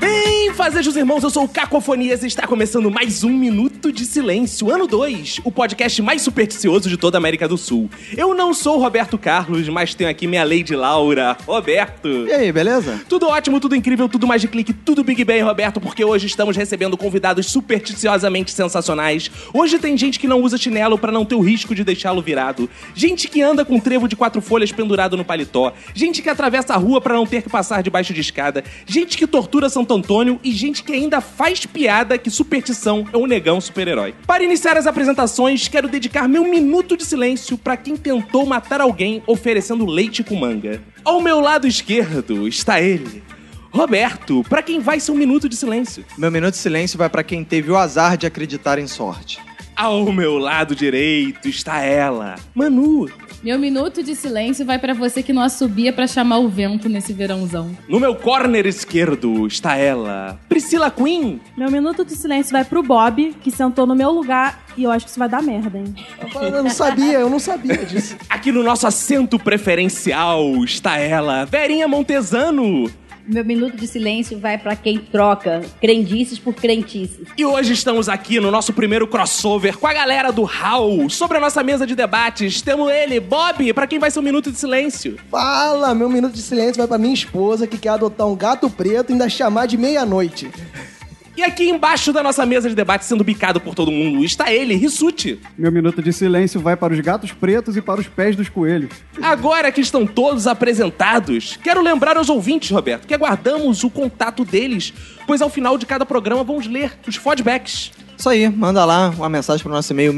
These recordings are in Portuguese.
Bem, fazejos irmãos, eu sou o Cacofonias e está começando mais um Minuto de Silêncio, ano 2, o podcast mais supersticioso de toda a América do Sul. Eu não sou o Roberto Carlos, mas tenho aqui minha Lady Laura. Roberto! E aí, beleza? Tudo ótimo, tudo incrível, tudo mais de clique, tudo Big Bang, Roberto, porque hoje estamos recebendo convidados supersticiosamente sensacionais. Hoje tem gente que não usa chinelo pra não ter o risco de deixá-lo virado. Gente que anda com um trevo de quatro folhas pendurado no paletó. Gente que atravessa a rua pra não ter que passar debaixo de escada. Gente que tortura Santo Antônio e gente que ainda faz piada que superstição é um negão super-herói. Para iniciar as apresentações, quero dedicar meu minuto de silêncio pra quem tentou matar alguém oferecendo leite com manga. Ao meu lado esquerdo está ele, Roberto, pra quem vai ser um minuto de silêncio. Meu minuto de silêncio vai pra quem teve o azar de acreditar em sorte. Ao meu lado direito está ela, Manu. Meu minuto de silêncio vai pra você que não assobia pra chamar o vento nesse verãozão. No meu corner esquerdo está ela, Priscila Queen. Meu minuto de silêncio vai pro Bob, que sentou no meu lugar e eu acho que isso vai dar merda, hein? Eu não sabia, eu não sabia disso. Aqui no nosso assento preferencial está ela, Verinha Montesano. Meu minuto de silêncio vai pra quem troca crendices por crentices. E hoje estamos aqui no nosso primeiro crossover com a galera do Hall. Sobre a nossa mesa de debates, temos ele, Bob, pra quem vai ser um minuto de silêncio. Fala, meu minuto de silêncio vai pra minha esposa que quer adotar um gato preto e ainda chamar de meia-noite. E aqui embaixo da nossa mesa de debate, sendo bicado por todo mundo, está ele, Rissuti. Meu minuto de silêncio vai para os gatos pretos e para os pés dos coelhos. Agora que estão todos apresentados, quero lembrar aos ouvintes, Roberto, que aguardamos o contato deles, pois ao final de cada programa vamos ler os feedbacks. Isso aí, manda lá uma mensagem pro nosso e-mail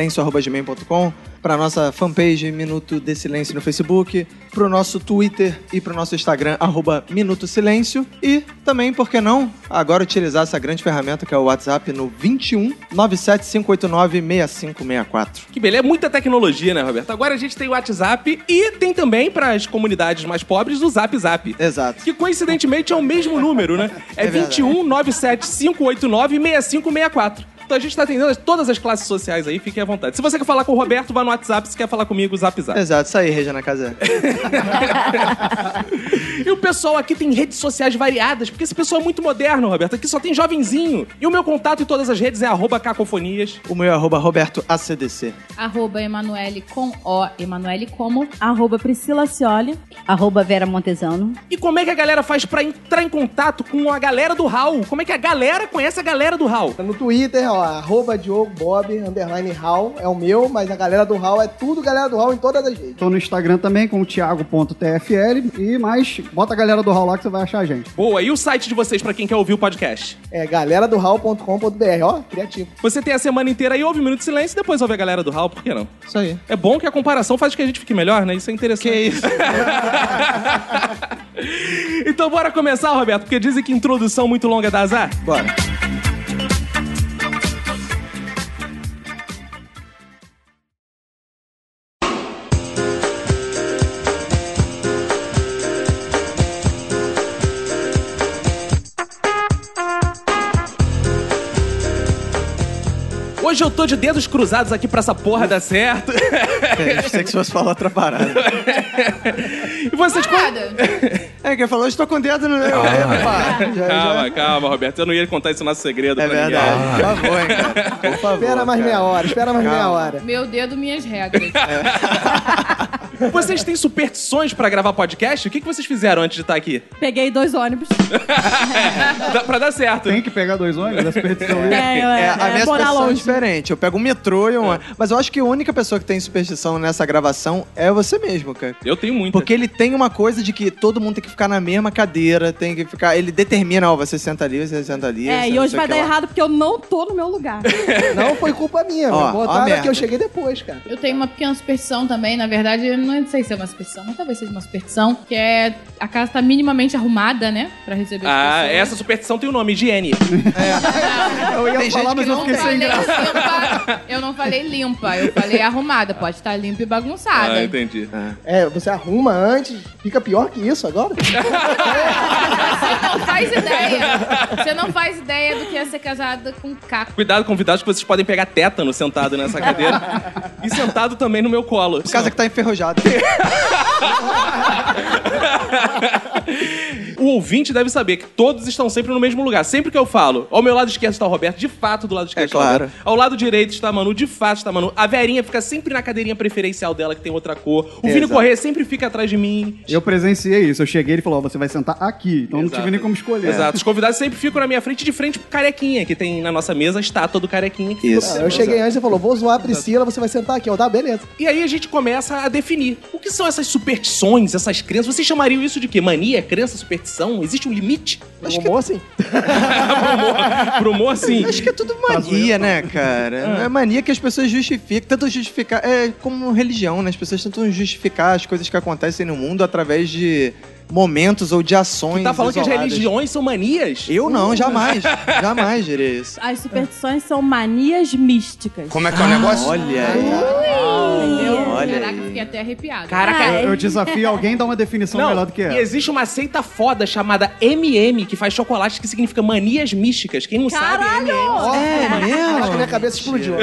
minutosilencio.gmail.com pra nossa fanpage Minuto de Silêncio no Facebook, pro nosso Twitter e pro nosso Instagram, arroba Minuto Silêncio. E também, por que não, agora utilizar essa grande ferramenta que é o WhatsApp no 21 97 589 6564. Que beleza, é muita tecnologia, né, Roberto? Agora a gente tem o WhatsApp e tem também para as comunidades mais pobres o Zap Zap. Exato. Que coincidentemente é o mesmo número, né? É, É verdade. 21 97 589 6564. Então a gente tá atendendo todas as classes sociais aí, fiquem à vontade. Se você quer falar com o Roberto, vá no WhatsApp. Se quer falar comigo, zap zap. Exato, isso aí, Regina Casé. E o pessoal aqui tem redes sociais variadas, porque esse pessoal é muito moderno, Roberto. Aqui só tem jovenzinho. E o meu contato em todas as redes é arroba cacofonias. O meu é arroba Roberto ACDC. Arroba Emanuele com O, Emanuele como. Arroba Priscila Cioli. Arroba Vera Montesano. E como é que a galera faz pra entrar em contato com a galera do Raul? Como é que a galera conhece a galera do Raul? Tá No Twitter, ó, arroba Diogo Bob, underline Hall, é o meu, mas a galera do Hall é tudo galera do Hall em todas as redes. Tô no Instagram também com o thiago.tfl e mais, bota a galera do Raul lá que você vai achar a gente. Boa, e o site de vocês pra quem quer ouvir o podcast? É galeradohall.com.br, ó, criativo. Você tem a semana inteira aí, ouve um minuto de silêncio e depois ouve a galera do Raul, por que não? Isso aí. É bom que a comparação faz que a gente fique melhor, né? Isso é interessante. Que isso? então bora começar, Roberto, porque dizem que introdução muito longa dá azar. Bora. Hoje eu tô de dedos cruzados aqui pra essa porra dar certo. É, sei que se fosse falar outra parada. E vocês... Nada. É, quem falou, estou com dedo no. Ah. Eu, eu, já, já- Calma, calma, Roberto. Eu não ia contar esse nosso segredo É tá pra ninguém. verdade. Por favor, hein, cara. Por favor. Espera mais cara. meia hora, espera mais Calma. meia hora. Meu dedo, minhas regras. Vocês têm superstições pra gravar podcast? O que, que vocês fizeram antes de estar aqui? Peguei dois ônibus. Dá- pra dar certo. Tem que pegar dois ônibus, essa perdição aí. É, eu- É, a minha morar situação é longe. É. diferente. Eu pego um metrô e um. Mas eu acho que a única pessoa que tem superstição nessa gravação é você mesmo, cara. Eu tenho muita. Porque ele tem uma coisa de que todo mundo tem que ficar na mesma cadeira, tem que ficar. Ele determina, ó, você senta ali, você senta ali. você É, e não hoje sei o vai que dar lá. errado porque eu não tô no meu lugar. Não foi culpa minha, Ó, ó, ó a botaram merda. que eu cheguei depois, cara. Eu tenho uma pequena superstição também, na verdade, eu não, não sei se é uma superstição, mas talvez seja uma superstição, que é a casa tá minimamente arrumada, né? Pra receber as Ah, pessoas. essa superstição tem o nome, higiene. Eu ia Tem falar, gente mas que eu não fiquei sem falei graça. limpa, eu não falei limpa, eu falei arrumada. Pode estar limpa e bagunçada. Ah, entendi. É, você arruma antes, fica pior que isso agora? Você não faz ideia. Você não faz ideia do que é ser casada com caco. Cuidado, convidados, que vocês podem pegar tétano sentado nessa cadeira. e sentado também no meu colo. Casa que tá enferrujada. O ouvinte deve saber que todos estão sempre no mesmo lugar. Sempre que eu falo, ao meu lado esquerdo está o Roberto, de fato do lado esquerdo É está o claro. Roberto. Ao lado direito está a Manu, de fato está a Manu. A Verinha fica sempre na cadeirinha preferencial dela, que tem outra cor. O Vini Exato. Corrêa sempre fica atrás de mim. Eu presenciei isso. Eu cheguei e ele falou: ó, você vai sentar aqui. Então não Exato. tive nem como escolher. Exato. Os convidados sempre ficam na minha frente, de frente pro Carequinha, que tem na nossa mesa a estátua do Carequinha. que Isso. Eu cheguei antes e falou, vou zoar a Priscila, você vai sentar aqui. Eu, tá, beleza. E aí a gente começa a definir. O que são essas superstições, essas crenças? Vocês chamariam isso de quê? Mania, crença, superstição? Existe um limite? Acho que... assim. pro humor, pro humor sim. Acho que é tudo mania, né, cara? É mania que as pessoas justificam, tentam justificar. É como religião, né? As pessoas tentam justificar as coisas que acontecem no mundo através de momentos ou de ações. Tá falando que as isoladas. religiões são manias? Eu não, jamais. jamais diria isso. As superstições são manias místicas. É. Como é que é o negócio? Olha aí. Entendeu? Olha Caraca, aí. fiquei até arrepiada. Ah, É. Caraca, é. Eu, eu desafio alguém a dar uma definição melhor do que é. e essa. existe uma seita foda chamada MM que faz chocolate que significa manias místicas. Quem não sabe é MM. É mesmo? Acho que minha cabeça explodiu.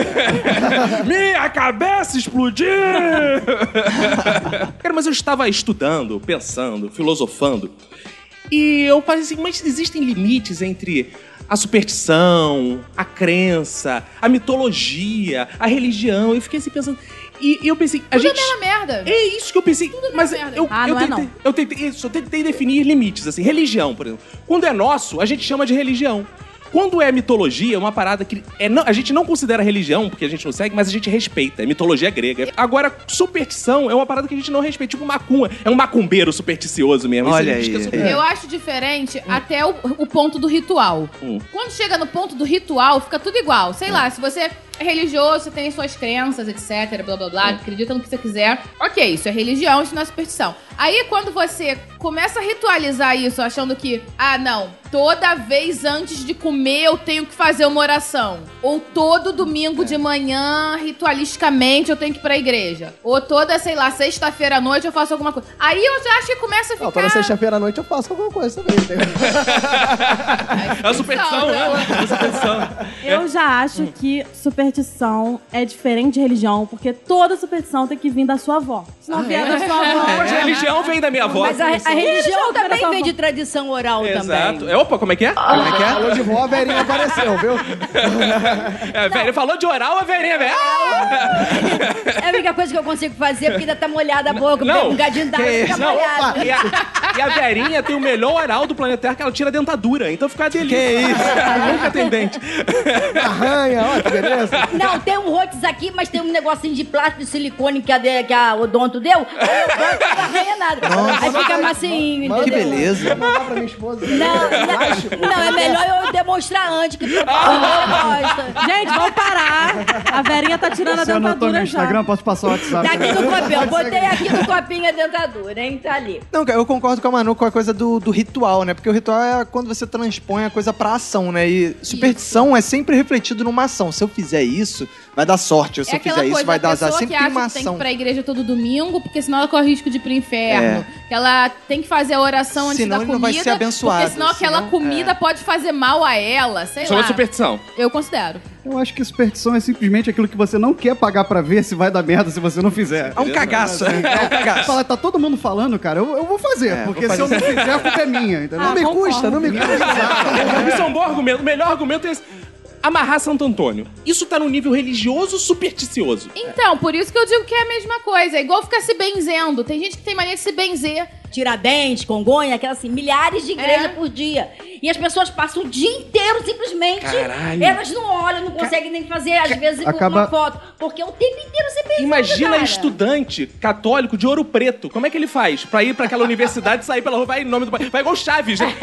Minha cabeça explodiu! Cara, mas eu estava estudando, pensando, filosofando. E eu falei assim, mas existem limites entre a superstição, a crença, a mitologia, a religião. Eu fiquei assim pensando. E, e eu pensei, a gente. Essa merda. É isso que eu pensei. mas merda. eu, Ah, eu não é tentei, não. eu tentei, isso, eu tentei definir limites, assim, religião, por exemplo. Quando é nosso, a gente chama de religião. Quando é mitologia, é uma parada que é não- a gente não considera religião, porque a gente não segue, mas a gente respeita. É mitologia grega. Agora, superstição é uma parada que a gente não respeita. Tipo macumba. É um macumbeiro supersticioso mesmo. Olha a gente É aí. esquece- Eu acho diferente até o, o ponto do ritual. Hum. Quando chega no ponto do ritual, fica tudo igual. Sei lá, se você é religioso, você tem suas crenças, etc, blá blá blá, acredita no que você quiser. Ok, isso é religião, isso não é superstição. Aí quando você começa a ritualizar isso, achando que, ah não, toda vez antes de comer eu tenho que fazer uma oração. Ou todo domingo de manhã, ritualisticamente, eu tenho que ir pra igreja. Ou toda, sei lá, sexta-feira à noite eu faço alguma coisa. Aí eu já acho que começa a Não, ficar... toda sexta-feira à noite eu faço alguma coisa também. entendeu? É uma superstição, né? É uma superstição. Eu já acho que superstição é diferente de religião, porque toda superstição tem que vir da sua avó. Se não vier da sua avó. Mas a religião vem da minha avó. Mas a, a religião cara, também tá vem bom. de tradição oral Exato. também. É, opa, como é que é? Como é que é? Falou de vó, a velhinha apareceu, viu? é velho, falou de oral, a velhinha, velho. É a única coisa que eu consigo fazer porque ainda tá molhada a boca. Não. Pega um gadinho d'água Que e fica isso? Não, molhada. opa, e a, e a Verinha tem o melhor oral do planeta Terra que ela tira a dentadura. Então fica uma delícia. é Que isso? Nunca tem dente. Arranha, ó, que beleza. Não, tem um rotes aqui, mas tem um negocinho de plástico e silicone que a, de, que a Odonto deu. Aí eu boto, não arranha nada. Aí fica macinho, Manda- Que entendeu? beleza. Mandar pra minha esposa. Não, não, não, é melhor eu demonstrar antes que eu gosta. Gente, vamos parar. A Verinha tá tirando a Se eu não tô é no dentadura já. Instagram, posso passar o WhatsApp. Tá aqui no copinho. Eu botei aqui no copinho a dentadura, hein? Tá ali. Não, cara, eu concordo com a Manu com a coisa do, do ritual, né? Porque o ritual é quando você transpõe a coisa pra ação, né? E superstição é sempre refletido numa ação. Se eu fizer isso, vai dar sorte. Ou se É eu aquela fizer isso, coisa, vai a dar azar. pessoa Sempre que tem acha uma que tem que ir ação. pra igreja todo domingo, porque senão ela corre o risco de ir pro inferno. Que ela tem que fazer a oração antes É. Senão da ele comida. não vai ser abençoado, Porque senão aquela senão- é. comida pode fazer mal a ela, sei Isso é lá. uma superstição. Eu considero. Eu acho que superstição é simplesmente aquilo que você não quer pagar pra ver se vai dar merda se você não fizer. É um cagaço, né? É um cagaço. Fala, tá todo mundo falando, cara, eu, eu vou fazer, É, porque vou se eu não fizer, a culpa é minha, entendeu? Ah, não me concordo. custa, não me custa. Isso é um bom argumento. O melhor argumento é esse. Amarrar Santo Antônio. Isso tá no nível religioso supersticioso. Então, por isso que eu digo que é a mesma coisa. É igual ficar se benzendo. Tem gente que tem mania de se benzer. Tiradentes, Congonha, aquelas assim, milhares de igrejas É. por dia. E as pessoas passam o dia inteiro simplesmente. Caralho. Elas não olham, não conseguem nem fazer, às vezes, Acaba- uma foto. Porque é o tempo inteiro você pensa. Imagina cara. estudante católico de Ouro Preto. Como é que ele faz? Pra ir pra aquela universidade, sair pela rua, vai em nome do pai. Vai igual Chaves, né?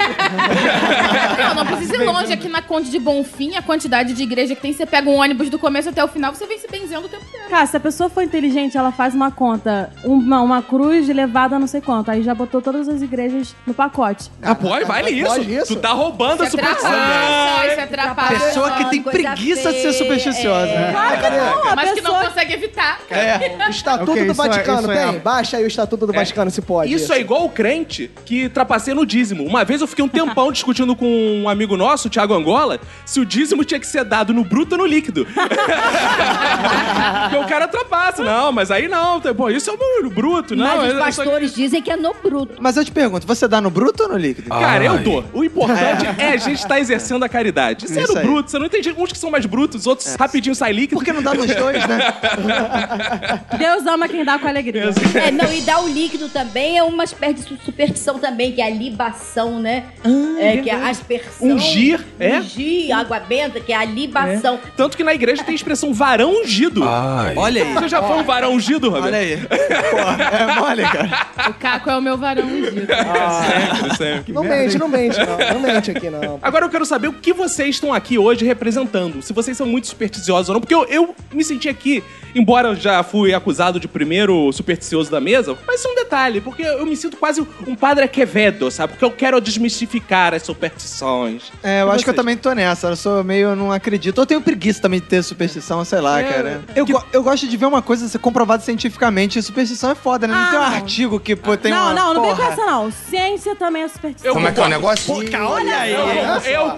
Não, Não, não precisa ir longe. Aqui na Conde de Bonfim, a quantidade de igreja que tem, você pega um ônibus do começo até o final, você vem se benzendo o tempo inteiro. Cara, se a pessoa for inteligente, ela faz uma conta, uma, uma cruz elevada a não sei quanto. Aí já botou todas as igrejas no pacote. Ah, pode, vale isso. Pode isso. Tu tá roubando a Isso é superstição. trapaça, isso é trapaça. Pessoa que tem Coisa preguiça de ser feia, supersticiosa. é. Claro que não, a Mas que não pessoa... consegue evitar. É. O Estatuto Ok, do isso é- Vaticano isso é um- tem? a- Baixa aí o Estatuto do Vaticano, se pode. Isso é assim. igual o crente que trapaceia no dízimo. Uma vez eu fiquei um tempão discutindo com um amigo nosso, o Thiago Angola, se o dízimo tinha que ser dado no bruto ou no líquido. Porque o cara trapaça. Não, mas aí não. Pô, isso é o bruto. Não, Mas os isso aqui- pastores dizem que é no bruto. Mas eu te pergunto, você dá no bruto ou no líquido? Ah. Cara, eu dou. O importante é a gente estar exercendo a caridade. Isso Isso era aí. É. bruto, você não entende. Uns que são mais brutos, os outros rapidinho saem líquido. Porque não dá nos dois, né? Tá Deus ama quem dá com alegria. É, não, e dar o líquido também é uma espécie de superstição também, que é a libação, né? é, que é a aspersão. Ungir, é? Ungir, água benta, que é a libação. Tanto que na igreja tem a expressão varão ungido. Ai, Ah. Olha aí. Você já foi um varão ungido, Olha Roberto? aí. Porra, é mole, cara. O Caco é o meu varão ungido. Sempre, sempre. Não mente, não mente, não. Não mente aqui, não. Agora eu quero saber o que vocês estão aqui hoje representando. Se vocês são muito supersticiosos ou não. Porque eu, eu me senti aqui, embora eu já fui acusado de primeiro supersticioso da mesa, mas isso é um detalhe, porque eu me sinto quase um padre Quevedo, sabe? Porque eu quero desmistificar as superstições. É, eu E acho que eu vocês? também tô nessa. Eu sou meio, eu não acredito. Eu tenho preguiça também de ter superstição, sei lá, É, cara. Eu, go- eu gosto de ver uma coisa ser comprovada cientificamente. E superstição é foda, né? Não Ah, tem um não. artigo que, pô, tem não, uma não, não vem com porra. essa não. Ciência também é superstição. Como é que é o negócio? olha aí. Eu, eu Olha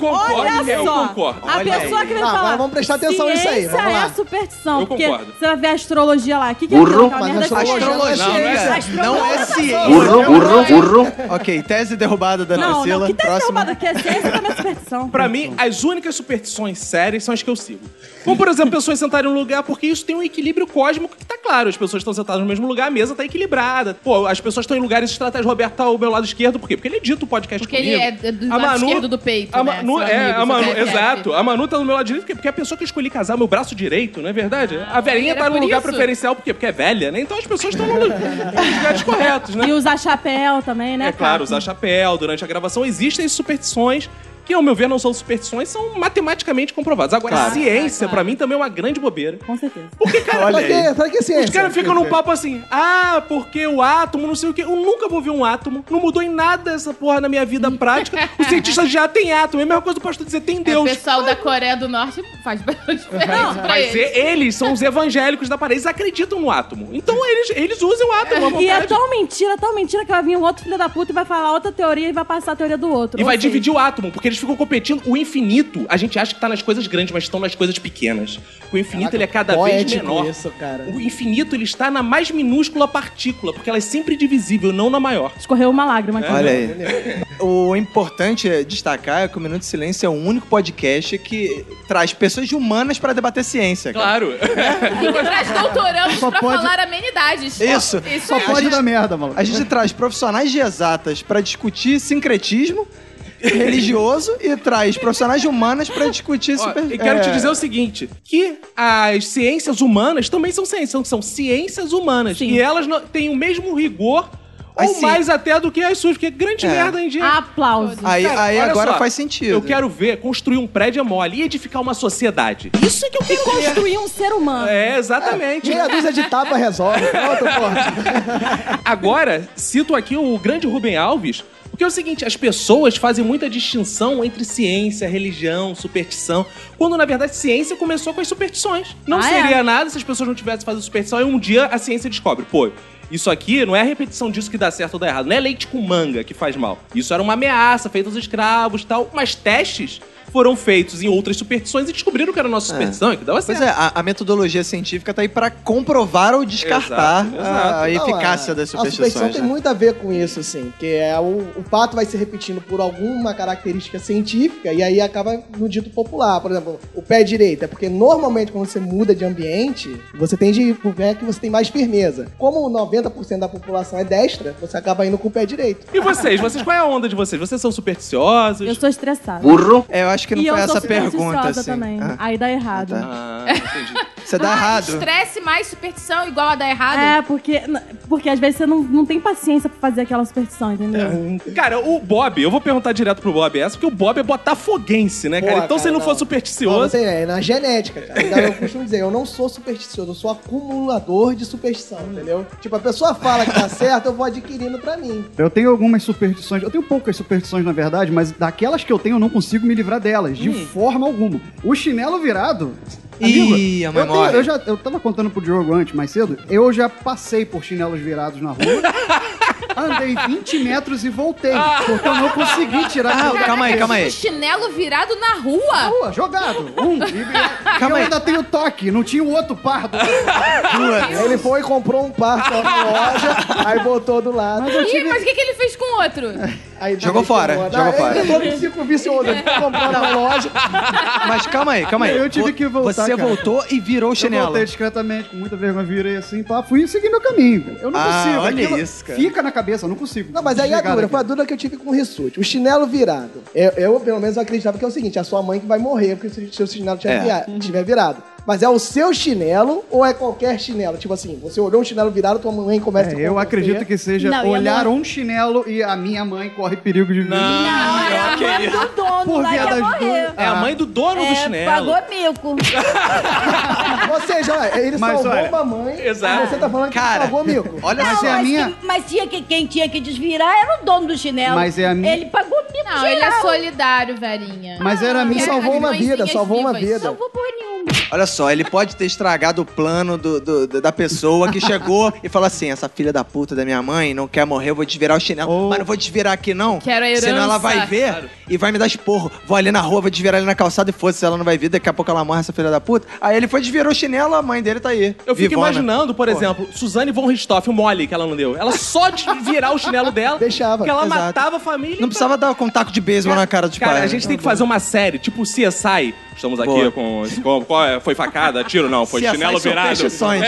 concordo, eu só, concordo. a Olha pessoa aí. que vem Ah, falar. mas vamos prestar atenção nisso aí, Ciência vamos lá. é superstição, Eu porque concordo. você vai ver a astrologia lá. O que, que é aquilo? Aquela mas merda astrologia que- não é Astrologia Não, não é- não é ciência. Ok, tese derrubada da Não, Priscila. não, que tá Próximo. derrubado aqui é ciência também é superstição. Pra mim, as únicas superstições sérias são as que eu sigo. Como, por exemplo, pessoas sentarem num lugar, porque isso tem um equilíbrio cósmico que tá claro. As pessoas estão sentadas no mesmo lugar, a mesa tá equilibrada. Pô, as pessoas estão em lugares estratégicos. Roberto tá ao meu lado esquerdo, por quê? Porque ele edita o podcast Porque comigo. ele é do lado esquerdo do peito, a né? Manu, Seu é, amigo, a seu Manu, BFF. exato. A Manu tá do meu lado direito, por quê? porque é a pessoa que eu escolhi casar, meu braço direito, não é verdade? a velhinha Ah, era tá no por lugar isso? preferencial, por quê? Porque é velha, né? Então as pessoas estão nos lugares corretos, né? E usar chapéu também, né? É claro, cara? usar chapéu durante a gravação. Existem superstições que, ao meu ver, não são superstições, são matematicamente comprovadas. Agora, Claro. a ciência, Claro. pra mim, também é uma grande bobeira. Com certeza. Porque, cara, Pra Olha aí. tá que, pra que os ciência? caras ficam num papo assim, ah, porque o átomo, não sei o quê. Eu nunca vou ver um átomo, não mudou em nada essa porra na minha vida prática. Os cientistas já têm átomo, é a mesma coisa do pastor dizer, tem É, O Deus. pessoal da Coreia do Norte faz bastante diferença pra Mas eles. e- eles são os evangélicos da parede, eles acreditam no átomo. Então eles, eles usam o átomo, à E é vontade. tão mentira, tão mentira que vai vir um outro filho da puta e vai falar outra teoria e vai passar a teoria do outro. E Ou vai seja, dividir o átomo, porque eles ficam competindo. O infinito, a gente acha que tá nas coisas grandes, mas estão nas coisas pequenas. O infinito, ele é cada Poético vez menor. isso, cara. O infinito, ele está na mais minúscula partícula, porque ela é sempre divisível, não na maior. Escorreu uma lágrima aqui. Olha aí. O importante é destacar é que o Minuto de Silêncio é o único podcast que traz pessoas humanas para debater ciência. cara. Claro. E É, que traz doutorandos Só pra pode- falar amenidades. Isso. Isso é Só aí. pode dar merda, maluco. A gente traz profissionais de exatas para discutir sincretismo religioso e traz profissionais de humanas para discutir Ó, super... e quero te é, dizer um o seguinte, que as ciências humanas também são ciências, são, são ciências humanas. E elas não- têm o mesmo rigor, As ou ci- mais até do que as suas, porque grande É. merda em Ah. dia. Aplausos. Aí, Cara, aí olha agora só, faz sentido. Eu quero ver construir um prédio é mole e edificar uma sociedade. Isso é que eu quero ver. Construir um ser humano. É, exatamente. Meia dúzia de tapa resolve. Pronto, porra. Agora, cito aqui o grande Rubem Alves, porque é o seguinte, as pessoas fazem muita distinção entre ciência, religião, superstição, quando na verdade ciência começou com as superstições. Não Ah, seria é? nada se as pessoas não tivessem fazendo superstição e um dia a ciência descobre, pô, isso aqui não é a repetição disso que dá certo ou dá errado, não é leite com manga que faz mal. Isso era uma ameaça feita aos escravos e tal, mas testes foram feitos em outras superstições e descobriram que era a nossa superstição e que dava certo. Pois é, a, a metodologia científica tá aí para comprovar ou descartar Exato, a- exato. Não, a, eficácia a- das A superstições. superstição tem né? muito a ver com isso, assim. Que é o, o fato vai se repetindo por alguma característica científica e aí acaba no dito popular. Por exemplo, o pé direito. É porque normalmente quando você muda de ambiente, você tende a ir pro pé que você tem mais firmeza. Como 90% da população é destra, você acaba indo com o pé direito. E vocês, vocês, qual é a onda de vocês? Vocês são supersticiosos? Eu sou estressada. É, eu acho que não e eu foi sou um essa a pergunta, supersticiosa assim. também. Ah. Aí dá errado. Ah, tá. entendi. Você dá Ah, errado. Estresse mais superstição igual a dar errado. É, porque, porque às vezes você não, não tem paciência pra fazer aquela superstição, entendeu? Cara, o Bob, eu vou perguntar direto pro Bob essa, porque o Bob é botafoguense, né, cara? Boa, então se cara, ele não, não. for Não, não supersticioso. sei, é na genética, cara. Então, eu costumo dizer, eu não sou supersticioso, eu sou acumulador de superstição, entendeu? Tipo, a pessoa fala que tá certo, eu vou adquirindo pra mim. Eu tenho algumas superstições, eu tenho poucas superstições na verdade, mas daquelas que eu tenho eu não consigo me livrar delas, de Hum. forma alguma. O chinelo virado. Ih, a amigo, memória. eu, tenho- eu já eu tava contando pro Diogo antes, mais cedo, eu já passei por chinelos virados na rua. Andei 20 metros e voltei, porque eu não consegui tirar Ah, aquele- calma aí, calma aí. Um chinelo virado na rua. rua, jogado. Um. E, e eu aí. ainda tenho toque, não tinha o outro par do Duas. Ele foi e comprou um par só na loja, aí botou do lado. Ih, mas o que, que ele fez com o outro? Aí Jogou fora, jogou fora. Ele todo ciclo vicioso, ele comprou na loja. é. Mas calma aí, calma aí. Eu tive Vo- que voltar, Você cara. voltou e virou o Eu chinelo. voltei discretamente, com muita vergonha, virei assim, pá, fui e segui meu caminho. Eu não Ah, consigo. olha aquilo isso, cara. Fica na cabeça, eu não consigo. Não, mas aí é Desligar dura. daqui. Foi a dura que eu tive com o Rissuti. O chinelo virado. Eu, eu, pelo menos, acreditava que é o seguinte: é a sua mãe que vai morrer porque se o seu chinelo tiver, É. Uhum. via- tiver virado. Mas é o seu chinelo ou é qualquer chinelo? Tipo assim, você olhou um chinelo virado, tua mãe começa É, eu acredito que seja Não, e a olhar minha- um chinelo e a minha mãe corre perigo de vida. Não, é a mãe do dono Por lá via que das morreu. duas- É a Ah. mãe do dono do É, chinelo. pagou mico. É. Ou seja, olha, ele Mas salvou olha- uma mãe Exato. e você tá falando que Cara. salvou mico. Olha Mas só. é a mas, minha. que- mas tinha que, quem tinha que desvirar era o dono do chinelo. Mas é a minha- Ele pagou mico. Não, geral. ele é solidário, velhinha. Mas era a E minha. as salvou uma vida, mãezinhas salvou uma vivas. vida. Não vou porra nenhuma. Olha só, ele pode ter estragado o plano do- do- do- da pessoa que chegou e falou assim: essa filha da puta da minha mãe não quer morrer, eu vou desvirar o chinelo. Oh. Mas não vou desvirar aqui, não. Quero a Senão ela herança. vai ver e vai me dar esporro. Vou ali na rua, vou desvirar ali na calçada e foda-se, ela não vai vir, daqui a pouco ela morre, essa filha da puta. Aí ele foi, desvirou o chinelo, a mãe dele tá aí. Eu fico vivona. imaginando, por Pô. exemplo, Suzane von Richthofen, o mole que ela não deu. Ela só de virar o chinelo dela, Deixava, que ela exato. matava a família. Não precisava dar com um taco de beisebol na cara dos Cara, pais. a gente tem que fazer uma série, tipo CSI. Estamos aqui Boa. com, com- qual é? Foi facada? Tiro não, foi CSI chinelo são virado. prescrições.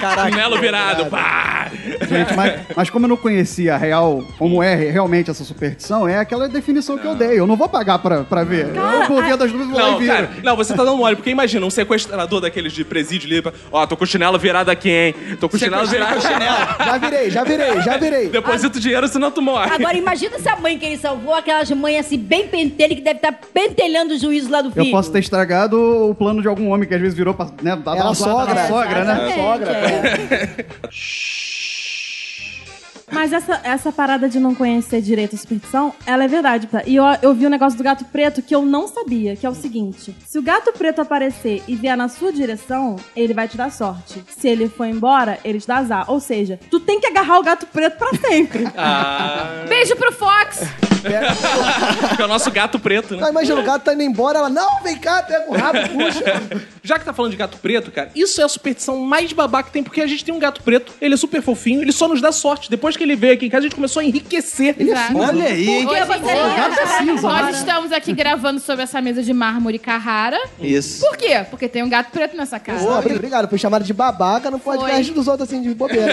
Caraca. Chinelo virado, pá! Gente, mas, mas como eu não conhecia a real, como é realmente essa superstição, é aquela definição que eu dei. Eu não vou pagar pra, pra ver. eu por via das duas vou lá e Não, viro. cara, não, você tá dando mole, porque imagina, um sequestrador daqueles de presídio lipa, ó, tô com o chinelo virado aqui, hein? Tô com o chinelo virado. Já virei, já virei, já virei. Deposita o dinheiro, senão tu morre. Agora imagina essa mãe que ele salvou, aquelas mães assim, bem pentelha, que deve estar pentelhando o juízo lá do filho. Eu posso ter estragado o plano de algum homem que às vezes virou pra, né, da, Era da- a sogra, da sogra, né? Exatamente, Sogra, é. Mas essa, essa parada de não conhecer direito a superstição, ela é verdade. tá? E eu, eu vi o negócio do gato preto que eu não sabia, que é o seguinte: se o gato preto aparecer e vier na sua direção, ele vai te dar sorte. Se ele for embora, ele te dá azar. Ou seja, tu tem que agarrar o gato preto pra sempre. Ah, Beijo pro Fox. que é o nosso gato preto, né? Não, imagina, o gato tá indo embora, ela, não, vem cá, pega o rabo, puxa. Já que tá falando de gato preto, cara, isso é a superstição mais babaca que tem, porque a gente tem um gato preto, ele é super fofinho, ele só nos dá sorte. Depois que ele veio aqui em casa, a gente começou a enriquecer. é Olha aí, hein? é Hoje, você em dia, Gato cinza, né? nós estamos aqui gravando sobre essa mesa de mármore Carrara. Isso. Por quê? Porque tem um gato preto nessa casa. Não, obrigado, foi chamado de babaca no podcast Foi. dos outros assim de bobeira.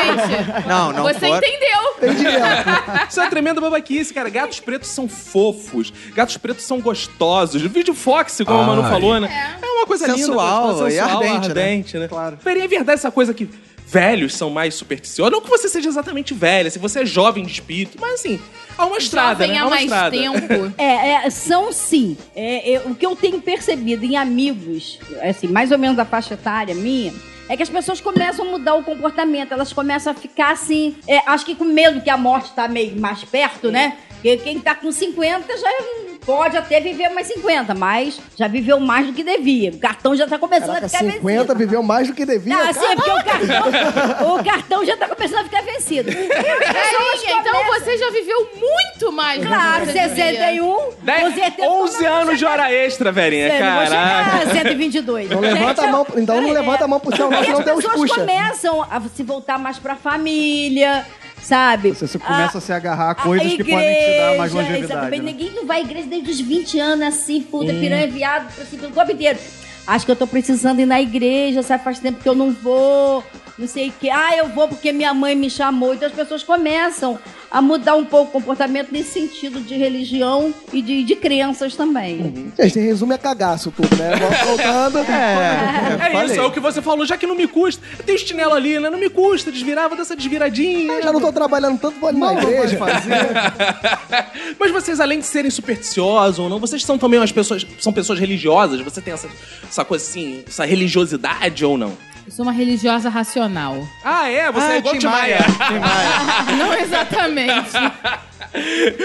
Exatamente. Não, não Você pode. entendeu. Entendi, né? Isso é uma tremenda babaquice, cara. Gatos pretos são fofos, gatos pretos são gostosos. O vídeo Fox, como o Manu Ai. falou, né? É, uma coisa Sensual linda, gostosa, e sensual, ardente, né? né? Claro. É verdade essa coisa que velhos são mais supersticiosos. Não que você seja exatamente velha, se você é jovem de espírito, mas assim, há uma estrada, Jovem é né? há Há uma mais estrada. tempo. É, é, são sim. É, é, o que eu tenho percebido em amigos, assim, mais ou menos da faixa etária minha, é que as pessoas começam a mudar o comportamento. Elas começam a ficar assim, é, acho que com medo que a morte tá meio mais perto, né? Porque quem tá com 50 já hum, pode até viver mais 50, mas já viveu mais do que devia. O cartão já tá começando Caraca, a ficar 50 vencido. viveu mais do que devia. Não, cara. assim, é porque o cartão, o cartão já tá começando a ficar vencido. E as pessoas Carinha, então começam- você já viveu muito mais. do que é Claro, você 61, Dez- com certeza, 11 anos de hora extra, velhinha. é Sério, vou Caraca. chegar a 122. Então levanta Gente, a mão, então não é. levanta a mão pro céu, não, E senão as Deus pessoas puxa. começam a se voltar mais pra família, sabe? Você se- começa a se agarrar a coisas que podem te dar mais igreja, longevidade. exatamente. né? Ninguém não vai à igreja desde os 20 anos, assim, puta, piranha, viado, assim, pelo corpo inteiro. Acho que eu tô precisando ir na igreja, sabe? Faz tempo que eu não vou. não sei o que. Ah, eu vou porque minha mãe me chamou. Então as pessoas começam a mudar um pouco o comportamento nesse sentido de religião e de, de crenças também. Gente, em resumo é cagaço tudo, né? Vamos voltando. É, É falei. isso, é o que você falou, já que não me custa. Eu tenho chinelo ali, né? Não me custa, desvirava dessa desviradinha. Eu já não tô trabalhando tanto, vou ali na Não, não pode igreja. fazer. Mas vocês, além de serem supersticiosos ou não, vocês são também umas pessoas. São pessoas religiosas? Você tem essa, essa coisa assim, essa religiosidade ou não? Eu sou uma religiosa racional. Ah, é? Você é Ah, igual o Tim Tim Maia. Tim Maia. Não exatamente.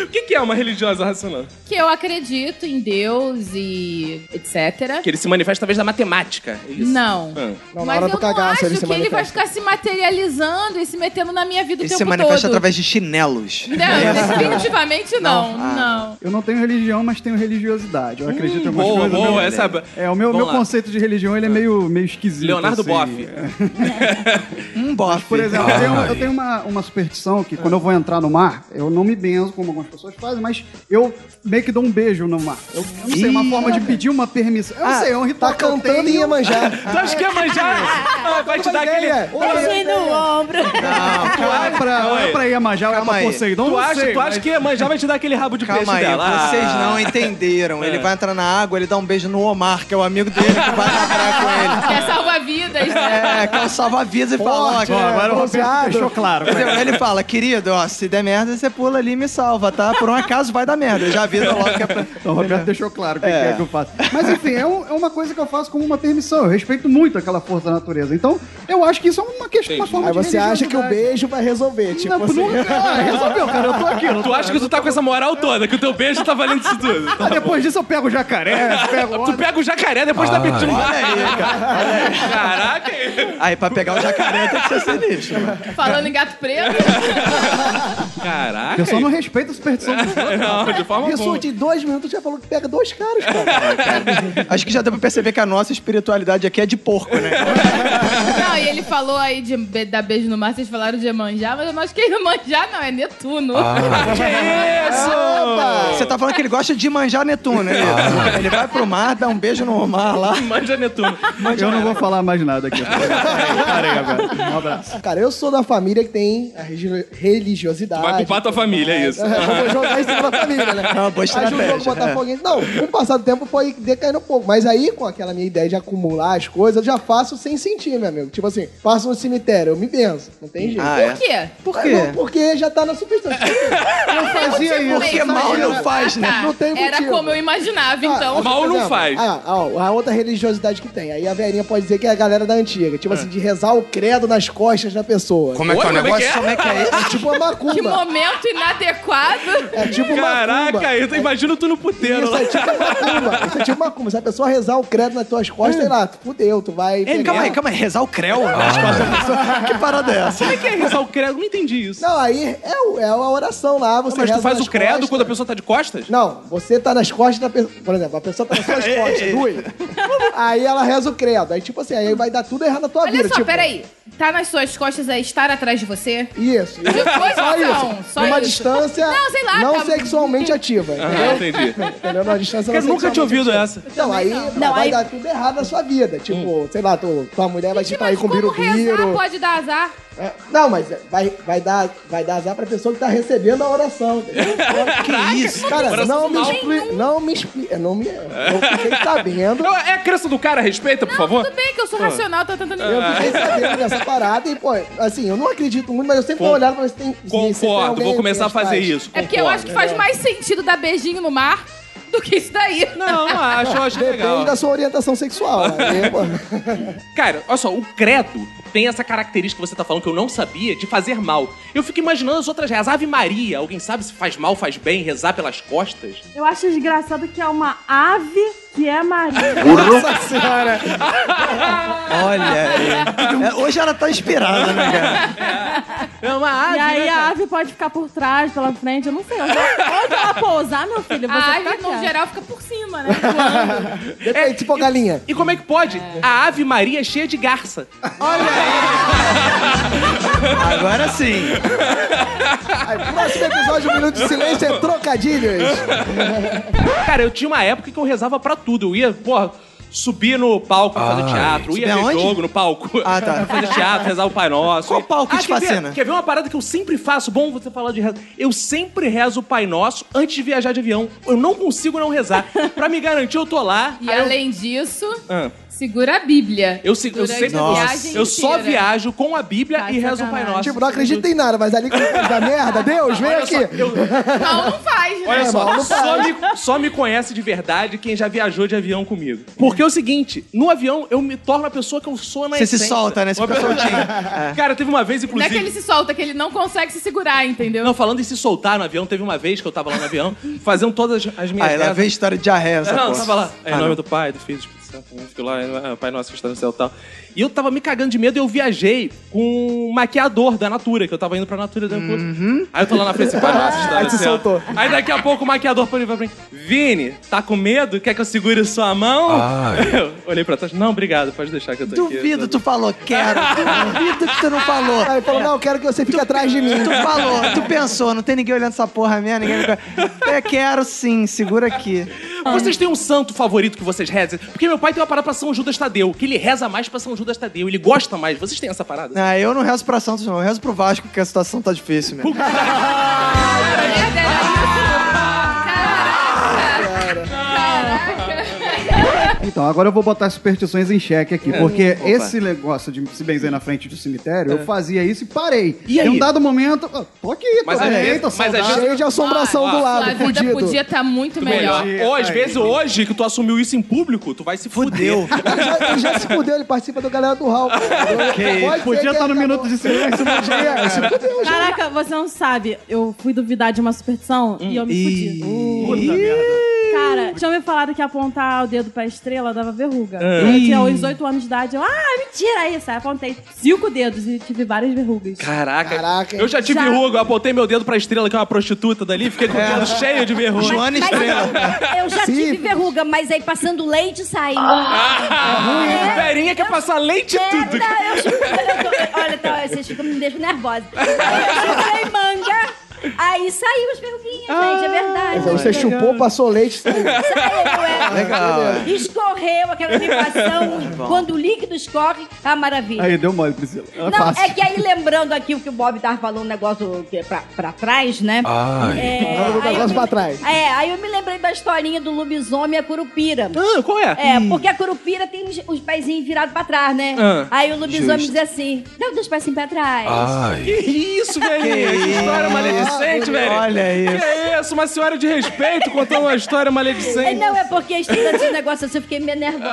o que, que é uma religiosa racional? que eu acredito em Deus e etc. Que ele se manifesta através da matemática. é Isso. Não. Ah. Não, na Mas hora eu do cagaço não acho ele se que ele vai manifesta. ficar se materializando e se metendo na minha vida o Ele tempo se manifesta todo. através de chinelos. Não, definitivamente não. Não. Ah. Eu não tenho religião, mas tenho religiosidade. Eu acredito em algumas Boa, coisas. boa, meu- essa. É, o meu, Vamos meu lá. conceito de religião ele é meio, meio esquisito. Leonardo assim. Boff. Um bofe. Por exemplo, eu tenho, eu tenho uma, uma superstição que quando eu vou entrar no mar, eu não me benzo, como algumas pessoas fazem, mas eu meio que dou um beijo no mar. Eu, eu não sei, é uma forma de pedir uma permissão. assim. Eu não sei, é um ritual Tá que eu cantando tenho. em Iemanjá. Tu acha que é manjar? Ah, vai te Uma dar aquele. ideia. Uma Beijinho no ombro. Não, não é pra, não é pra Iemanjá, é Calma pra aí. Poseidon. Tu não acha, sei, tu mas- acha que a mãe já vai te dar aquele rabo de Calma peixe aí, dela? Ah. vocês não entenderam. Ele vai entrar na água, ele dá um beijo no Omar, que é o amigo dele que vai nadar com ele. Quer salvar vidas, né? É, que é o salva-vidas e né? fala, ó, Ó, agora o Roberto bronzeado. deixou claro. Entendeu? Ele fala, querido, ó, se der merda, você pula ali e me salva, tá? Por um acaso vai dar merda. Eu já avisa logo que é pra... Então, o Roberto deixou claro o que é. que eu faço. Mas enfim, é, um- é uma coisa que eu faço como uma permissão. Eu respeito muito aquela força da natureza. Então, eu acho que isso é uma questão, uma forma Aí de você acha que o religiosidade. beijo vai resolver. Tipo Não, assim. nunca. Ah, resolveu, cara. Eu tô aqui. eu não Tu tô- acha que tu tá com essa moral toda, que o teu beijo tá valendo isso tudo. Ah, depois disso eu pego o jacaré, pego o Tu pega o jacaré, depois tá pedindo. Olha aí, cara. Caraca! Aí, pra pegar o jacaré tem que ser sinistro. mano. Falando em gato preto. A Caraca! pessoa não respeita a superstição dos outros. Não, de forma Isso alguma. de dois minutos já falou que pega dois caras, cara. Acho que já deu pra perceber que a nossa espiritualidade aqui é de porco, né? Não, e ele falou aí de be- dar beijo no mar, vocês falaram de Iemanjá, mas eu não acho que é Iemanjá, não, é Netuno. Que isso? Você tá falando que ele gosta de manjar Netuno, né? Ah. Ele vai pro mar, dá um beijo no Omar lá. Manja Netuno. Eu não vou falar mais nada aqui. Parei agora. Um abraço. Cara, eu sou da família que tem a religi- religiosidade. Vai culpar tua família, é isso. Eu vou jogar isso pra família, né? É uma boa Aí juntou com o estratégia, Botafoguense. Não, com o passar do tempo foi decaindo um pouco. Mas aí, com aquela minha ideia de acumular as coisas, eu já faço sem sentir, meu amigo. Tipo assim, passo no cemitério, eu me benzo. Não tem jeito. Ah, Por é? quê? Por quê? Não, porque já tá na substância. Eu fazia isso. Porque mal não faz, né? Não tem Ah, tá. Era motivo. como eu imaginava, então. Mal Por não exemplo, faz. Ah, ó, a outra religiosidade que tem. Aí a velhinha pode dizer que é a galera da antiga. Ah. Tipo assim, de rezar o credo nas costas da pessoa. é que é o negócio? Como é que é isso? É tipo uma macumba. Que momento inadequado. É tipo uma macumba. Caraca, eu tô- imagino tu no puteiro Isso lá. é tipo macumba. Isso é tipo macumba. Se a pessoa rezar o credo nas tuas costas, sei lá, tu fudeu, tu vai. pegar- Calma aí, calma aí. Rezar o creu Ah. nas costas da pessoa. Que parada é essa? Como é que é rezar o credo? Não entendi isso. Não, aí é, o- é a oração lá. Você Mas tu reza faz nas o credo costas. quando a pessoa tá de costas? Não, você tá nas costas da pessoa. Por exemplo, a pessoa tá nas suas costas, Rui. Aí ela reza o credo. Aí, tipo assim, aí vai dar tudo errado na tua vida. Olha só, tipo, peraí. Tá nas suas costas a estar atrás de você? Isso. é Depois Só então, isso. só Numa isso. distância Não, sei lá, não tá- sexualmente ativa. Ah, entendi. Né? Entendeu? Numa distância Cara, não tá nunca tinha sexualmente ouvido ativa. essa. Não, aí Não, vai aí- dar tudo errado na sua vida. Tipo, sei lá, tu, tua mulher vai te Gente, mas trair com como é rezar birubiru. pode dar azar? É, Não, mas vai, vai, dar, vai dar azar pra pessoa que tá recebendo a oração. entendeu? Que isso? Cara, Oração não me, um mal. expli... não me explica. Não me. Eu fiquei sabendo. Não, é a crença do cara, respeita, por favor. Tudo bem que eu sou racional, tô tentando... Eu fiquei sabendo dessa parada e, pô, assim, eu não acredito muito, mas eu sempre vou olhar pra ver se tem. se- se tem Concordo, alguém vou começar a que fazer faz. isso. É porque eu acho que faz mais sentido dar beijinho no mar do que isso daí. Não, não acho, eu acho legal. Depende da sua orientação sexual. Aí, pô. Cara, olha só, o credo tem essa característica que você tá falando que eu não sabia de fazer mal. Eu fico imaginando as outras rezas. Ave Maria, alguém sabe se faz mal, faz bem, rezar pelas costas? Eu acho desgraçado que é uma ave que é Maria. Nossa senhora! Olha aí. É, Hoje ela tá inspirada, né, cara? É uma ave, e aí né, a cara? ave pode ficar por trás, pela frente, eu não sei. Onde ela, onde ela pousar, meu filho? Você A fica ave, no quieto. geral, fica por cima, né? Voando. Depende, tipo a galinha. E como é que pode? A Ave Maria é cheia de garça. Agora sim. Aí, próximo episódio, um minuto de silêncio é trocadilhos. Cara, eu tinha uma época que eu rezava pra tudo. Eu ia, porra, subir no palco e fazer Ah. teatro, Subir ia ver aonde? jogo no palco. Ah, tá. fazer teatro, rezar o Pai Nosso. Ah, Qual palco te quer ver- fascina? Quer ver uma parada que eu sempre faço? Bom você falar de reza. Eu sempre rezo o Pai Nosso antes de viajar de avião. Eu não consigo não rezar. pra me garantir, eu tô lá. E aí eu- além disso, Ah. segura a Bíblia. Eu, se- eu Durante sempre. a Nossa. viagem eu só inteira. viajo com a Bíblia Tá e de rezo o Pai sacanagem. Nosso. Tipo, não acredita em nada, mas ali que dá merda, Deus, vem Olha aqui. só, eu- Não, não faz, né? olha mal, só, não só me, só me conhece de verdade quem já viajou de avião comigo. Porque é o seguinte, no avião eu me torno a pessoa que eu sou na Você se essência. solta, né? Você Uma fica pessoa- soltinho. Cara, teve uma vez, Não é inclusive... que ele se solta, que ele não consegue se segurar, entendeu? Não, falando em se soltar no avião, teve uma vez que eu tava lá no avião, fazendo todas as- as minhas Aí lá rezas. vem história de diarreia essa Não, porra. eu tava lá. É, em Ah, nome não. do Pai, do Filho, do Espírito Santo. né? Fico lá, é, Pai Nosso que está no céu e tal. E eu tava me cagando de medo e eu viajei com um maquiador da Natura, que eu tava indo pra Natura dando uhum. Aí eu tô lá na frente, assim, Pai Nosso que está Aí no se céu. soltou. Aí daqui a pouco o maquiador falou pra mim, Vini, tá com medo? Quer que eu segure sua mão? Ai. Eu olhei pra trás, não, obrigado, pode deixar que eu tô aqui. Duvido tu falou quero. Duvido que tu não falou. Aí ele falou, não, eu quero que você fique atrás de mim. Tu falou, tu pensou, não tem ninguém olhando essa porra minha, ninguém me conhece. Eu quero sim, segura aqui. Vocês têm um santo favorito que vocês rezem? Porque meu pai tem uma parada pra São Judas Tadeu, que ele reza mais pra São Judas Tadeu, ele gosta mais. Vocês têm essa parada? Ah, eu não rezo pra Santos, não. Eu rezo pro Vasco, porque a situação tá difícil mesmo. Ah, Então, agora eu vou botar as superstições em xeque É. aqui, porque esse negócio de se benzer na frente do cemitério, eu fazia isso e parei. É. E aí? Em um dado momento, ah, tô aqui, tô Mas às bem, vezes- tô mas às saudável. Cheio de assombração Ah, do ah, A lado, vida fudido. podia estar muito melhor. Ou às vezes hoje que tu assumiu isso em público, tu vai se fuder. Fudeu. tá- Ele já, ele já se fudeu, ele participa do Galera do Raul. Pode ser que Podia ele estar no acabou- minuto de silêncio. Podia, cara. Se fudeu, já. Caraca, você não sabe. Eu fui duvidar de uma superstição e eu me fudi. Puta merda. Cara, tinham me falado que apontar o dedo pra estrela dava verruga. Ah. Eu tinha uns 8 anos de idade. Eu, ah, mentira isso. Aí apontei cinco dedos e tive várias verrugas. Caraca. Caraca. Eu já tive Já. ruga, eu apontei meu dedo pra estrela, que é uma prostituta dali, fiquei com o dedo cheio de verruga. Joana Estrela. eu já Sim. tive verruga, mas aí passando leite saiu. Ah, Verinha quer passar leite e tudo. Merda, eu chupei. eu tô- Olha, tá, vocês ficam me deixando nervosa. Eu chupei manga, aí saiu as verruguinhas, Ah. gente, é verdade. Você chupou, passou leite, saiu. Saiu, é. Legal. Escorreu aquela limpação. Quando o líquido escorre, tá maravilha. Aí, deu mole, Priscila. Era Não, fácil. é que aí lembrando aqui o que o Bob tava falando, um negócio que é pra, pra trás, né? Ai. É, Joga o aí eu negócio me- pra trás. É, aí eu me lembrei da historinha do lobisomem e a curupira. Ah, qual é? É, porque a curupira tem os, os pezinhos virados pra trás, né? Ah. aí o lobisomem diz assim, dá os dois pezinhos pra trás. Ai. Que isso, velhinha? Que, história maledicente, velho. Olha isso. Que isso, uma senhora de respeito contando uma história É, maledicente. não, é porque estudando esse negócio assim, eu fiquei meio nervosa.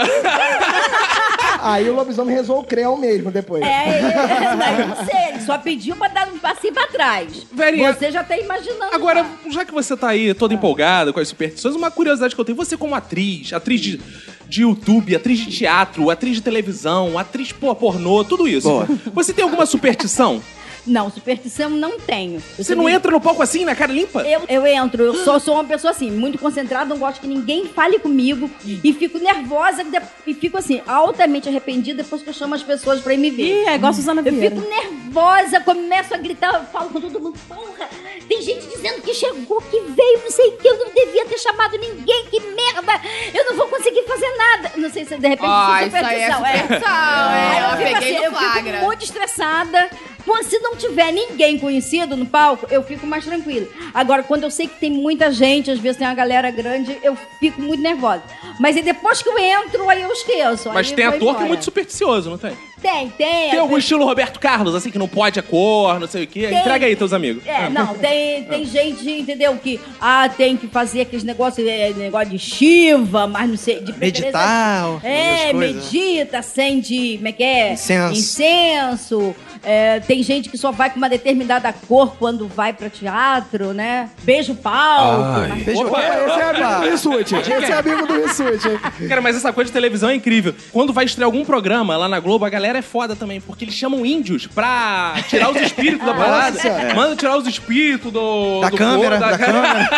Aí o lobisomem rezou o creu mesmo depois. É, ele, eu não sei, ele só pediu pra dar um passinho pra trás. Verinha. Você já tá imaginando. Agora, já. já que você tá aí toda empolgada com as superstições, uma curiosidade que eu tenho, você como atriz, atriz de, de YouTube, atriz de teatro, atriz de televisão, atriz pô, pornô, tudo isso. Boa. Você tem alguma superstição? Não, superstição não tenho. Eu Você sou não meio- entra no palco assim, na cara limpa? Eu, eu entro, eu sou, sou uma pessoa assim, muito concentrada, não gosto que ninguém fale comigo e fico nervosa de- e fico assim, altamente arrependida depois que eu chamo as pessoas pra ir me ver. Ih, é igual Suzana Eu Vieira. fico nervosa, começo a gritar, eu falo com todo mundo, porra, tem gente dizendo que chegou, que veio, não sei o que, eu não devia ter chamado ninguém, que merda, eu não vou conseguir fazer nada. Não sei se de repente Ó, isso é isso aí é superstição, é. superstição, Aí é. eu Eu fico peguei assim, no eu flagra. fico muito estressada. Pô, se não tiver ninguém conhecido no palco, eu fico mais tranquila. Agora, quando eu sei que tem muita gente, às vezes tem uma galera grande, eu fico muito nervosa. Mas aí depois que eu entro, aí eu esqueço. Mas aí tem eu vou ator que é embora. muito supersticioso, não tem? Tem, tem. Tem algum estilo Roberto Carlos, assim, que não pode a cor, não sei o quê? Tem. Entrega aí, teus amigos. É, não, tem, tem gente, entendeu, que ah, tem que fazer aqueles negócios, é, negócio de Shiva, mas não sei, de preferência- Meditar, É, essas coisas. né? medita, acende, como é que é? Incenso. Incenso. É, tem gente que só vai com uma determinada cor quando vai pra teatro, né? Beijo palco. Ai. mas- Beijo. Opa, Esse é amigo do Rissuti. Esse é amigo do Rissuti. Cara, mas essa coisa de televisão é incrível. Quando vai estrear algum programa lá na Globo, a galera é foda também, porque eles chamam índios pra tirar os espíritos da parada. Senhora. Manda tirar os espíritos do. É. Da do câmera, da câmera.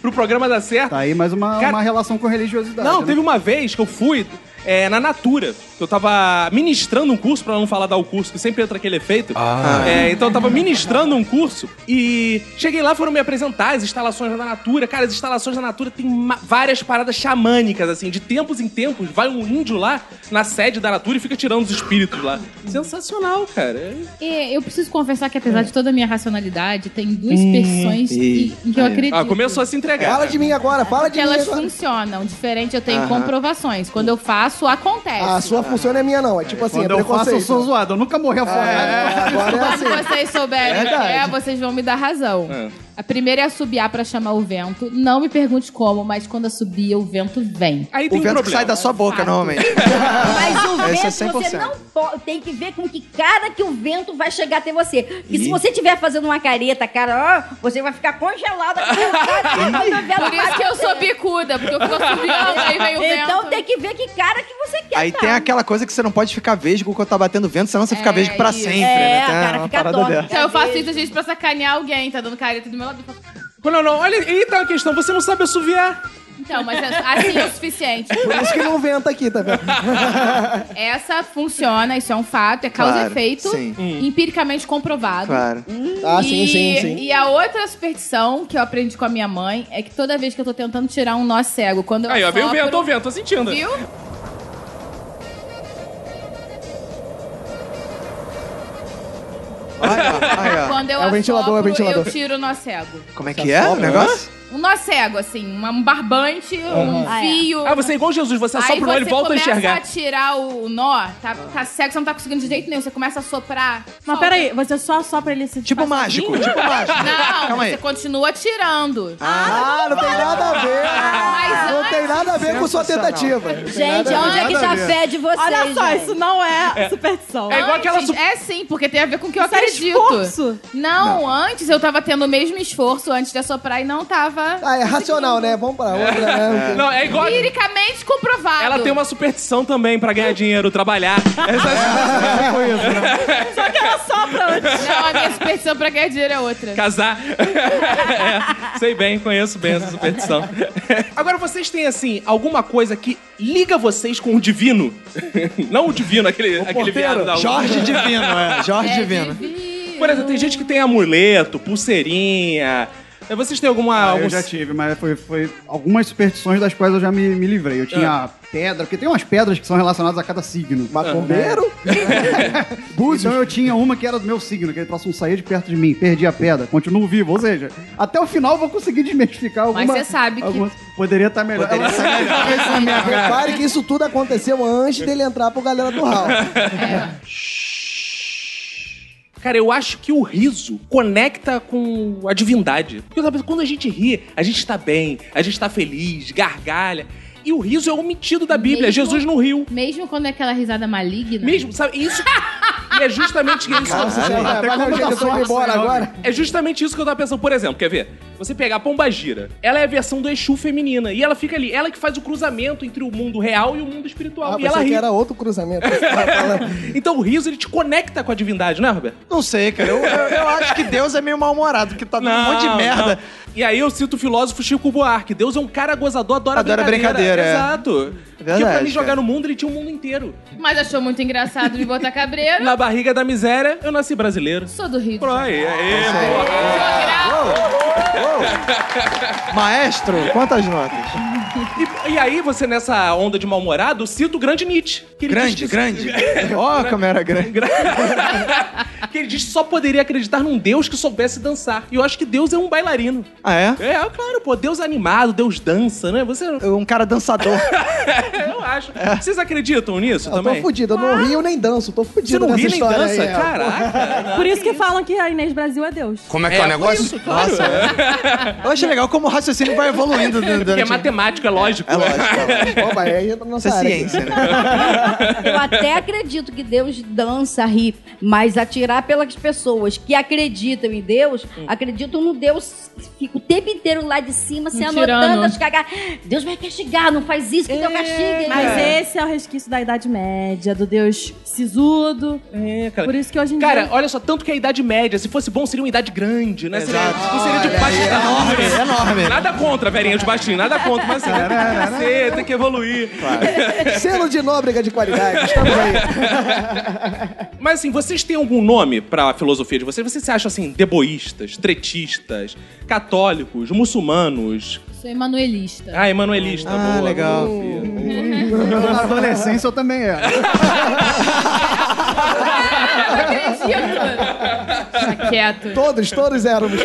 pro programa dar certo. Tá aí mais uma, Cara- uma relação com religiosidade. Não, né? teve uma vez que eu fui é, na Natura. Eu tava ministrando um curso, pra não falar dar o curso, que sempre entra aquele efeito. Ah, Ah, Ah. É, então eu tava ministrando um curso e cheguei lá, foram me apresentar as instalações da Natura. Cara, as instalações da Natura tem ma- várias paradas xamânicas, assim. De tempos em tempos, vai um índio lá na sede da Natura e fica tirando os espíritos lá. Sensacional, cara. É- E eu preciso confessar que, apesar de toda a minha racionalidade, tem duas versões em em que eu acredito. Hum, Ah, começou a se entregar. Fala de mim agora, fala de que mim elas agora. funcionam. Diferente, eu tenho Aham. comprovações. Quando eu faço, acontece. A sua função não é minha, não. É tipo assim, Quando é eu faço, eu preconceito. sou zoado. Eu nunca morri afogado. Agora é assim. Quando vocês souberem o que é, Verdade. vocês vão me dar razão. É. A primeira é assobiar pra chamar o vento. Não me pergunte como, mas quando assobia, o vento vem. Aí O tem um vento que problema. sai da sua boca, Fato. normalmente. Mas o Essa é vento, você 100%. não pode. Tem que ver com que cara que o vento vai chegar até você. Porque se você estiver fazendo uma careta, cara, ó, você vai ficar congelada. Por isso que eu sou bicuda, porque eu fico assobiando, aí vem o Então vento. tem que ver que cara que você quer. Aí tá? tem aquela coisa que você não pode ficar vesgo quando tá batendo vento, senão você fica É, vesgo pra isso. sempre, É, né? Tem cara, uma fica parada torta. dessa. Então eu faço isso, gente, pra sacanear alguém. Tá dando careta do meu lado. eu falo, Não, não, olha, aí tá a questão. Você não sabe assoviar. Então, mas é- assim é o suficiente. Por isso que não venta aqui, tá vendo? Essa funciona, isso é um fato, é causa Claro, e efeito, Hum. sim. empiricamente comprovado. Claro. Ah, e, sim, sim, sim. e a outra superstição que eu aprendi com a minha mãe é que toda vez que eu tô tentando tirar um nó cego, quando eu Aí, ó, veio o assopro- vento, tô vendo, tô sentindo. Viu? Olha, olha. Quando eu É o ventilador, é o assopro, ventilador. eu tiro o nó cego. Como é que é o negócio? Um nó cego, assim, uma- um barbante, um Ah, é. fio. Ah, você é igual Jesus, você Aí assopra o olho você e volta a começa enxergar. tirar o nó, tá, tá cego, você não tá conseguindo de jeito nenhum, você começa a soprar. Mas Solta. peraí, você só sopra ele se Tipo passa- mágico, tipo mágico. Não, Calma você aí. continua tirando. Ah, não tem nada a Mas ver. Não tem nada a ver com sua Sensacional. tentativa. Gente, onde é que tá a fé de vocês? Olha só, gente? isso não é superstição. É igual aquela Antes- su- É sim, porque tem a ver com o que eu Isso é acredito. esforço. Não, antes eu tava tendo o mesmo esforço antes de assoprar e não tava. Ah, é racional, né? Vamos pra outra. né? Não, é igual. Empiricamente comprovado. Ela tem uma superstição também pra ganhar dinheiro, trabalhar. Só que ela sopra antes. Não, a minha superstição pra ganhar dinheiro é outra. Casar. É, sei bem, conheço bem essa superstição. Agora, vocês têm, assim, alguma coisa que liga vocês com o divino? Não o divino, aquele, aquele viado da Um Jorge Divino, é. Jorge Divino. Por exemplo, tem gente que tem amuleto, pulseirinha. Vocês têm alguma. Ah, algum- eu já tive, mas foi, foi algumas superstições das quais eu já me, me livrei. Eu Ah. tinha pedra, porque tem umas pedras que são relacionadas a cada signo. Macumbeiro? Então eu tinha uma que era do meu signo, aquele próximo saía de perto de mim, perdi a pedra, continuo vivo. Ou seja, até o final eu vou conseguir desmistificar alguma... Mas você sabe que- alguma- Poderia estar melhor. Poderia ser melhor. Repare que isso tudo aconteceu antes dele entrar pro galera do Hall. Cara, eu acho que o riso conecta com a divindade. Porque sabe, quando a gente ri, a gente tá bem, a gente tá feliz, gargalha. E o riso é omitido da Bíblia. Mesmo- Jesus não riu. Mesmo quando é aquela risada maligna. Mesmo, sabe? Isso. e é justamente isso. Vai Valeu, gente, eu tô indo embora agora. É justamente isso que eu tava pensando. Por exemplo, quer ver? Você pegar a Pombagira, ela é a versão do Exu feminina. E ela fica ali, ela que faz o cruzamento entre o mundo real e o mundo espiritual. Ah, e ela pensei ri. que era outro cruzamento. que você tava falando. Então o riso, ele te conecta com a divindade, não é, Roberto? Não sei, cara. Eu, eu- eu acho que Deus é meio mal-humorado, porque tá dando um monte de merda. não. E aí eu cito o filósofo Chico Buarque. Deus é um cara gozador, adora, Adora brincadeira, é. Exato. verdade, é. que pra me jogar cara. no mundo, ele tinha o mundo inteiro. Mas achou muito engraçado me botar cabreiro. Na barriga da miséria, eu nasci brasileiro. Sou do Rio. de Pro Janeiro. aí, aí, porra. Maestro, quantas notas? E, e aí você, nessa onda de mal-humorado, cita o grande Nietzsche. que ele Grande, diz que- grande. Ó, como era grande. que ele diz que só poderia acreditar num Deus que soubesse dançar. E eu acho que Deus é um bailarino. Ah, é? É, claro, pô, Deus é animado, Deus dança, né? Você. Um cara dançador. Eu acho. Vocês acreditam nisso Eu tô também? fudido, eu não rio nem danço, tô Você fudido não nessa ri nem história dança, aí, é. caraca. Por isso que falam que a Inês Brasil é Deus. Como é que é, o negócio? Nossa. é Eu acho legal como o raciocínio vai evoluindo. du- Porque é durante- matemático, é lógico. É lógico. é lógico. Opa, aí entra na nossa Isso é área. aqui. ciência, né? Eu até acredito que Deus dança, ri, mas atirar pelas pessoas que acreditam em Deus, acreditam no Deus, fica o tempo inteiro lá de cima, se Um anotando tirano. as cagadas. Deus vai castigar, não faz isso que Deus castiga. Mas esse é o resquício da Idade Média, do Deus sisudo. É, cara. Por isso que hoje em Cara, dia. olha só, tanto que a idade média, se fosse bom, seria uma idade grande, né? Seria, Exato. não seria de baixo É enorme, é enorme. Nada contra, velhinha de baixinho, nada contra, mas assim, Tararara. Você tem que evoluir. Selo de nóbrega de qualidade, estamos aí. Mas assim, vocês têm algum nome pra filosofia de vocês? Vocês se acham assim, deboístas, tretistas, católicos, muçulmanos, Sou emanuelista. ah, emanuelista, Ah, boa. legal. Na adolescência eu também era. Não acredito. Tá quieto. Todos, todos éramos.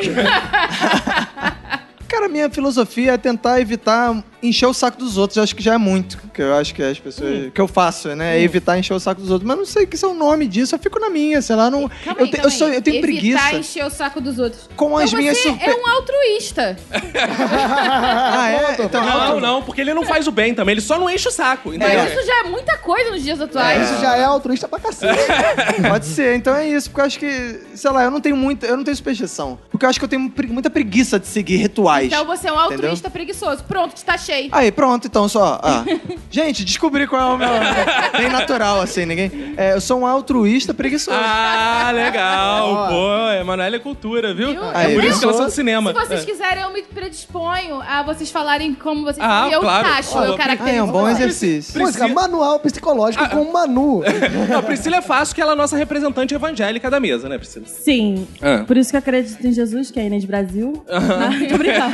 Cara, minha filosofia é tentar evitar encher o saco dos outros. Eu acho que já é muito. Que eu acho que as Hum. pessoas. Que eu faço, né? É evitar encher o saco dos outros. Mas não sei o que é o nome disso. Eu fico na minha, sei lá. Não, Calma eu, aí, te- eu calma sou- aí. eu tenho Evitar preguiça. encher o saco dos outros. Com Então as minhas você surpresas. é um altruísta. Ah, é? Então, Não, não, porque ele não faz o bem também, ele só não enche o saco, entendeu? Mas isso já é muita coisa nos dias atuais. Isso já é altruísta pra cacete. Pode ser, então é isso, porque eu acho que, sei lá, eu não tenho muita, eu não tenho superstição. Porque eu acho que eu tenho pre- muita preguiça de seguir rituais. Então você é um altruísta preguiçoso. Pronto, te tá cheio. Aí, pronto, então só. ah. Gente, descobri qual é o meu. Bem natural, assim, ninguém. É, eu sou um altruísta preguiçoso. Ah, legal. Pô, Emanuela é cultura, viu? Viu? É por Aí, isso que ela sou do Se cinema. vocês É. quiserem, eu me predisponho a vocês falarem como vocês Ah, são. E eu claro. tacho, Ó, eu Ah, é caracterizo. um bom exercício. Música, Precisa- Ah, manual psicológico com Manu. Não, Priscila é fácil que ela é a nossa representante evangélica da mesa, né, Priscila? Sim. Ah. Por isso que eu acredito em Jesus, que é Inês Brasil. Não, tô brincando.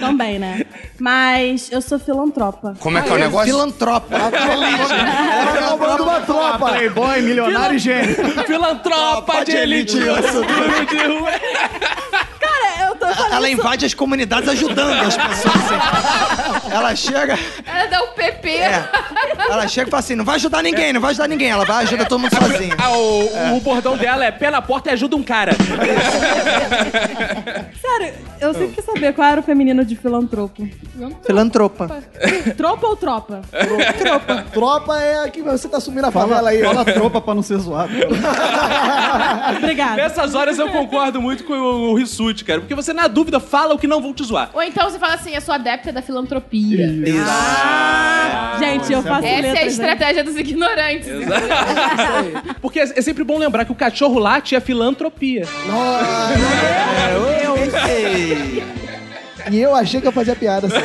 Também, né? Mas eu sou filantropa. Como um é que é o negócio? Filantropa. Ela tá roubando uma tropa. Playboy, milionário e gênio. Filantropa de elite. Duro de rua. Cara, É, eu tô falando. Ela invade as comunidades ajudando as pessoas. assim. Ela chega, Ela dá um PP. ela chega e fala assim: não vai ajudar ninguém, não vai ajudar ninguém. Ela vai ajudar todo mundo sozinha. Ah, o, o bordão dela é pé na porta e ajuda um cara. Sério, eu sempre quis saber qual era o feminino de filantropo. Filantropa. Tropa ou tropa? Tropa. Tropa é a que você tá assumindo a favela aí. Fala tropa pra não ser zoado. Obrigada. Nessas horas eu concordo muito com o, o Rissuti, cara. Porque você, na dúvida, fala o que não vão te zoar. Ou então você fala assim, eu sou adepta da filantropia. Isso. Ah, Gente, eu faço Essa é a letras, né? estratégia dos ignorantes. Porque é, é sempre bom lembrar que o cachorro late é filantropia. Eu sei. E eu achei que eu fazia piada assim.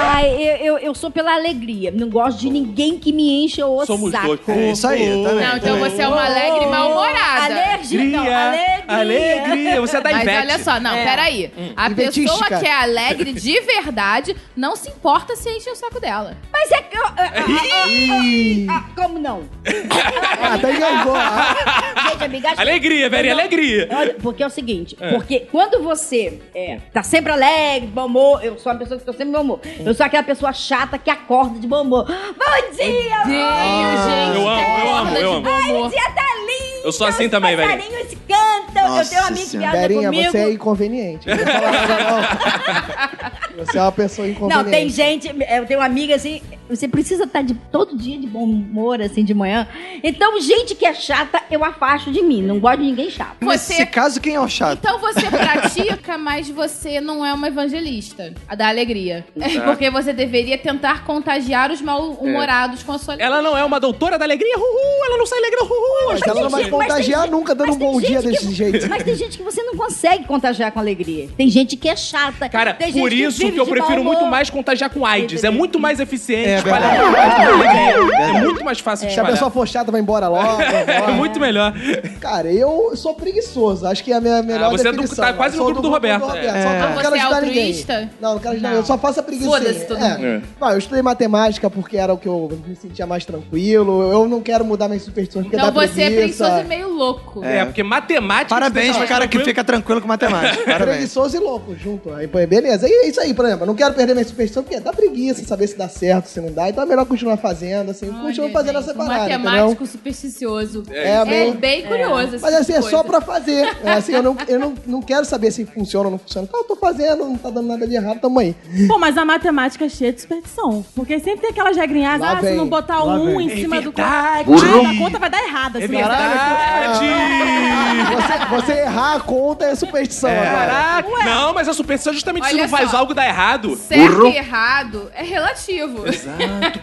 Ai, eu, eu, eu sou pela alegria. Não gosto de ninguém que me encha o Somos saco. dois. É isso aí, tá Não, então você é uma alegre mal-humorada. Alérgica, não, alegria. Alegria. Você é Tá da Mas Ivete. olha só, não, peraí. A pessoa Ivetística. que é alegre de verdade não se importa se enche o saco dela. Mas é que eu... ah, ah, ah, ah, como não? Até engasgou. Ah, Gente, amiga, acho que- Alegria, velho, alegria. Olha, porque é o seguinte, porque quando você é, tá sempre alegre, bom humor, eu sou uma pessoa que tô sempre bom humor. Eu sou aquela pessoa chata que acorda de bom humor. Bom dia! Deus, Ah. gente. eu amo, eu acorda amo, de eu amo. bom Ai, o humor. dia tá lindo! Eu sou assim também, Os velho. passarinhos cantam, eu tenho um Nossa amigo que Senhora. viaja Verinha, comigo. você é inconveniente. Não fala nada, não. Você é uma pessoa Não, inconveniente. tem gente, eu tenho uma amiga assim, você precisa estar de, todo dia de bom humor, assim, de manhã. Então, gente que é chata, eu afasto de mim. Não gosto de ninguém chato. Nesse Você... caso, quem é o chato? Então você pratica, mas você não é uma evangelista. A da alegria. Porque você deveria tentar contagiar os mal-humorados com a sua alegria. Ela não é uma doutora da alegria, uhul, ela não sai alegre, uhul. Mas ela não é vai gente- mas tem contagiar gente- nunca dando mas um tem bom dia gente que- desse jeito. Mas tem gente que você não consegue contagiar com alegria. Tem gente que é chata. Cara, tem gente por isso que, vive eu de prefiro mau humor. muito mais contagiar com AIDS. É muito mais eficiente É espalhar. É, muito mais fácil de Se a espalhar. pessoa for chata, vai embora logo. vai É embora. muito melhor. Cara, eu sou preguiçoso. Acho que é a minha melhor Ah, você é do- definição. tá quase Eu no sou grupo do Roberto. É. Só Ah, não quero você é ajudar ninguém. altruísta? Não, não quero ajudar Não. ninguém. Eu só faço a preguiça. Foda-se todo mundo. É. Não, eu estudei matemática porque era o que eu me sentia mais tranquilo. Eu não quero mudar minhas superstições porque dá Então você é preguiça. preguiçoso e meio louco. É, porque matemática. é Parabéns você pro cara que tranquilo. fica tranquilo com matemática. Parabéns. É Preguiçoso e louco junto. Aí, pô, beleza. E é isso aí, por exemplo. Eu não quero perder minha superstição porque dá preguiça saber se dá certo, se não dá. Então é melhor continuar fazendo, é assim. Olha, Continuo fazendo gente, essa um parada, Matemático entendeu? supersticioso. É, É amém. bem curioso. Mas assim, é só pra fazer. É, assim, eu não, eu não, não quero saber assim. se funciona ou não funciona. Tá, eu tô fazendo, não tá dando nada de errado, tamo aí. Pô, mas a matemática é cheia de superstição. Porque sempre tem aquelas regrinhas, Lá ah, se vem, não botar lá um vem. em cima do... Ah, a conta vai dar assim, errada. É se não botar. verdade. Você, você errar a conta é superstição agora. Caraca. Não, mas a superstição é justamente se Olha não faz só. algo dá errado. Certo e errado é relativo.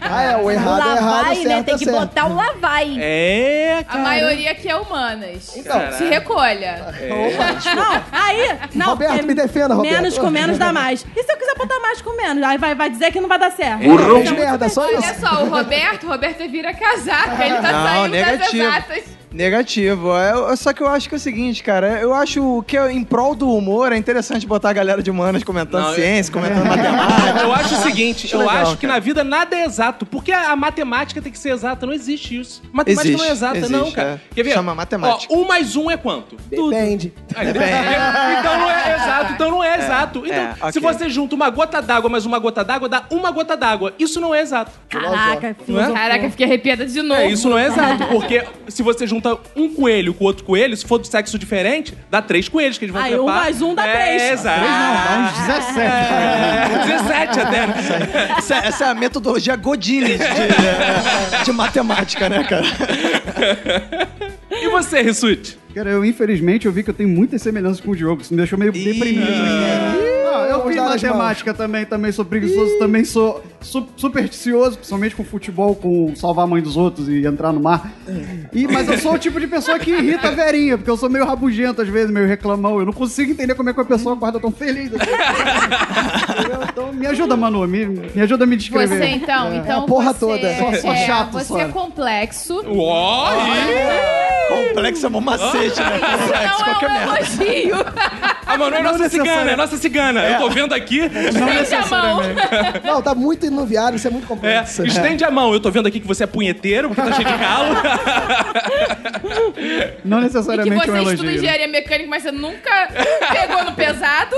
Ah, é, o errado lá é errado, vai, o certo né? Tem é que certo. botar o lá vai. É, A cara. maioria aqui é humanas. Então, Se recolha. Não, aí. Não, Roberto, é me defenda, Roberto. Menos com menos dá mais. E se eu quiser botar mais com menos? Aí vai, vai dizer que não vai dar certo. É. Burro. Fez merda, só isso. Olha só, o Roberto, o Roberto vira casaca, ele tá Não, saindo negativo. das exatas. Negativo. É, só que eu acho que é o seguinte, cara. Eu acho que é em prol do humor é interessante botar a galera de humanas comentando Não, eu- ciência, comentando matemática. Ah, Eu acho o seguinte, Acho eu legal, acho que cara. na vida nada é exato, porque a a matemática tem que ser exata, não existe isso. Matemática Existe, não é exata, não, existe, cara. é. Quer ver? Chama matemática. Ó, um mais um é quanto? Depende. Aí, Então não é exato, então não é exato. Então, é, ok. se você junta uma gota d'água mais uma gota d'água, dá uma gota d'água. Isso não é exato. Caraca, filosofia. Caraca, fiquei arrepiada de novo. É, isso não é exato, porque se você junta um coelho com outro coelho, se for do sexo diferente, dá três coelhos que eles vão Aí, um trepar. mais um dá é, três. É, exato. Três não, dá uns 17. É, 17 até. né? Essa, essa é a metodologia Godini de, de matemática, né, cara? E você, Rissuti? Cara, eu infelizmente eu vi que eu tenho muitas semelhanças com o Diogo. Isso me deixou meio deprimido. Ah, eu é. Vamos fiz dar as matemática também, também sou preguiçoso, também sou su- supersticioso, principalmente com futebol, com salvar a mãe dos outros e entrar no mar. E, mas eu sou o tipo de pessoa que irrita a verinha, porque eu sou meio rabugento às vezes, meio reclamão. Eu não consigo entender como é que uma pessoa acorda tão feliz. Entendeu? então me ajuda, Manu, me, me ajuda a me descrever. Você então, então É. a porra você, toda. Só- só é, chato, você só. é complexo. Isso Uó! Complexo é um macete, né? Complexo, não qualquer é um merda. elogio. A Manu é nossa cigana, é nossa cigana. Eu tô vendo aqui. Estende a mão. Não, tá muito inuviado, isso é muito É, complexo. estende a mão. Eu tô vendo aqui que você é punheteiro, porque tá cheio de calo. Não E que necessariamente você um elogio. estuda engenharia mecânica, mas você nunca pegou no pesado.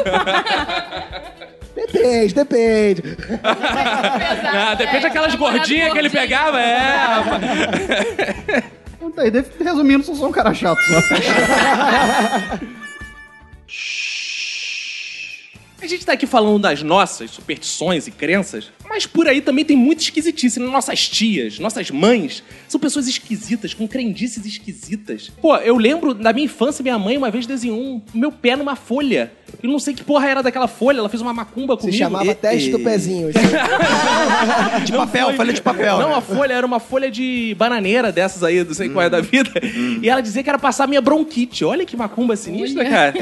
Depende, depende. pesado é, tá Ah, depende daquelas gordinhas que ele pegava. É, rapaz. Então, tá aí, def- resumindo, sou só um cara chato só. A gente tá aqui falando das nossas superstições e crenças, mas por aí também tem muita esquisitice. né? Nossas tias, nossas mães, são pessoas esquisitas, com crendices esquisitas. Pô, eu lembro da minha infância, minha mãe uma vez desenhou um- meu pé numa folha. Eu não sei que porra era daquela folha, ela fez uma macumba Se comigo. chamava E- teste do e- pezinho. isso. De papel, falha de papel. Não, né? a folha era uma folha de bananeira dessas aí, não sei qual Hum. é da vida. E ela dizia que era passar minha bronquite. Olha que macumba sinistra, cara.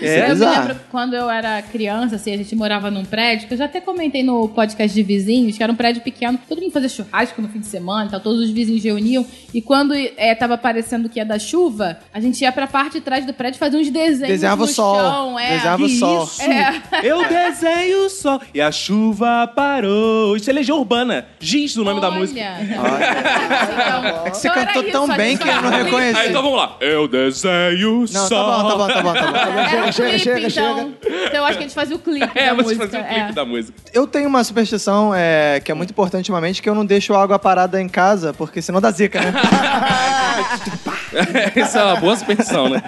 Eu É, me bizarro. lembro quando eu era criança, assim, a gente morava num prédio, que eu já até comentei no podcast de vizinhos, que era um prédio pequeno, que todo mundo fazia churrasco no fim de semana, então todos os vizinhos reuniam. E quando é, tava parecendo que ia dar chuva, a gente ia pra parte de trás do prédio fazer uns desenhos. Desenhava o no sol. Chão, é. Desenhava o Que sol. isso? Eu desenho só e a chuva parou. Isso é Legião Urbana. Giz o nome da Olha. música. Então, É que você então era cantou isso, tão olha bem só. que eu não reconheci. Aí, então vamos lá. Eu desenho É Não, tá só. bom, tá bom, tá bom, tá bom. Era um Chega, clipe, chega, então. Então eu acho que a gente fazia o clipe É, da você música. fazia o é. clipe da música. Eu tenho uma superstição é, que é muito importante ultimamente, que eu não deixo água parada em casa, porque senão dá zica, né? Isso é uma boa suspensão, né?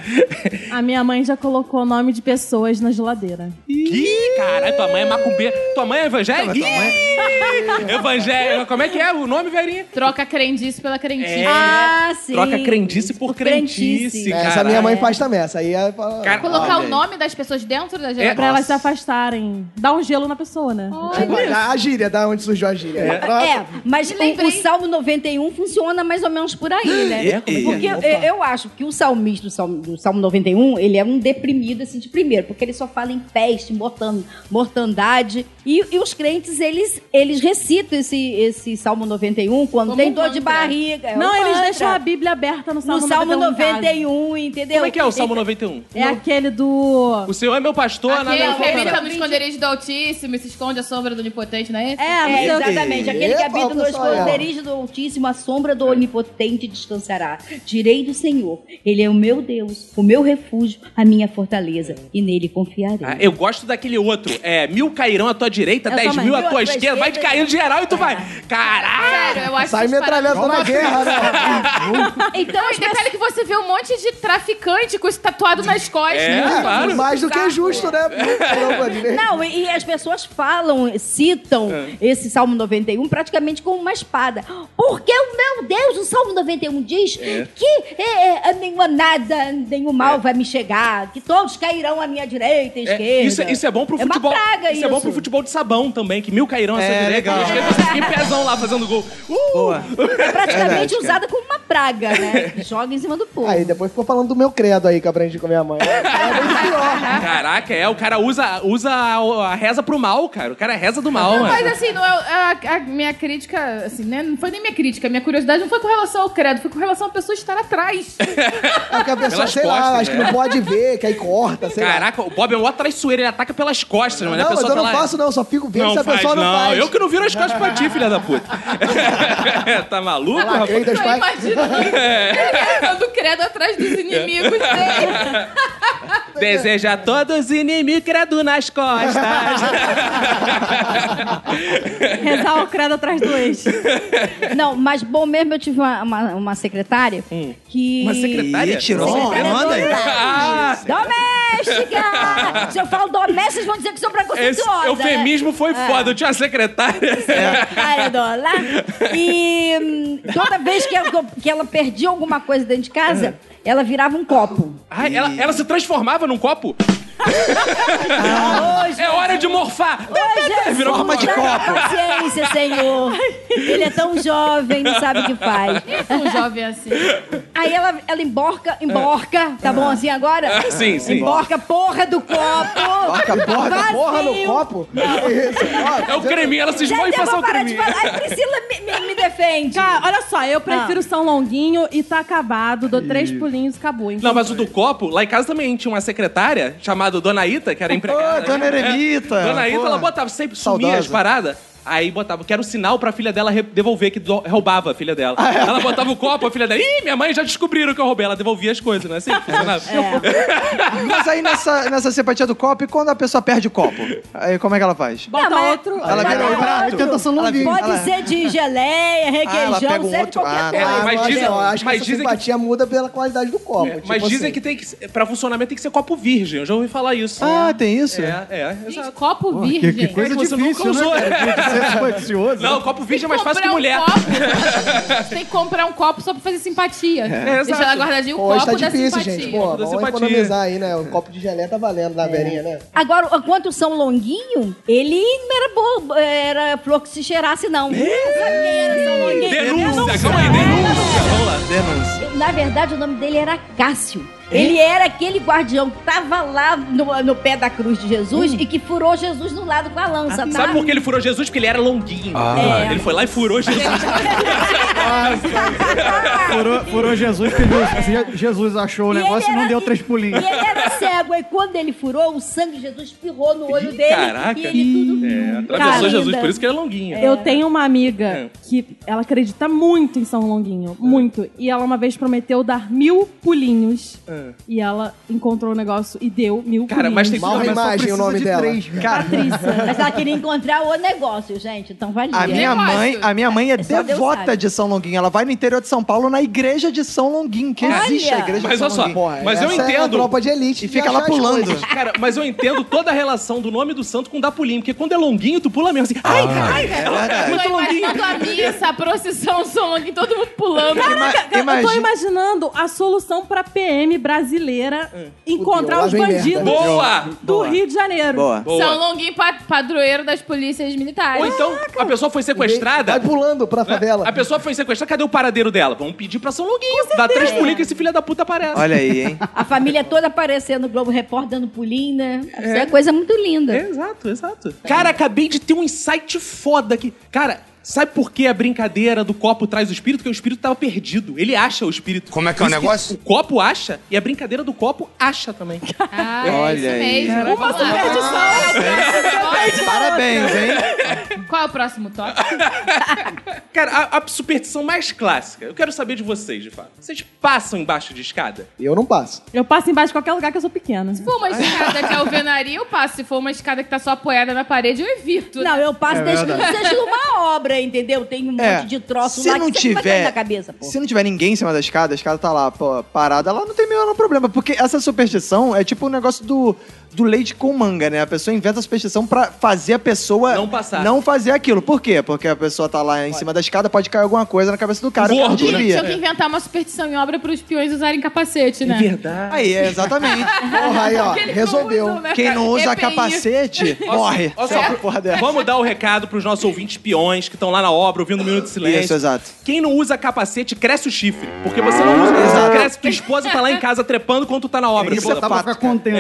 A minha mãe já colocou o nome de pessoas na geladeira. Ih, caralho, tua mãe é macumbeira. Tua mãe é evangélica? tua mãe- Ih, Evangélica. Como é que é o nome, velhinha? Troca a crendice pela crendice. É. Ah, sim. Troca crendice por crendice, É, essa Caralho. minha mãe faz também. Essa aí é. pra- Cara, Colocar Olha o nome das pessoas dentro É. da geladeira. Pra elas se afastarem. Dá um gelo na pessoa, né? É Tipo, a a gíria, da onde surgiu a gíria. É, mas Me o, lembrei. o Salmo 91 funciona mais ou menos por aí, né? É, como é que é? Porque eu, eu acho que o salmista do Salmo, do Salmo 91, ele é um deprimido, assim, de primeiro, porque ele só fala em peste, mortan- mortandade. E, e os crentes, eles, eles recitam esse, esse Salmo 91 quando Como tem um dor de mantra. barriga. é um Não, eles mantra. deixam a Bíblia aberta no Salmo, No Salmo 91, 91, entendeu? Como é que é o Salmo 91? É aquele do... O Senhor é meu pastor, Aquele nada me que habita faltará. no esconderijo do Altíssimo e se esconde à sombra do Onipotente, não é esse? É, É, não sei o quê. exatamente. Aquele que Epa, habita no pessoal, é. esconderijo do Altíssimo, a sombra do Onipotente distanciará. Direi do Senhor, Ele é o meu Deus, o meu refúgio, a minha fortaleza, e nele confiarei. Ah, eu gosto daquele outro. É, mil cairão à tua direita, Eu dez também. mil à Mil tua à tua esquerda. Vai de esquerda. É. caindo geral e tu vai. Caralho! Sério, eu acho Sai que essas paradas- metralhando na é guerra, né? Então, Não, e detalhe que você vê um monte de traficante com isso tatuado nas costas. É, né? claro. Mais do que justo, né? Não, e, e as pessoas falam, citam Ah. esse Salmo 91 praticamente como uma espada. Porque, meu Deus, o Salmo 91 diz que é, é, nenhuma nada, nenhum mal vai me chegar, que todos cairão à minha direita, É, esquerda. isso, isso isso é bom pro É uma futebol. praga isso é bom isso. pro futebol de sabão também, que mil cairão essa É, direita. legal. E esquerda, e pezão lá fazendo gol. Uh! Boa. É praticamente Verdade, cara. usada como uma praga, né? Joga em cima do povo. tá Aí depois ficou falando do meu credo aí que eu aprendi com a minha mãe. Caraca, é, o cara usa, usa a, a reza pro mal, cara. O cara é reza do mal, mano. Mas assim, não é, a, a minha crítica, assim, né? Não foi nem minha crítica, minha curiosidade não foi com relação ao credo, foi com relação à pessoa estar atrás. É porque a pessoa, Pelas sei lá, costas, acho que né? não pode ver, que aí corta, sei lá. Caraca, o Bob é um traiçoeiro, ele ataca pelas costas, mano. a Não, mas pessoa eu tá não lá... faço não, só fico vendo se a pessoa não, faz. Eu que não viro as costas pra ti, filha da puta. tá maluco, rapaz? Credo, Eu pai. imagino que do credo atrás dos inimigos É. dele. Deseja a todos os inimigos credo nas costas. Rezar o credo atrás do ex. Não, mas bom mesmo, eu tive uma, uma, uma secretária que... Hum. Uma secretária? Ih, tirou. Secretária Manda aí. Ah, Doméstica! Se eu falo doméstica, vocês vão dizer que sou esse preconceituosa. né? eufemismo foi foda. Eu tinha uma secretária. Cara, dona. E hum, toda vez que ela, que ela perdia alguma coisa dentro de casa, ela virava um copo. Ai, ela, ela se transformava num copo? Ah, Hoje, É hora de morfar! hoje é Virou só forma de dá paciência, senhor. Ele é tão jovem, não sabe o que faz. Um jovem assim. Aí ela, ela emborca, É. emborca, tá bom assim agora? Ah, sim, sim. Emborca a porra do copo. Emborca Porra, porra, porra no copo. Que isso? É o creminho, ela se esmou e Gente, eu passou vou o parar de creminho. falar. Ai, Priscila, me, me- me defende. Ah. Cara, olha só, eu prefiro São Longuinho e tá acabado. Dou três pulinhos, acabou. Não, mas o do copo, lá em casa também tinha uma secretária chamada Dona Ita, que era empregada. né? É, Ô, Dona Eremita, Dona Ita, porra. ela botava sempre, sumia Saudosa. as paradas. Aí botava, que era o sinal pra filha dela re- devolver, que do- roubava a filha dela. Ela botava o copo, a filha dela, ih, minha mãe já descobriram que eu roubei. Ela devolvia as coisas, não é assim? que funcionava? Mas aí nessa, nessa simpatia do copo, e quando a pessoa perde o copo? Aí como é que ela faz? Bota mas- outro. Ela Mas vira é um prato? outro. Tentação Ela vira- Pode ela- ser de geleia, Ah, ela requeijão, pega um serve outro. qualquer Ah, coisa. tá. Ah, mas eu acho- dizem- eu acho que mas essa dizem que- É, simpatia muda pela qualidade do copo. tipo Mas dizem assim. que tem que, ser- pra funcionamento tem que ser copo virgem. Eu já ouvi falar isso. Ah, tem isso? É, é, Gente, exato. copo virgem. Que, que coisa É que você nunca difícil, né? usou. cara? De ser supersticioso. Não, copo virgem é mais fácil que Comprar um mulher. copo. Você tem que comprar um copo só pra fazer simpatia. Deixa exato. ela guardadinha o É. Pô, copo hoje tá da difícil, simpatia. gente. Pô, Da vamos simpatia. economizar aí, né? O copo de geleia tá valendo na verinha, né? Agora, quanto o São Longuinho, ele não era bobo, eh, era flor que se cheirasse, não. Sabe quem era São Longuinho? Denúncia, calma aí, denúncia. Vamos lá. Denúncia. Na verdade, o nome dele era Cássio. Ele era aquele guardião que tava lá no, no pé da cruz de Jesus e que furou Jesus no lado com a lança, tá? Ah, Sabe por que ele furou Jesus? Porque ele era longuinho. É. Ele foi lá e furou Jesus. Furou, furou Jesus, pediu. Je- Jesus achou o E ele negócio e não era- assim. deu três E pulinhos. ele era cego, e quando ele furou, o sangue de Jesus espirrou no olho dele. Caraca. E ele tudo É, atravessou Cara, Jesus, linda. por isso que ele é longuinho. Eu tenho uma amiga É. que ela acredita muito em São Longuinho, muito. E ela uma vez prometeu dar mil pulinhos. E ela encontrou o negócio e deu mil É. Cara, pulinhos. mas tem- Mal Não, mas só imagem o precisa nome de dela. três, cara. Patrícia. Mas ela queria encontrar o negócio, gente. Então valia. A minha, Negócio. mãe, a minha mãe é Só Deus devota sabe. de São Longuinho. Ela vai no interior de São Paulo na igreja de São Longuinho, que Olha! existe a igreja de Mas São olha só, Longuinho. mas eu essa É a entendo. tropa de elite. E de fica lá achar as pulando. coisas. Cara, mas eu entendo toda a relação do nome do santo com o da pulinho, porque quando é longuinho, tu pula mesmo assim. Ai, ai, é muito Tô longuinho. imaginando a missa, a procissão, o São Longuinho, todo mundo pulando. Ima- Eu tô imagi- imaginando a solução pra PM brasileira encontrar Fudeu, lá os vem bandidos merda. É. Boa! do Rio de Janeiro. Boa. São Boa. Longuinho pa- padroeiro das polícias militares. Ou então, a pessoa foi sequestrada. Né? Vai pulando pra favela. A pessoa foi sequestrada, cadê o paradeiro dela? Vamos pedir pra São Longuinho. Dá três pulinhos que esse filho da puta aparece. Olha aí, hein? A família toda aparecendo no Globo Repórter, dando pulinho, né? Isso é coisa muito linda. É, exato, exato. Cara, acabei de ter um insight foda aqui. Cara, sabe por que a brincadeira do copo traz o espírito? Porque o espírito tava perdido. Ele acha o espírito. Como é que é o Por isso negócio? O copo acha e a brincadeira do copo acha também. Ah, é Olha isso aí. mesmo. Caraca. Vamos lá. Parabéns, hein? Qual é o próximo tópico? Cara, a, a superstição mais clássica. Eu quero saber de vocês, de fato. Vocês passam embaixo de escada? Eu não passo. Eu passo embaixo de qualquer lugar que eu sou pequena. Se for uma escada é de alvenaria, eu passo. Se for uma escada que tá só apoiada na parede, eu evito. Não, eu passo desde que não seja uma obra, entendeu? Tem um monte É, de troço se lá não que você vai cair tiver- na cabeça, pô. Se não tiver ninguém em cima da escada, a escada tá lá pô, parada, lá não tem o menor problema. Porque essa superstição é tipo o negócio do, do leite com manga, né? A pessoa inventa a superstição pra fazer a pessoa Não passar. não fazer aquilo. Por quê? Porque a pessoa tá lá em cima da escada, pode cair alguma coisa na cabeça do cara, o cara Gordo, né? desvia. Tinha que inventar uma superstição em obra pros peões usarem capacete, né? Verdade. Aí, é exatamente. Porra, aí, ó, Aquele que resolveu. não usam, né, Quem cara? não usa EPI. capacete, Ó, morre. ó, Essa só- porra dela. Vamos dar o recado pros nossos ouvintes peões que estão lá na obra ouvindo o Minuto de Silêncio. Isso, exato. Quem não usa capacete, cresce o chifre. Porque você não usa Exato. capacete, cresce. Tua esposa tá lá em casa trepando quando tu tá na obra. Isso Pô, assim. é Dá pra pato, ficar cara. contendo,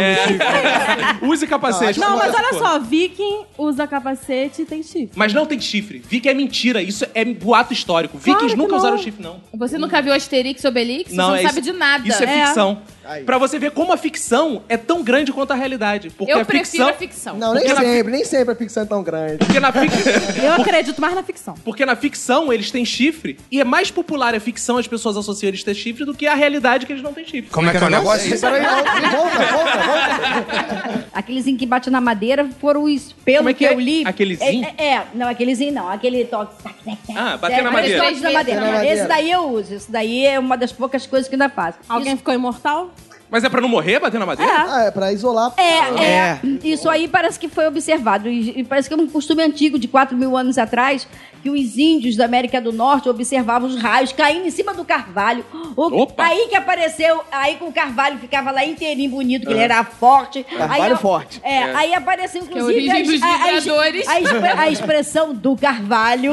Chico. Use capacete. Não, mas olha Pô. só, viking usa capacete e tem chifre. Mas não tem chifre. Viking é mentira. Isso é boato histórico. Vikings Claro que nunca não. usaram chifre, não. Você nunca viu Asterix Obelix? Você não, é sabe isso- de nada. Isso é, É. ficção. Aí. Pra você ver como a ficção é tão grande quanto a realidade. Porque Eu a prefiro ficção. a ficção. Não, nem Porque ela- sempre, nem sempre a ficção é tão grande. Porque na, fic- Eu acredito mais na ficção. porque na ficção eles têm chifre e é mais popular a ficção as pessoas associam eles ter chifre do que a realidade que eles não têm chifre. Como é que é o negócio? Peraí, volta, volta, volta. Aqueles em que bate na madeira foram os. Pelo Como é que que, é? eu li. Aqueles é, in? é, é, não, aqueles in não. Aquele toque. tac, tac, tac, Ah, bater tac, na aqueles madeira. toques na madeira. Bater na madeira. Esse daí eu uso. Esse daí é uma das poucas coisas que ainda faço. Alguém ficou imortal? Mas é pra não morrer batendo na madeira? É. Ah, é pra isolar. É, é, Isso aí parece que foi observado. E e parece que é um costume antigo de 4 mil anos atrás que os índios da América do Norte observavam os raios caindo em cima do carvalho. O- Opa! Aí que apareceu, aí com o carvalho ficava lá inteirinho bonito, É. que ele era forte. aí, Carvalho eu- forte. É, aí apareceu é a inclusive origem dos a, a- a- vibradores. a expre- a expressão do carvalho.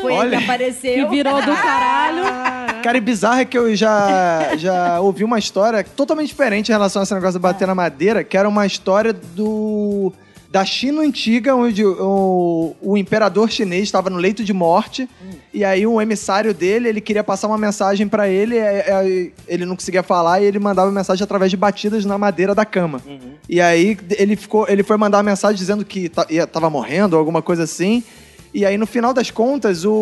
foi aí que Que apareceu. virou do caralho. Cara, e bizarro é que eu já, já ouvi uma história totalmente diferente em relação a esse negócio de É. bater na madeira, que era uma história do. Da China antiga, onde o, o imperador chinês estava no leito de morte, e aí um emissário dele, ele queria passar uma mensagem pra ele, e- e- ele não conseguia falar, e ele mandava mensagem através de batidas na madeira da cama. E aí ele, ficou, ele foi mandar uma mensagem dizendo que ta- ia- tava morrendo, alguma coisa assim, e aí, no final das contas, o,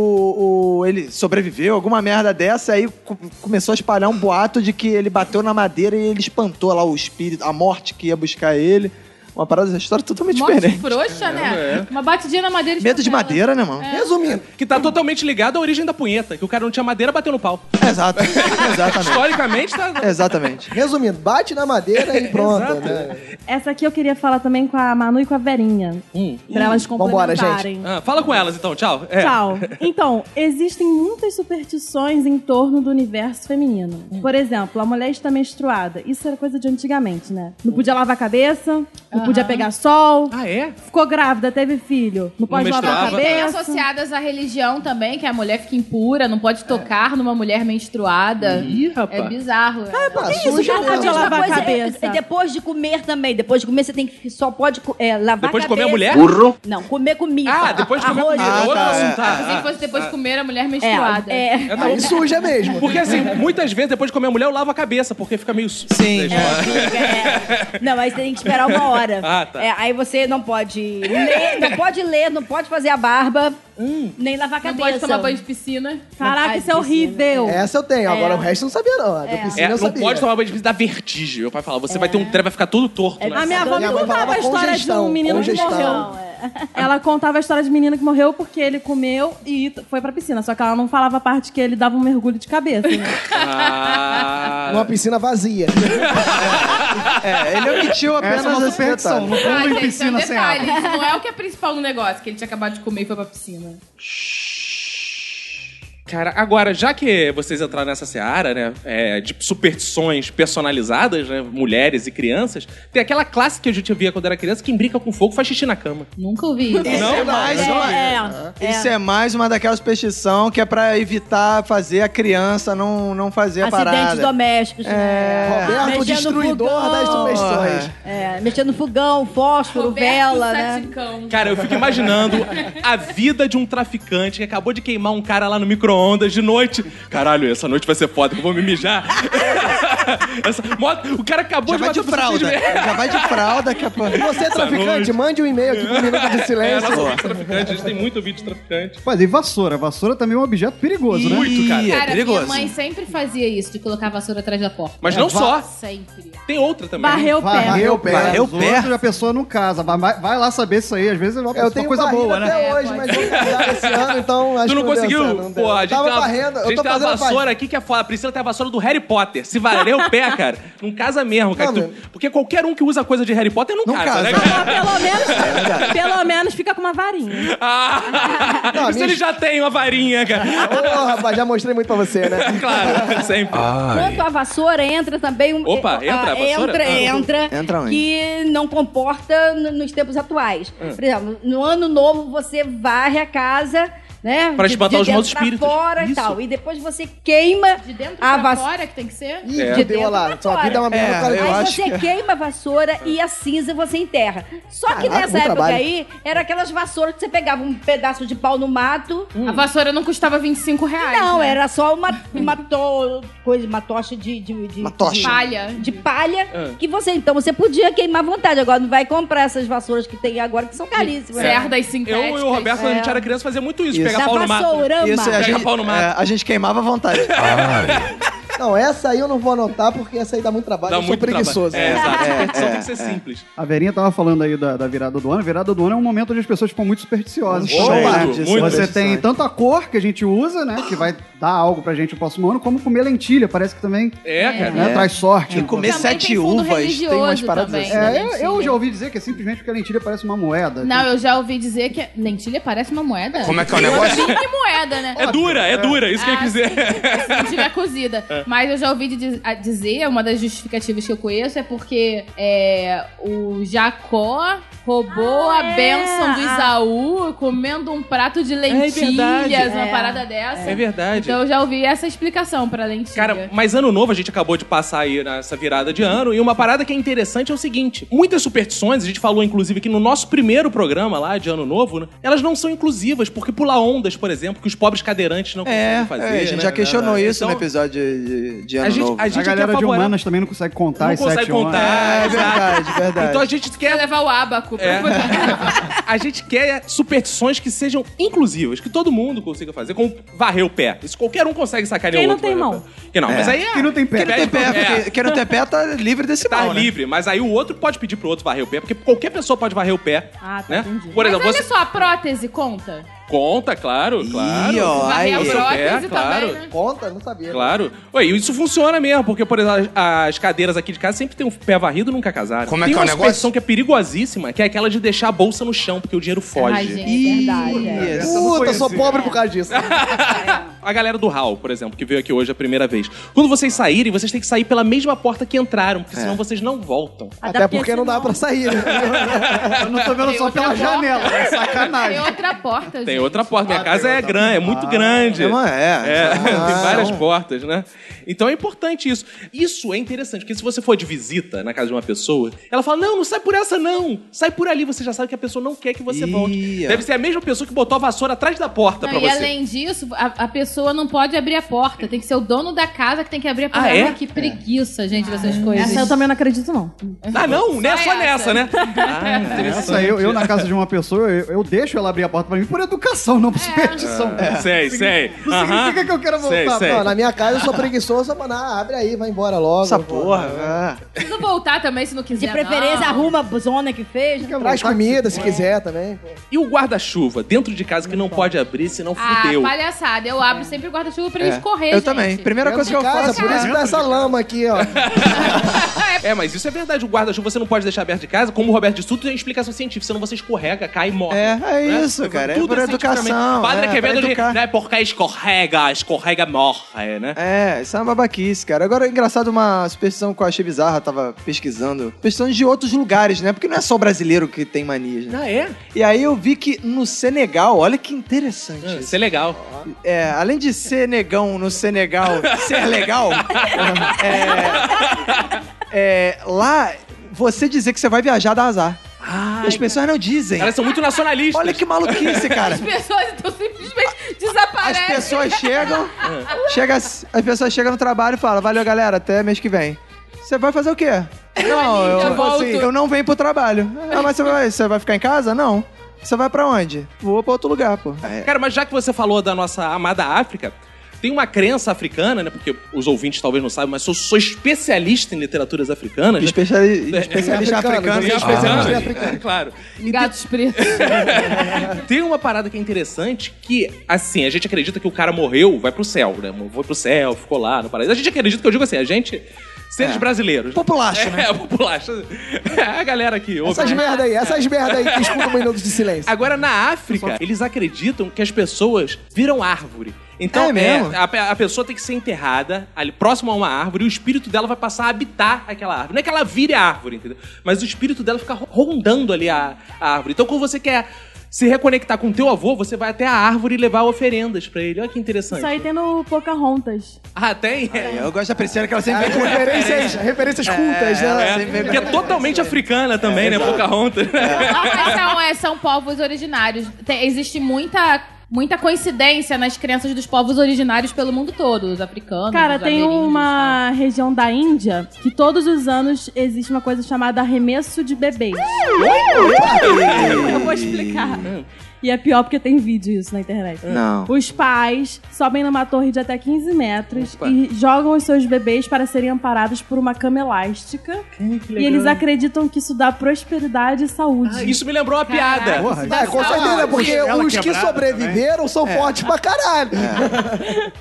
o- ele sobreviveu, alguma merda dessa, aí co- começou a espalhar um boato de que ele bateu na madeira e ele espantou lá o espírito, a morte que ia buscar ele. Uma parada dessa história totalmente Morte diferente. frouxa, né? Uma batidinha na madeira. Medo de espantosa. madeira, né, mano? Resumindo, Que tá totalmente ligado à origem da punheta. Que o cara não tinha madeira, bateu no pau. Exato. Exatamente. Historicamente, tá. Exatamente. resumindo, bate na madeira e pronto, né? Essa aqui eu queria falar também com a Manu e com a Verinha. Pra elas Hum, Vambora, gente. complementarem. Ah, fala com elas então, tchau. É. Tchau. Então, existem muitas superstições em torno do universo feminino. Hum. Por exemplo, a mulher está menstruada. Isso era coisa de antigamente, né? Hum. Não podia lavar a cabeça, não podia pegar sol. Ah, é? Ficou grávida, teve filho. Não pode lavar a menstruava. Tem cabeça. associadas à religião também, que a mulher fica impura, não pode tocar numa mulher menstruada. Ih, rapaz. É bizarro. É, Ah, um Isso, suja cara, mesmo. a mesma lavar a coisa é- cabeça. é depois de comer também. Depois de comer, você tem que só pode co- é, lavar Depois de a cabeça. comer a mulher? Não, comer comida. Ah, depois de comer Arroz, comida. Outro tá, é. assunto. Ah, Se fosse depois de comer a mulher É, menstruada. é. é da- Aí suja mesmo. Porque assim, muitas vezes depois de comer a mulher, eu lavo a cabeça, porque fica meio. su- Sim. É. Não, aí você tem que esperar uma hora. Ah, tá. É, aí você não pode ler, não pode ler, não pode fazer a barba, Hum. nem lavar a Não cabeça. pode tomar banho de piscina. Caraca, isso é né? horrível. Essa eu tenho, agora o resto eu não sabia, não. A do É, piscina eu não sabia. pode tomar banho de piscina, dá vertigem. Meu pai falava, você vai ter um trem, vai ficar todo torto. né? A minha avó me Minha mãe contava a falava história de um congestão, menino congestão. que morreu. é. Ela contava a história de um menino que morreu porque ele comeu e t- foi pra piscina. Só que ela não falava a parte que ele dava um mergulho de cabeça. né? Ah, Numa piscina vazia. É, ele omitiu apenas Essa é uma esse superstição. detalhe. Não Ah, pula em gente, piscina é um sem água. detalhe, Isso não é o que é principal no negócio, que ele tinha acabado de comer e foi pra piscina. Cara, agora, já que vocês entraram nessa seara, né, é, de superstições personalizadas, né, mulheres e crianças, tem aquela clássica que a gente via quando era criança, quem brinca com fogo faz xixi na cama. Nunca ouvi isso. Isso é mais uma. Isso é mais uma daquelas superstições que é pra evitar fazer a criança não, não fazer a Acidentes parada. domésticos, né? É. Roberto, Mexendo destruidor fogão, das superstições. É, mexendo no fogão, fósforo, vela, né? Saticão. Cara, eu fico imaginando a vida de um traficante que acabou de queimar um cara lá no micro-ondas de noite. Caralho, essa noite vai ser foda, que eu vou me mijar. Essa moto- o cara acabou Já vai matar de o traficante fralda. de- Já vai de fralda que a Você, traficante, noite. mande um e-mail aqui pro Minuto de É, Silêncio. nosso vídeo traficante, a gente tem muito vídeo de traficante. Mas e vassoura? Vassoura também é um objeto perigoso, né? Muito, cara. Ih, é Cara, minha perigoso. mãe sempre fazia isso, de colocar a vassoura atrás da porta. Mas não só, Sempre. tem outra também. Varreu o pé. Varreu o pé. Varreu Os o pé. outros, a pessoa não casa. Vai, vai- vai lá saber isso aí. Às vezes é uma, Eu uma tenho coisa barriga boa, né? até É, hoje, pode mas eu vou casar esse ano, então acho Tu não que deu conseguiu? certo, não deu. Pô, a gente Tava tem uma, varrendo, a eu gente tô tem uma fazendo vassoura aqui que é foda. A Priscila tem a vassoura do Harry Potter. Se varreu meu pé, cara. Não casa mesmo, cara. Não, Tu- meu- porque qualquer um que usa coisa de Harry Potter não, Não casa, né, casa. cara? Ó, pelo É menos, pelo menos fica com uma varinha. Ah, Não, a isso minha- ele já tem uma varinha, cara. Ô, rapaz, já mostrei muito pra você, né? Claro, sempre. Ah. Quanto à vassoura, entra também um. Opa, ah, entra a vassoura? Entra, Ah. entra. Entra onde? Que não comporta n- nos tempos atuais. Ah. Por exemplo, no ano novo você varre a casa, né? Pra de- espantar de os maus dentro pra espíritos. fora Isso. e tal. E depois você queima De dentro a pra vassoura. fora que tem que ser? Ih, É. deu Dentro lá. pra Sua fora. vida é uma merda. É, cara. eu Aí acho você que- queima a vassoura e a cinza você enterra. Só que Caraca, muito nessa época trabalho. aí, era aquelas vassouras que você pegava um pedaço de pau no mato. A vassoura não custava 25 reais. Não, é- né? era só uma, uma, to- coisa, uma tocha de. de, de- Uma tocha. de- Palha. de palha Ah. que você então você podia queimar à vontade agora não vai comprar essas vassouras que tem agora que são caríssimas Cerdas Eu sintéticas. e o Roberto, quando a é. gente era criança, fazia muito isso. Isso. Pegar da pau no mato. vassourama Isso, a Pega gente, pau no mato. é, a gente queimava à vontade. É. Não, essa aí eu não vou anotar porque essa aí dá muito trabalho. Dá eu sou muito preguiçoso. trabalho. É, exato. Superstição É, é, tem que ser simples. A Verinha tava falando aí da, da virada do ano. A virada do ano é um momento onde as pessoas ficam muito supersticiosas. Muito, também, né? muito. Você Superstições. tem tanto a cor que a gente usa, né? Que vai dar algo pra gente no próximo ano, como comer lentilha. Parece que também É, cara. né, traz sorte. E comer Também tem sete fundo uvas, tem umas religioso paradas também, assim. né? É, eu, eu lentilha. já ouvi dizer que é simplesmente porque a lentilha parece uma moeda. Não, eu já ouvi dizer que é- lentilha parece uma moeda. Como é que é o Eu negócio? vi que moeda, né? É dura, é dura, isso que eu ia Ah, dizer. É. sim, se não tiver cozida. Mas eu já ouvi de- a dizer, é uma das justificativas que eu conheço é porque é, o Jacó roubou Ah, a é. bênção do Ah. Isaú comendo um prato de lentilhas, É verdade. uma É. parada dessa. É verdade. Então eu já ouvi essa explicação pra lentilha. Cara, mas ano novo a gente acabou de passar aí nessa virada de ano. E uma parada que é interessante é o seguinte: muitas superstições, a gente falou inclusive que no nosso primeiro programa lá de ano novo, né, elas não são inclusivas, porque pular ondas, por exemplo, que os pobres cadeirantes não É, conseguem fazer. é, a gente né? já questionou isso Então, no episódio de, de Ano a gente- Novo. a A gente aqui é galera de favorável. humanas também não consegue contar Não as consegue sete ondas. contar. É verdade, verdade. Então a gente Quer quer. levar o abaco pra É. poder- a gente quer superstições que sejam inclusivas, que todo mundo consiga fazer, como varrer o pé. Isso qualquer um consegue sacanear Quem o não outro. tem varrer o mão. pé. Que não, mas aí. é- Que não tem pé. Quero ter pé, É. porque quero ter pé tá livre desse Tá mal, né? livre, mas aí o outro pode pedir pro outro varrer o pé, porque qualquer pessoa pode varrer o pé. Ah, tá, né? entendi. Por Mas exemplo, olha você só, a prótese conta? conta, claro, claro. ó, Varrer a aí. prótese É, claro. também, né? Conta? Não sabia. Claro. Ué, e isso funciona mesmo, porque, por exemplo, as as cadeiras aqui de casa sempre tem um pé varrido nunca casaram. Como é tem que é o uma negócio? superstição que é perigosíssima, que é aquela de deixar a bolsa no chão, porque o dinheiro foge. Ai, gente, Ih, verdade, é. isso. Puta, eu sou pobre por causa disso. A galera do Hall, por exemplo, que veio aqui hoje a primeira vez. Quando vocês saírem, vocês têm que sair pela mesma porta que entraram, porque senão vocês não voltam. Até, porque não dá pra sair. né? Eu não tô vendo Tem só outra pela porta. janela. É Tem sacanagem. outra porta, Tem gente. outra porta. Minha casa é grande, é muito grande. É, uma- é. É, tem Ah, várias não. portas, né? Então é importante isso. Isso é interessante, porque se você for de visita na casa de uma pessoa, ela fala: não, não sai por essa, não. Sai por ali, você já sabe que a pessoa não quer que você Ih, volte. ó. Deve ser a mesma pessoa que botou a vassoura atrás da porta Não, pra e você. além disso, a, a pessoa não pode abrir a porta. Tem que ser o dono da casa que tem que abrir a porta. Ah, é? Ai, que preguiça, gente, dessas coisas. Essa eu também não acredito, não. Ah, não, né? Só Só nessa, essa. né? Ah, Essa, interessante. eu, eu na casa de uma pessoa, eu, eu deixo ela abrir a porta pra mim por educação, não por É. superstição. É. Sei, sei. Não significa Aham. que eu quero voltar. Sei, pra- sei. Não, na minha casa eu sou preguiçoso, mas ah, abre aí, vai embora logo. É. Essa Pô, porra. ah. Precisa voltar também se não quiser. de preferência não. arruma a zona que fez né? Traz comida se quiser também. pô. E o guarda-chuva dentro de casa que não pode abrir, senão Ah, fudeu. palhaçada. Eu abro sempre o guarda-chuva pra É. gente correr, eu gente. também. Primeira Dentro coisa que eu de casa, faço. é Por isso que tá essa lama aqui, ó. É, mas isso é verdade. O guarda-chuva você não pode deixar aberto de casa. Como o Roberto disse, tudo tem explicação científica. Senão você escorrega, cai e morre. É, é né? isso, cara. É Tudo por cientificamente. educação. Padre é, Quevedo, pra de- educar. né? Porque escorrega, escorrega, morre, né? É, isso é uma babaquice, cara. Agora, é engraçado, uma superstição que eu achei bizarra, tava pesquisando. Superstições de outros lugares, né? Porque não é só brasileiro que tem manias, né? Ah, é? E aí eu vi que no Senegal, olha que interessante isso. Isso é legal. É, além de ser negão no Senegal ser legal, é, é, lá você dizer que você vai viajar dá azar. As pessoas não dizem. Elas são muito nacionalistas. Olha que maluquice, cara. As pessoas, então, simplesmente As desaparecem. pessoas chegam, chega, as pessoas chegam no trabalho e falam, valeu galera, até mês que vem. Você vai fazer o quê? Não, eu, assim, eu volto. eu não venho pro trabalho. Ah, mas você vai, você vai ficar em casa? Não. Você vai pra onde? Vou pra outro lugar, pô. É, Cara, mas já que você falou da nossa amada África, tem uma crença africana, né? Porque os ouvintes talvez não saibam, mas eu sou especialista em literaturas africanas. né? especiali- especialista Ah, Africano, É, africano. né? E especialista africanas, em africano. é, claro. Gatos pretos. Tem uma parada que é interessante que, assim, a gente acredita que o cara morreu, vai pro céu, né? Foi pro céu, ficou lá no paraíso. A gente acredita que eu digo assim, a gente Seres É. brasileiros. Populacho, né? É, populacho. É, a galera aqui. ouve, Essas né? merda aí, essas merda aí que escutam minutos de silêncio. Agora, na África, eles acreditam que as pessoas viram árvore. Então, É mesmo? a, pe- a pessoa tem que ser enterrada ali próximo a uma árvore e o espírito dela vai passar a habitar aquela árvore. Não é que ela vire a árvore, entendeu? Mas o espírito dela fica ro- rondando ali a, a árvore. Então, quando você quer se reconectar com teu avô, você vai até a árvore e levar oferendas pra ele. Olha que interessante. Isso aí tem no Pocahontas. Ah, tem? É É, Eu gosto da Priscila que ela sempre As vem com referências, referências É. cultas, né? sempre É, vem que é totalmente africana também, É né? Pocahontas. Mas são, é, são povos originários. Tem- existe muita, muita coincidência nas crenças dos povos originários pelo mundo todo, os africanos. Cara, os tem ameríndios, uma região da Índia que todos os anos existe uma coisa chamada arremesso de bebês. Eu vou explicar. E é pior porque tem vídeo isso na internet. Não. Os pais sobem numa torre de até 15 metros e jogam os seus bebês para serem amparados por uma cama elástica. E eles acreditam que isso dá prosperidade e saúde. Ah, Isso me lembrou uma piada. Porra, É, com certeza, porque os que sobreviveram são É. fortes pra caralho.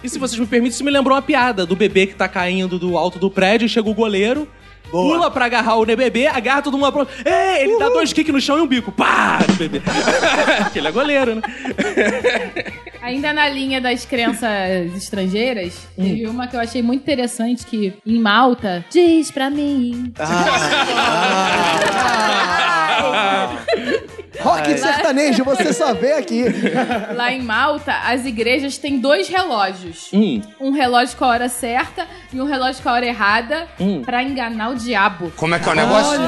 E se vocês me permitem, isso me lembrou uma piada do bebê que tá caindo do alto do prédio, chega o goleiro, pula pra agarrar o bebê, agarra todo mundo pro... Ei, ele dá dois kicks no chão e um bico. Pá! No bebê. Porque ele é goleiro, né? tá? Ainda na linha das crenças estrangeiras, teve uma que eu achei muito interessante que, em Malta, diz pra mim. Ah, Rock sertanejo, você só vê aqui. Lá em Malta, as igrejas têm dois relógios. Hum. Um relógio com a hora certa e um relógio com a hora errada pra enganar o diabo. Como um é que é o negócio?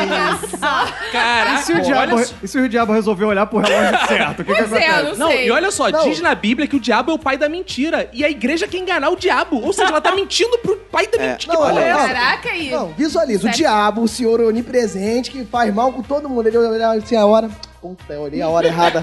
Olha só. Caraca, E se, o diabo, olha só. e se o diabo resolveu olhar pro relógio certo? O que, que Pois é, eu acontece? não, Não, sei. e olha só, Não. diz na Bíblia que o diabo é o pai da mentira. E a igreja quer enganar o diabo. Ou seja, ela tá mentindo pro pai da mentira. Não, que porra é olha, essa? Caraca, aí. Não, visualiza. O Certo. diabo, o senhor onipresente, que faz mal com todo mundo. Ele olha assim a hora. Puta, eu olhei a hora errada.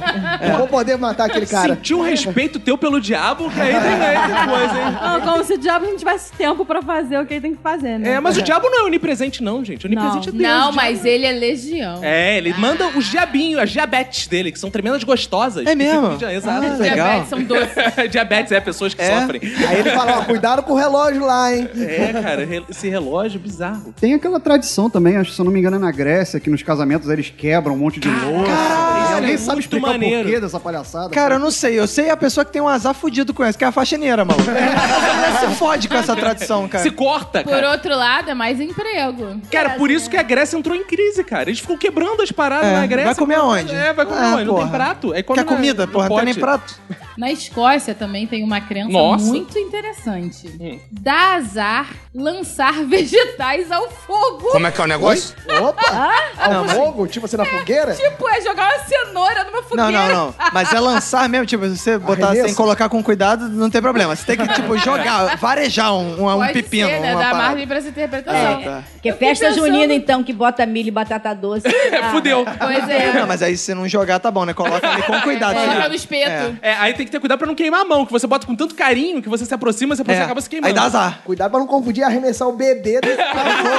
Não vou poder matar aquele cara. Sentiu um respeito teu pelo diabo, que aí tem, aí tem coisa, hein? Ah, como se o diabo não tivesse tempo pra fazer o que ele tem que fazer, né? É, mas o diabo não é onipresente, não, gente. Onipresente é Deus. Não, o diabo mas ele é legião. É, ele manda os diabinhos, as diabetes dele, que são tremendas gostosas. É mesmo? Esse vídeo é, Exato. Os diabetes são doces. diabetes é pessoas que É? sofrem. Aí ele fala, ó, cuidado com o relógio lá, hein. É, cara, re- esse relógio é bizarro. Tem aquela tradição também, acho que se eu não me engano é na Grécia, que nos casamentos eles quebram um monte de isso louça. E é Alguém muito sabe explicar o maneiro. porquê dessa palhaçada? Cara, eu não sei. Eu sei a pessoa que tem um azar fudido com essa, que é a faxineira, maluco. Ela se fode com essa tradição, cara. É. Se corta, Por cara. outro né? lado, é mais emprego. Cara, por isso que a Grécia entrou em crise, cara. Eles ficam quebrando as paradas É, na Grécia. vai comer aonde? É, vai comer Ah, aonde? Não tem porra. prato. Aí come Quer na- comida, no porra? Não tem nem pote. prato. Na Escócia também tem uma crença Nossa. Hum. muito interessante. Dá azar lançar vegetais ao fogo. Ah, Como é que é o negócio? Opa! Ah, Ao fogo? Tipo você na fogueira? Tipo, é jogar uma cenoura numa Não, fogueira. não, não. Mas é lançar mesmo, tipo, se você botar Arremesso? sem colocar com cuidado, não tem problema. Você tem que, tipo, jogar, varejar um, um, um Pode pepino, ser, né? uma Dá parada. margem pra essa interpretação. Ah, tá. Que é fiquei festa pensando- junina, então, que bota milho e batata doce. Ah, Fudeu. Pois é. Não, mas aí se não jogar, tá bom, né? Coloca ali com cuidado. Coloca senão- no espeto. É, aí tem que ter cuidado pra não queimar a mão, que você bota com tanto carinho que você se aproxima, você É. acaba se queimando. Aí dá azar. É, Cuidado pra não confundir e arremessar o bebê desse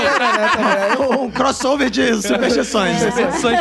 cara. Um crossover É. de superstições. Superstições.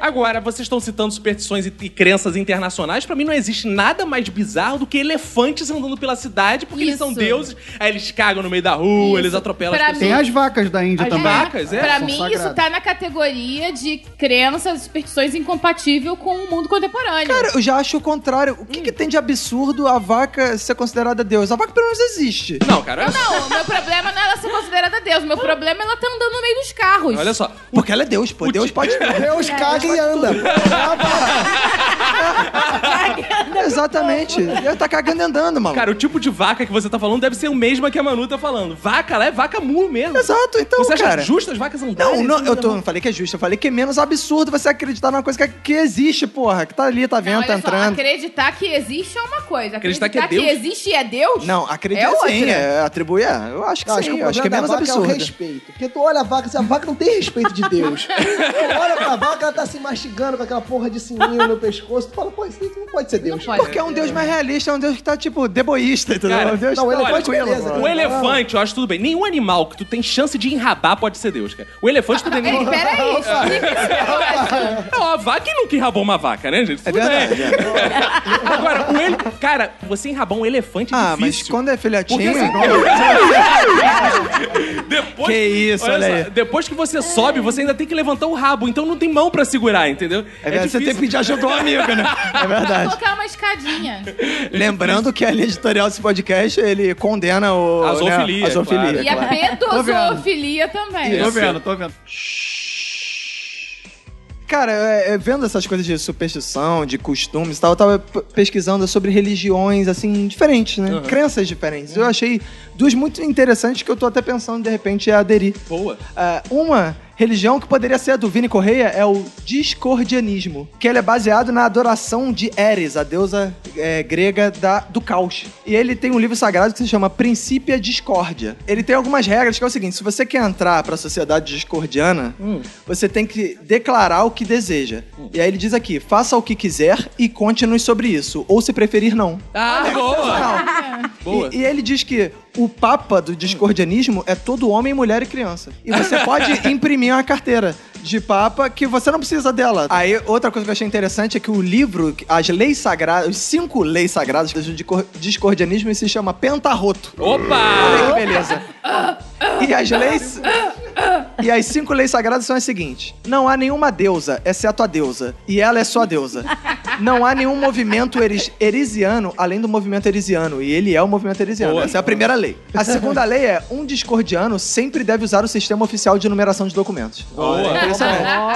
Agora, vocês estão citando superstições e, e crenças internacionais. Pra mim, não existe nada mais bizarro do que elefantes andando pela cidade, porque eles Isso. são deuses. Aí eles cagam no meio da rua, Isso. eles atropelam Pra as pessoas. Tem as vacas da Índia As também. vacas, é? pra são mim, sagradas. isso tá na categoria de crenças, superstições incompatível com o mundo contemporâneo. Cara, eu já acho o contrário. O que, que tem de absurdo a vaca ser considerada Deus? A vaca pelo menos existe. Não, cara. Não, o meu problema não é ela ser considerada Deus. Meu problema é ela tá andando no meio dos carros. Olha só. Porque ela é Deus, pô. Deus pode. Deus caga É, e anda. Exatamente. Ela tá cagando e andando, mano. Cara, o tipo de vaca que você tá falando deve ser o mesmo que a Manu tá falando. Vaca, lá é vaca mu mesmo. Exato, então, Você acha cara. justo as vacas andarem? Não, não, assim, eu tô, andando? não falei que é justo, eu falei que é menos absurdo você acreditar numa coisa que, que existe, porra, que tá ali, tá Não, vendo, olha tá só, entrando. acreditar que existe é uma coisa. Acreditar Acreditar, que é que, Deus? existe e é Deus? Não, acredita É outra. sim, é, atribui, é. Eu acho que Não, sim, eu problema acho que é menos da vaca absurdo. É o respeito. Porque tu olha a vaca, assim, a vaca não tem respeito de Deus. tu olha pra vaca, ela tá se mastigando com aquela porra de sininho no pescoço. Tu fala, pô, isso aí não pode ser Deus. Não pode porque é um deus mais realista, é um deus que tá, tipo, deboísta, entendeu? Cara, É um deus não, que tá ele é tranquilo, beleza, mano. O Um elefante, eu acho tudo bem. Nenhum animal que tu tem chance de enrabar pode ser Deus, cara. O elefante tu tem Ei, nenhum. peraí, explica esse negócio. Não, a É vaca, quem nunca enrabou uma vaca, né, gente? É Tudo verdade. bem. Agora, o ele... Cara, você enrabar um elefante é Ah, mas difícil. quando é filhotinho... Porque assim, Depois, Que isso, olha aí. Depois que você sobe, você ainda tem que levantar o rabo, então não tem mão pra segurar, entendeu? É verdade, você tem que difícil. pedir ajuda a um amigo, né? É verdade. Colocar uma escadinha. Lembrando que a linha editorial desse podcast, ele condena o... A zoofilia, Né, a zoofilia, claro. E a claro. pedozoofilia também. Tô vendo, tô vendo. Cara, é, é, vendo essas coisas de superstição, de costumes e tal, eu tava p- pesquisando sobre religiões, assim, diferentes, né? Crenças diferentes. Eu achei duas muito interessantes que eu tô até pensando, de repente, em aderir. Boa. Ah, uma religião que poderia ser a do Vini Correia é o discordianismo, que ele é baseado na adoração de Eris, a deusa é, grega da- do caos. E ele tem um livro sagrado que se chama Princípia Discórdia. Ele tem algumas regras que é o seguinte, se você quer entrar pra sociedade discordiana, você tem que declarar o que deseja. E aí ele diz aqui, faça o que quiser e conte-nos sobre isso, ou se preferir não. Ah, boa. Não. Boa. E, e ele diz que o papa do discordianismo é todo homem, mulher e criança. E você pode imprimir uma carteira de papa que você não precisa dela. Aí, outra coisa que eu achei interessante é que o livro, as leis sagradas, os cinco leis sagradas do discor- discordianismo, se chama Pentarroto. Olha Opa! que Ah, beleza. E as leis. E as cinco leis sagradas são as seguintes: Não há nenhuma deusa, exceto a deusa. E ela é só a deusa. Não há nenhum movimento eris, erisiano além do movimento erisiano. E ele é o movimento erisiano. Boa. Essa é a primeira lei. A segunda lei é: um discordiano sempre deve usar o sistema oficial de numeração de documentos. Tá, Boa.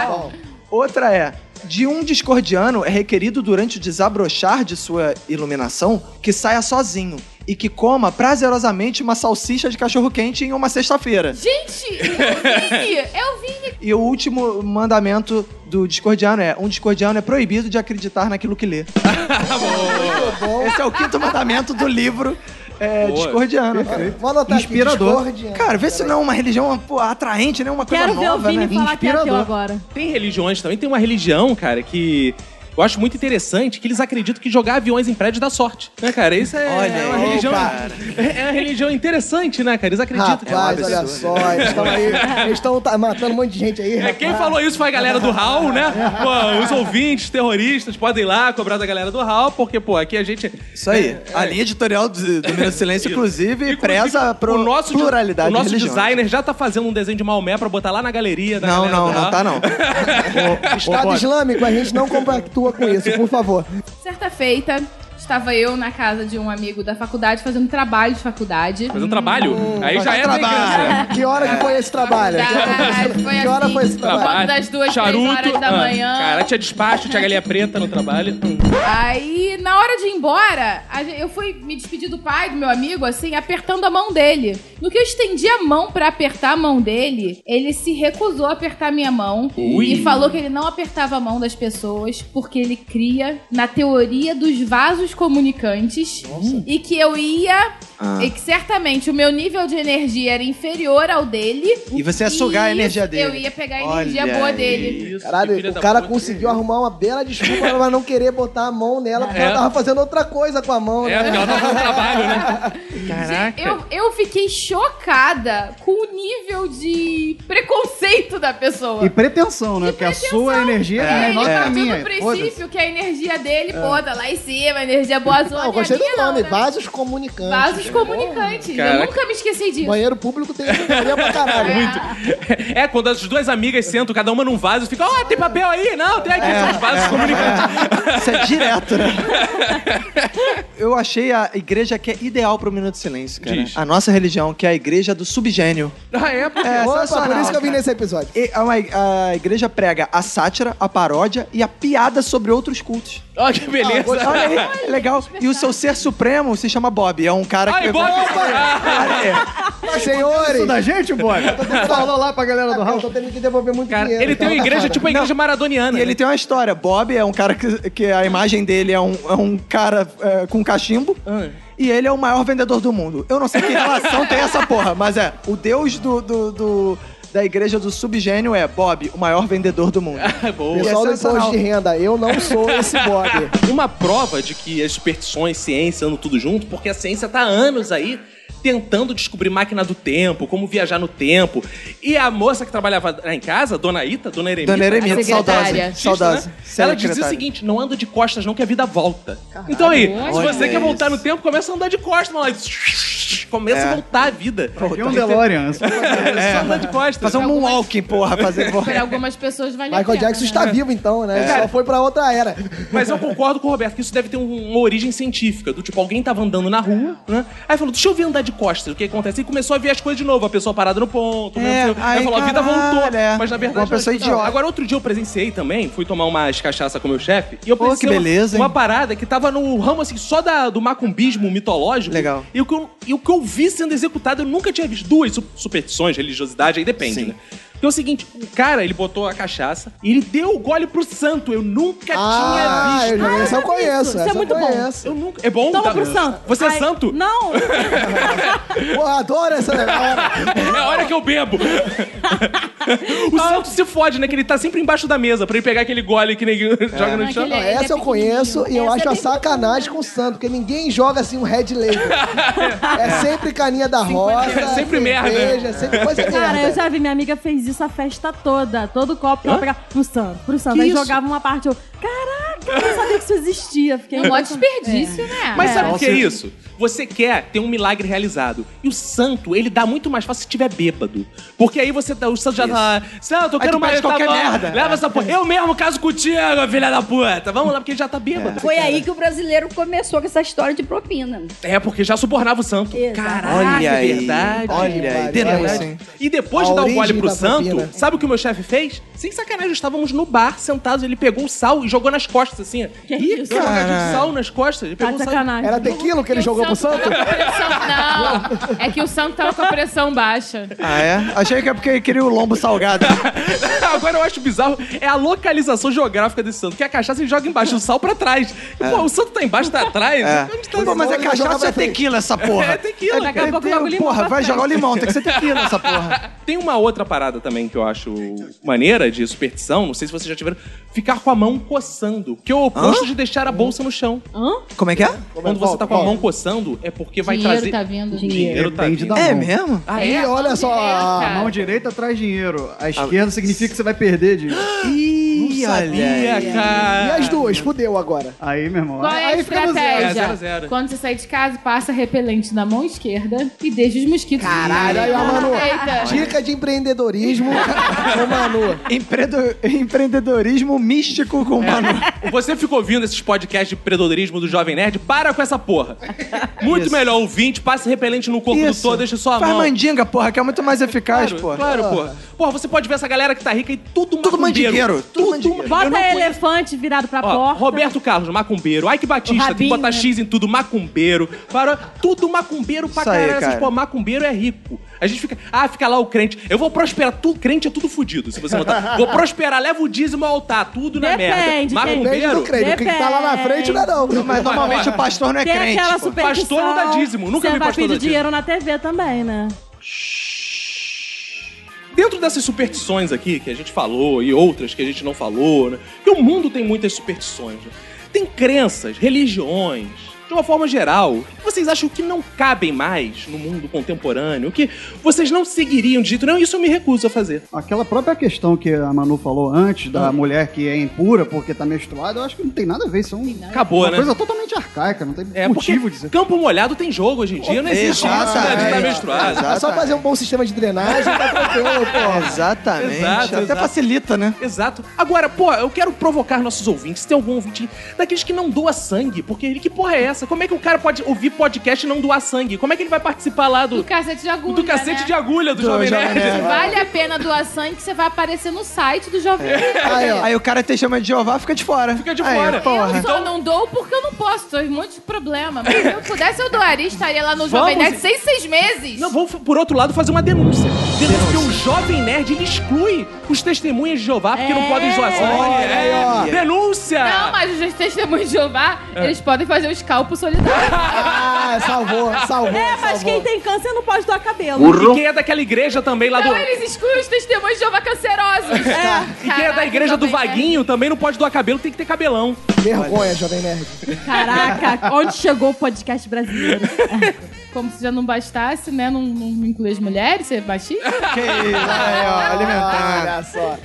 Bom, Outra é: de um discordiano é requerido durante o desabrochar de sua iluminação que saia sozinho e que coma prazerosamente uma salsicha de cachorro-quente em uma sexta-feira. Gente, eu vi, eu vi. E o último mandamento do discordiano é: um discordiano é proibido de acreditar naquilo que lê. Esse é o quinto mandamento do livro é, Boa. discordiano. cara. vou anotar aqui, Inspirador. discordiano. Cara, vê se não é uma religião pô, atraente, né? Uma coisa Quero ver o nova, Vini né? falar que é aquilo agora. Tem religiões também. Tem uma religião, cara, que eu acho muito interessante, que eles acreditam que jogar aviões em prédio dá sorte. Né, cara? Isso é, Olha é uma aí, religião. cara. É uma religião interessante, né, cara? Eles acreditam. Rapaz, olha só, eles estão aí, eles estão tá- matando um monte de gente aí, É, rapaz. quem falou isso foi a galera do Raul, né? Pô, os ouvintes, terroristas, podem ir lá cobrar da galera do Raul, porque, pô, aqui a gente. Isso aí. É, A linha editorial do, do Minuto do Silêncio, inclusive, preza pro o nosso de- pluralidade O de nosso religiões. designer já tá fazendo um desenho de Maomé pra botar lá na galeria da Não, galera não, do não Raul. tá não. Estado Islâmico, a gente não compactua com isso, por favor. Certa feita, estava eu na casa de um amigo da faculdade fazendo trabalho de faculdade. Fazendo um trabalho? Aí já é um trabalho. vingança. Que hora que foi esse trabalho? É, Que hora foi esse- Faculdade, Que hora assim, foi esse trabalho? volta das duas, charuto. três horas da ah, manhã. Cara, tinha despacho, tinha galinha preta no trabalho. Aí, na hora de ir embora, a gen- eu fui me despedir do pai, do meu amigo, assim, apertando a mão dele. No que eu estendi a mão pra apertar a mão dele, ele se recusou a apertar a minha mão Ui. e falou que ele não apertava a mão das pessoas porque ele cria na teoria dos vasos comunicantes e que eu ia. E que certamente o meu nível de energia era inferior ao dele. E você ia sugar a energia Eu dele. ia pegar a Olha energia boa aí. dele. Isso, que filha Caralho, da o cara puta. conseguiu arrumar uma bela desculpa pra não querer botar a mão nela, porque É. ela tava fazendo outra coisa com a mão, É, porque né? ela tá fazendo trabalho, né? Gente, eu, eu fiquei chocada com o nível de preconceito da pessoa. E pretensão, né? Que Porque a pretensão. Tá sua energia é ele menor que a partiu minha. do Foda-se. É. princípio que a energia dele, pô, tá lá em cima, a energia boa zona. Não, eu e a gostei minha do nome, não, né? vasos comunicantes. Vasos né? comunicantes. Caraca. Eu nunca me esqueci disso. Banheiro público tem isso pra caralho. É, quando as duas amigas sentam, cada uma num vaso, fica, ó, tem papel aí? Não, tem aqui, É, são os vasos comunicantes. Isso é direto, né? Eu achei a igreja que é ideal pro Minuto de Silêncio, cara. Diz. A nossa religião, que é a igreja do subgênio. Ah, é, porque... É, Opa, sensacional, por isso que eu vim cara. nesse episódio. E é uma- a igreja prega a sátira, a paródia e a piada sobre outros cultos. Ó, que beleza. Ah, Olha aí, é legal. E o seu ser supremo se chama Bob. É um cara que. Ai, Bob! Ah, Cara, é. Isso Senhores, da gente, boy? Falou lá pra galera do eu Raul. tô tendo que devolver muito Cara, dinheiro. ele tem então uma tá igreja foda. tipo a igreja maradoniana. E ele né? tem uma história. Bob é um cara que, que a imagem dele é um, é um cara é, com cachimbo. Hum. E ele é o maior vendedor do mundo. Eu não sei que relação tem essa porra, mas é o deus do. do, do- da igreja do subgênio é Bob, o maior vendedor do mundo. né? É é Boa. Pessoal do sensacional. imposto de renda, eu não sou esse Bob. uma prova de que as superstições, ciência, andam tudo junto, porque a ciência tá há anos aí tentando descobrir máquina do tempo, como viajar no tempo. E a moça que trabalhava lá em casa, Dona Ita, Dona Eremita, é Dona Eremita, saudosa. secretária. Saudosa. né? ela dizia o Secretária. seguinte, não anda de costas não que a vida volta. então aí, se olha você quer voltar isso. no tempo, começa a andar de costas, mano. Começa a É. voltar a vida. Tem um DeLorean. Só andar de costas. Fazer um moonwalking, porra, fazer Pra algumas pessoas vai Michael Jackson está vivo então, né? É. Só foi pra outra era. Mas eu concordo com o Roberto que isso deve ter um- uma origem científica. Do tipo, alguém tava andando na rua, né? Aí falou, deixa eu ver andar de costas. O que acontece? E começou a ver as coisas de novo. A pessoa parada no ponto. É, não sei o- aí aí, falou, a vida caralho, voltou. é. Mas na verdade... Uma pessoa não. idiota. Agora, outro dia eu presenciei também, fui tomar umas cachaça com meu chefe. E eu Pô, presenciei que uma- beleza, uma, hein? parada que tava no ramo, assim, só da- do macumbismo mitológico. Legal. E o, que eu, e o que eu vi sendo executado, eu nunca tinha visto. Duas su- superstições, religiosidade, aí depende, né? Então é o seguinte, o cara, ele botou a cachaça e ele deu o gole pro santo. Eu nunca tinha Ah, visto. eu já, essa eu já vi isso. conheço. Isso é essa eu muito bom. conheço. Eu nunca. É bom? Toma Tá- pro santo. Você Ai, é santo? Não. Pô, adoro essa hora. É a hora que eu bebo. o santo se fode, né? Que ele tá sempre embaixo da mesa pra ele pegar aquele gole que ninguém joga no chão. Não, essa eu conheço é e eu acho a a sacanagem com o santo, porque ninguém joga assim um red label. é sempre caninha da roça. É sempre merda. É sempre coisa Cara, eu merda. já vi, minha amiga fez isso a festa toda. Todo copo ela pegava pro santo, pro santo. Que Aí isso? jogava uma parte, eu, caraca, eu não sabia que isso existia. Fiquei É um maior desperdício, né? Mas É. sabe o que é isso? Você quer ter um milagre realizado. E o santo, ele dá muito mais fácil se tiver bêbado. Porque aí você tá, o santo já tá. Santo, eu Aí quero tu mais pede tá qualquer bom. merda." É. Leva essa porra. Eu mesmo caso contigo, filha da puta. Vamos lá, porque ele já tá bêbado. É. Foi aí É. que o brasileiro começou com essa história de propina. É, porque já subornava o santo. Exato. Caraca, Olha é aí. verdade. Olha aí, É temos, verdade. hein? E depois A de dar o gole origem pro da santo, propina. sabe o que o meu chefe fez? Sem sacanagem, estávamos no bar, sentados, ele pegou o sal e jogou nas costas, assim. Que Ih, isso? cara, de sal nas costas. Ele Tá pegou de o sal. e- sacanagem. Era tequila que ele Porque o jogou pro santo? tava com a pressão- Não, é que o santo tava com a pressão baixa. Ah, é? Achei que é porque queria o lombo salgado. Agora eu acho bizarro é a localização geográfica desse santo, que é a cachaça ele joga embaixo, o sal pra trás. E, Pô, o santo tá embaixo, tá atrás? É. Onde tá Pô, esse mas é santo? cachaça ou é tequila essa porra? É tequila, Daqui a cara. pouco joga o limão Porra, pra vai frente. jogar o limão, tem que ser tequila essa porra. Tem uma outra parada também que eu acho maneira de superstição, não sei se vocês já tiveram, ficar com a mão coçando, que é o oposto de deixar a bolsa no chão. Como é que é? Quando você tá com a mão coçando, é porque vai Dinheiro trazer. tá vindo. Dinheiro tá Depende vindo. da É mão. mesmo? Ah, E é? olha só, A a- mão direita traz dinheiro. Ah, A esquerda significa que você vai perder dinheiro. Ih, olha. Sabia, é, cara. e as duas, fudeu agora. Aí, meu irmão. Qual é a aí fica no zero. estratégia? É, zero, zero. Quando você sai de casa, passa repelente na mão esquerda e deixa os mosquitos. Caralho, aí, ó, Manu. Eita. Dica de empreendedorismo. Ô, Manu. Empredo- Empreendedorismo místico com o Manu. Você ficou ouvindo esses podcasts de empreendedorismo do Jovem Nerd? Para com essa porra. Muito Isso. melhor ouvinte, passe repelente no corpo do todo, deixa só a Faz mão. mandinga, porra, que é muito mais eficaz, Claro, porra. claro, porra. Porra, você pode ver essa galera que tá rica e tudo Tudo mandingueiro, tudo mandingueiro. Eu não Bota conheço- elefante virado pra Ó, porta. Roberto Carlos, macumbeiro. Ike Batista, O tem que Rabinho, botar né? X em tudo, macumbeiro. Para, tudo macumbeiro pra Isso aí, caralho. Vocês, cara. pô, macumbeiro é rico. A gente fica, ah, fica lá o crente. Eu vou prosperar, tudo, crente é tudo fudido, se você notar. vou prosperar, leva o dízimo ao altar, tudo tá na Depende, é merda. tem- Beijo Macumbeiro, do crente. O que que tá lá na frente não é não. Mas normalmente o pastor não é Tem crente. aquela pô. superstição. Pastor não dá dízimo, nunca Você vi vai pastor pedir dar dízimo. dinheiro na TV também, né? Dentro dessas superstições aqui que a gente falou e outras que a gente não falou, né? Porque o mundo tem muitas superstições. né? Tem crenças, religiões, de uma forma geral, que vocês acham que não cabem mais no mundo contemporâneo, que vocês não seguiriam de jeito nenhum, isso eu me recuso a fazer. Aquela própria questão que a Manu falou antes, Ah. da mulher que é impura porque tá menstruada, eu acho que não tem nada a ver. Isso é um- Acabou, uma né? coisa totalmente arcaica, não tem É, porque motivo de ser. campo molhado tem jogo hoje em dia, não existe isso né? é. da de estar Exatamente. menstruado. É só fazer um bom sistema de drenagem, tá tranquilo, pô. Exatamente. Exato, Até exato. facilita, né? Exato. Agora, pô, eu quero provocar nossos ouvintes. Tem algum ouvinte daqueles que não doa sangue? Porque ele, que porra é essa? Como é que o cara pode ouvir podcast e não doar sangue? Como é que ele vai participar lá do. Do cacete de agulha. do cacete né? de agulha do, Do Jovem Jovem Nerd. Nerd. Vale a pena doar sangue que você vai aparecer no site do Jovem É. Nerd. Aí, ó. Aí o cara te chama de Jeová, fica de fora. Fica de Aí, fora. Eu Porra. só não dou porque eu não posso, tô um monte de problema. Mas se eu pudesse, eu doaria, estaria lá no Jovem Vamos- Nerd seis, seis meses. Não, vou, por outro lado, fazer uma denúncia. Denúncia que o Jovem Nerd ele exclui os testemunhas de Jeová porque É. não podem zoar sangue. Olha aí, ó. Denúncia! É. Não, mas os testemunhos de Jeová, eles podem fazer o um escalpo solidário. Ah, salvou, salvou. É, mas salvou. quem tem câncer não pode doar cabelo. E quem é daquela igreja também lá do. Então eles excluem os testemunhos de Jeová cancerosos. E quem é da igreja do Vaguinho também não pode doar cabelo, tem que ter cabelão. Vergonha, Jovem Nerd. Caraca, onde chegou o podcast brasileiro? Como se já não bastasse, né? Não, não inclui as mulheres, é ser baixinho. Que isso, aí, ó, alimentar. Olha só.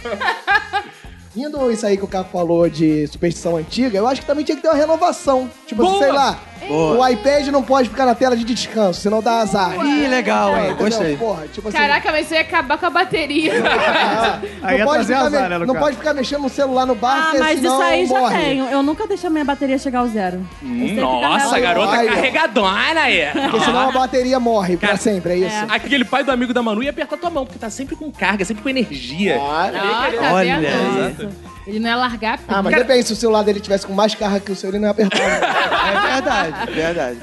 Indo isso aí que o cara falou de superstição antiga, eu acho que também tinha que ter uma renovação. Tipo, Boa! sei lá, Boa. o iPad não pode ficar na tela de descanso, senão dá azar. Ih, é legal, hein? Entendeu? Gostei. Porra, tipo assim, Caraca, mas isso ia acabar com a bateria. Aí ia não, pode trazer ficar, azar, né, me- Lucas? não pode ficar mexendo no celular no bar, Ah, porque mas senão isso aí já morre. tenho. Eu nunca deixei a minha bateria chegar ao zero. Eu sempre Nossa, carrego- garota Ai, ó. carregadona aí. Porque senão a bateria morre pra Cara, sempre, é isso. Aquele pai do amigo da Manu ia apertar tua mão, porque tá sempre com carga, sempre com energia. Ah, Ah, tá Olha vendo? Ele não ia largar porque Ah, mas depende, se o celular dele tivesse com mais carga que o seu, ele não ia apertar. É verdade, verdade.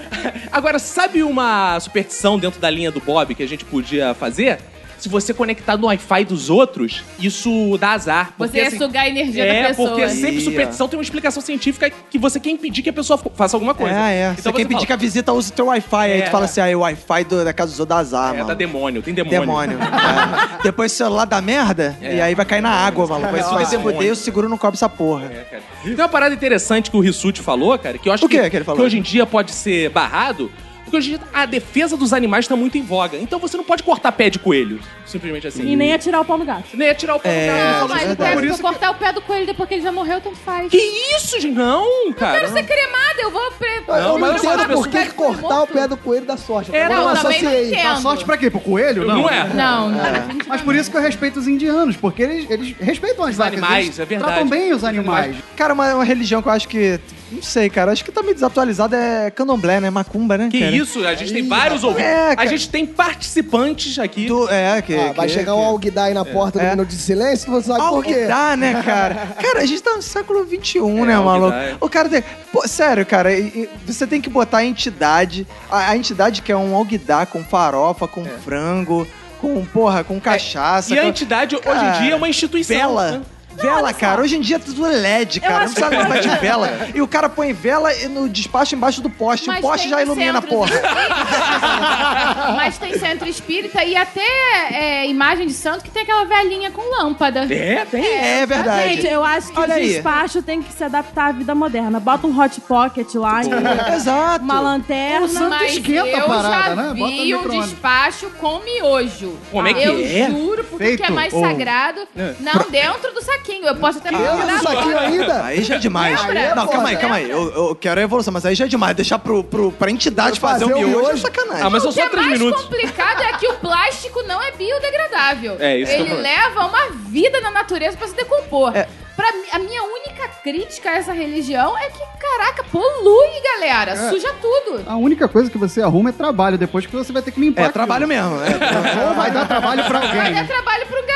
Agora, sabe uma superstição dentro da linha do Bob que a gente podia fazer? Se você conectar no Wi-Fi dos outros, isso dá azar. você ia sugar a energia é, da pessoa. né? porque sempre Ia. superstição tem uma explicação científica que você quer impedir que a pessoa faça alguma coisa. Então É, é. você quer pedir que a visita use o teu Wi-Fi. aí É, tu é. fala assim, aí o Wi-Fi do- da casa usou das É, armas. dá demônio, tem demônio. Demônio. é. Depois o celular dá merda É. e aí vai cair na água, maluco. Aí você vai se Demônio. fuder e o seguro não cobre essa porra. É, cara. Tem uma parada interessante que o Rissuti falou, cara, que eu acho O que que ele falou? hoje em dia pode ser barrado, porque hoje em dia a defesa dos animais tá muito em voga. Então você não pode cortar pé de coelho, simplesmente assim. E nem atirar o pau no gato. Nem atirar o pé É, do cara. Não, Fala, mas é o cara, verdade. se eu cortar o pé do coelho depois que ele já morreu, tanto faz. Que isso, gente? Não, cara. Você é cremada, eu vou... Pre... eu mas não eu falo entendo pra por que pessoa- que cortar o pé do coelho da sorte. né? É, Eu Não, não também não associei. Dá entendo. sorte pra quê? Pro coelho? Não é. Não, não. Mas por isso que eu respeito os indianos, porque eles, eles respeitam as vacas, animais, eles é verdade. Tratam bem os animais. Cara, uma, uma religião que eu acho que. Não sei, cara. Acho que tá meio desatualizada é candomblé, né? Macumba, né? Que cara? isso? A gente tem vários ouvintes. É, a cara. gente tem participantes aqui. Tu- é, que. Ah, vai que- chegar que- um alguidai na porta do É. minuto de silêncio, você sabe por Alguém quê. dá, né, cara? Cara, a gente tá no século XXI, né, alguém maluco? dá, é. O cara tem. Pô, sério, cara, e- e você tem que botar a entidade. A, a entidade que é um alguidá com farofa, É. com frango, com, porra, com cachaça. E a com- entidade, hoje Cara, em dia, é uma instituição. Vela. né? Vela, cara. Hoje em dia é tudo LED, cara. Não acho precisa que mais pode- de vela. E o cara põe vela e no despacho embaixo do poste. o Mas poste tem já ilumina a centro porra. espírita. Mas tem centro espírita e até é, imagem de santo que tem aquela velhinha com lâmpada. É, tem. É verdade. Gente, eu acho que Olha o aí. despacho tem que se adaptar à vida moderna. Bota um hot pocket lá, entendeu? Exato. uma lanterna. Mas esquenta a eu já parada, né? Bota no vi um micro-ondas. despacho com miojo. Como é que eu é? juro, porque o que é Feito mais ou- É. Ah, sagrado, não dentro do saquinho. Eu posso até Dentro procurar do saquinho agora. ainda? Aí já é demais. Lembra? Não, calma aí, calma aí. Eu, eu quero a evolução, mas aí já é demais. Deixar pro, pro, pra entidade fazer, o miojo é sacanagem. Ah, mas são O que só é três mais minutos. complicado é que o plástico não é biodegradável. É, isso que eu Ele falei. leva uma vida na natureza pra se decompor. É. Pra mim, a minha única crítica a essa religião é que, caraca, polui, galera. É. Suja tudo. A única coisa que você arruma é trabalho, depois que você vai ter que limpar. É, trabalho mesmo. é. aquilo. Ou vai dar trabalho pra Mas é alguém. trabalho pro gari.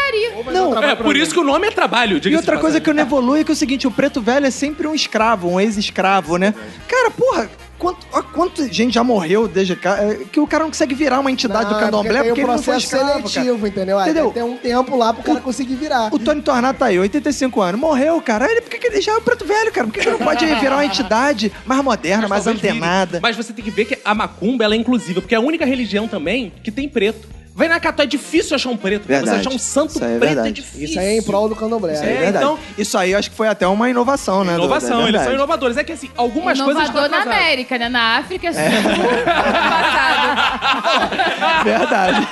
Não, É, por isso que o nome é trabalho, diga E outra coisa que eu não evoluo é que é o seguinte, o preto velho é sempre um escravo, um ex-escravo, né? Cara, porra, quanto, ó, quanto gente já morreu desde cá, é, que o cara não consegue virar uma entidade do Não, é candomblé tem porque, ele um não foi processo escravo, cara. seletivo, né? entendeu? Aí Entendeu? Tem um tempo lá pro cara conseguir virar. O Tony Tornato tá aí, 85 anos, morreu, cara. Ele, por que que ele já é um preto velho, cara? Por que que ele não pode virar uma entidade mais moderna, mais talvez vire. antenada? Mas você tem que ver que a macumba ela é inclusiva, porque é a única religião também que tem preto. Vai na Cató, é difícil achar um preto. Verdade. Você achar um santo Isso aí é preto é verdade. difícil. Isso aí é em prol do candomblé. é, É verdade. então- Isso aí eu acho que foi até uma inovação, né? do- Inovação, da- eles são verdade. inovadores. É que assim, algumas coisas Inovador estão na atrasadas. América, né? Na África é super É Verdade.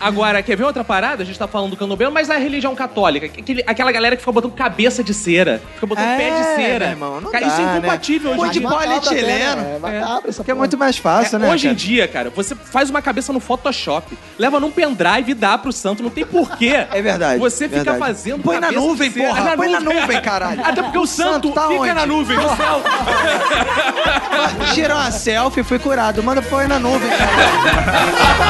Agora, quer ver outra parada? A gente tá falando do candomblé, mas a religião católica. aquele- aquela galera que fica botando cabeça de cera. Fica botando É, pé de cera. meu irmão, não Cara, dá, isso é incompatível né? hoje em Põe de dia. polietileno. É, macabra essa Que é porra. muito mais fácil, É, né? hoje cara? em dia, cara, você faz uma cabeça no Photoshop, leva num pendrive e dá pro santo, não tem porquê. É verdade. Você fica verdade. fazendo Põe na cabeça nuvem, de cera. porra. É Põe na nuvem, caralho. Até porque o, santo, santo tá fica onde? na nuvem, no céu. Tirou uma selfie, fui curado. Manda põe na nuvem, cara.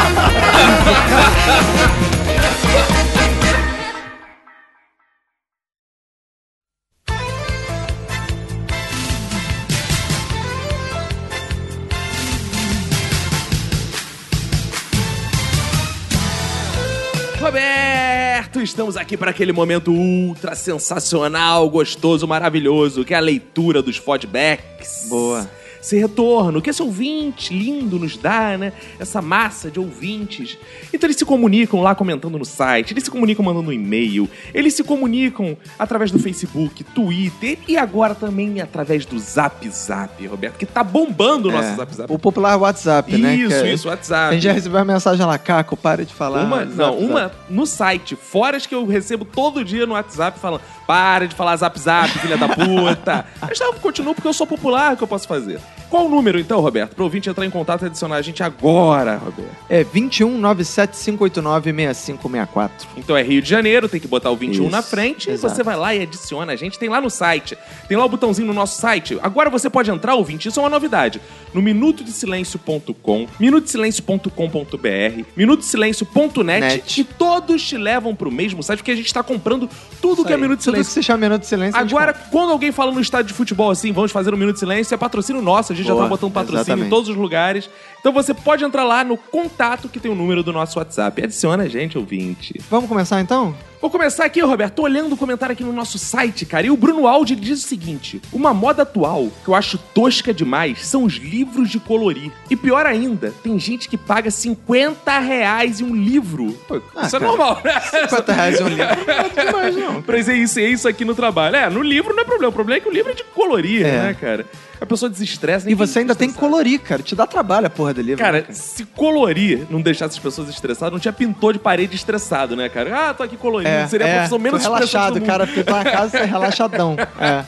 Roberto, estamos aqui para aquele momento ultra sensacional, gostoso, maravilhoso, que é a leitura dos feedbacks. Boa. esse retorno que esse ouvinte lindo nos dá, né? Essa massa de ouvintes. Então eles se comunicam lá comentando no site, eles se comunicam mandando um e-mail, eles se comunicam através do Facebook, Twitter e agora também através do Zap Zap, Roberto, que tá bombando o nosso É, Zap Zap. O popular WhatsApp, né? que Isso, é- isso, WhatsApp. A gente já recebeu uma mensagem lá, Caco, para de falar. Uma, Zap, não, zap. uma no site, fora as que eu recebo todo dia no WhatsApp falando: para de falar zap zap, filha da puta. Mas não, continuo porque eu sou popular, o que eu posso fazer? Qual o número então, Roberto? Pro ouvinte entrar em contato e adicionar a gente agora, Roberto. É 21 97 589 6564. Então é Rio de Janeiro, tem que botar o 21 Isso, na frente, exato. você vai lá e adiciona a gente. Tem lá no site, tem lá o botãozinho no nosso site. Agora você pode entrar, ouvinte, isso é uma novidade. No minutodesilencio.com, minutosilencio.com.br, minutosilencio.net Net. e todos te levam pro mesmo site, porque a gente tá comprando tudo que é Minuto de Tudo que Silêncio. você chama Minuto de Silêncio. a gente Agora, quando alguém fala no estádio de futebol assim, vamos fazer um minuto de silêncio, é patrocínio nosso, a gente já Boa, tá botando patrocínio em exatamente. todos os lugares. Então você pode entrar lá no contato que tem o número do nosso WhatsApp. Adiciona a gente, ouvinte. Vamos começar então? Vou começar aqui, Roberto. Tô olhando o comentário aqui no nosso site, cara. E o Bruno Aldi ele diz o seguinte: Uma moda atual que eu acho tosca demais são os livros de colorir. E pior ainda, tem gente que paga 50 reais em um livro. Pô, Ah, isso é cara. normal, né? 50 reais um livro. Não é demais, não. Pra dizer isso, é isso aqui no trabalho. É, no livro não é problema. O problema é que o livro é de colorir, É. né, cara? A pessoa desestressa. E você ainda tem que desestressar. colorir, cara. Te dá trabalho a porra do livro. né, Cara, se colorir não deixasse as pessoas estressadas, não tinha pintor de parede estressado, né, cara? Ah, tô aqui colorindo. É, Seria a é, profissão menos tô estressada do relaxado, mundo. cara, porque tá na casa você é relaxadão. É.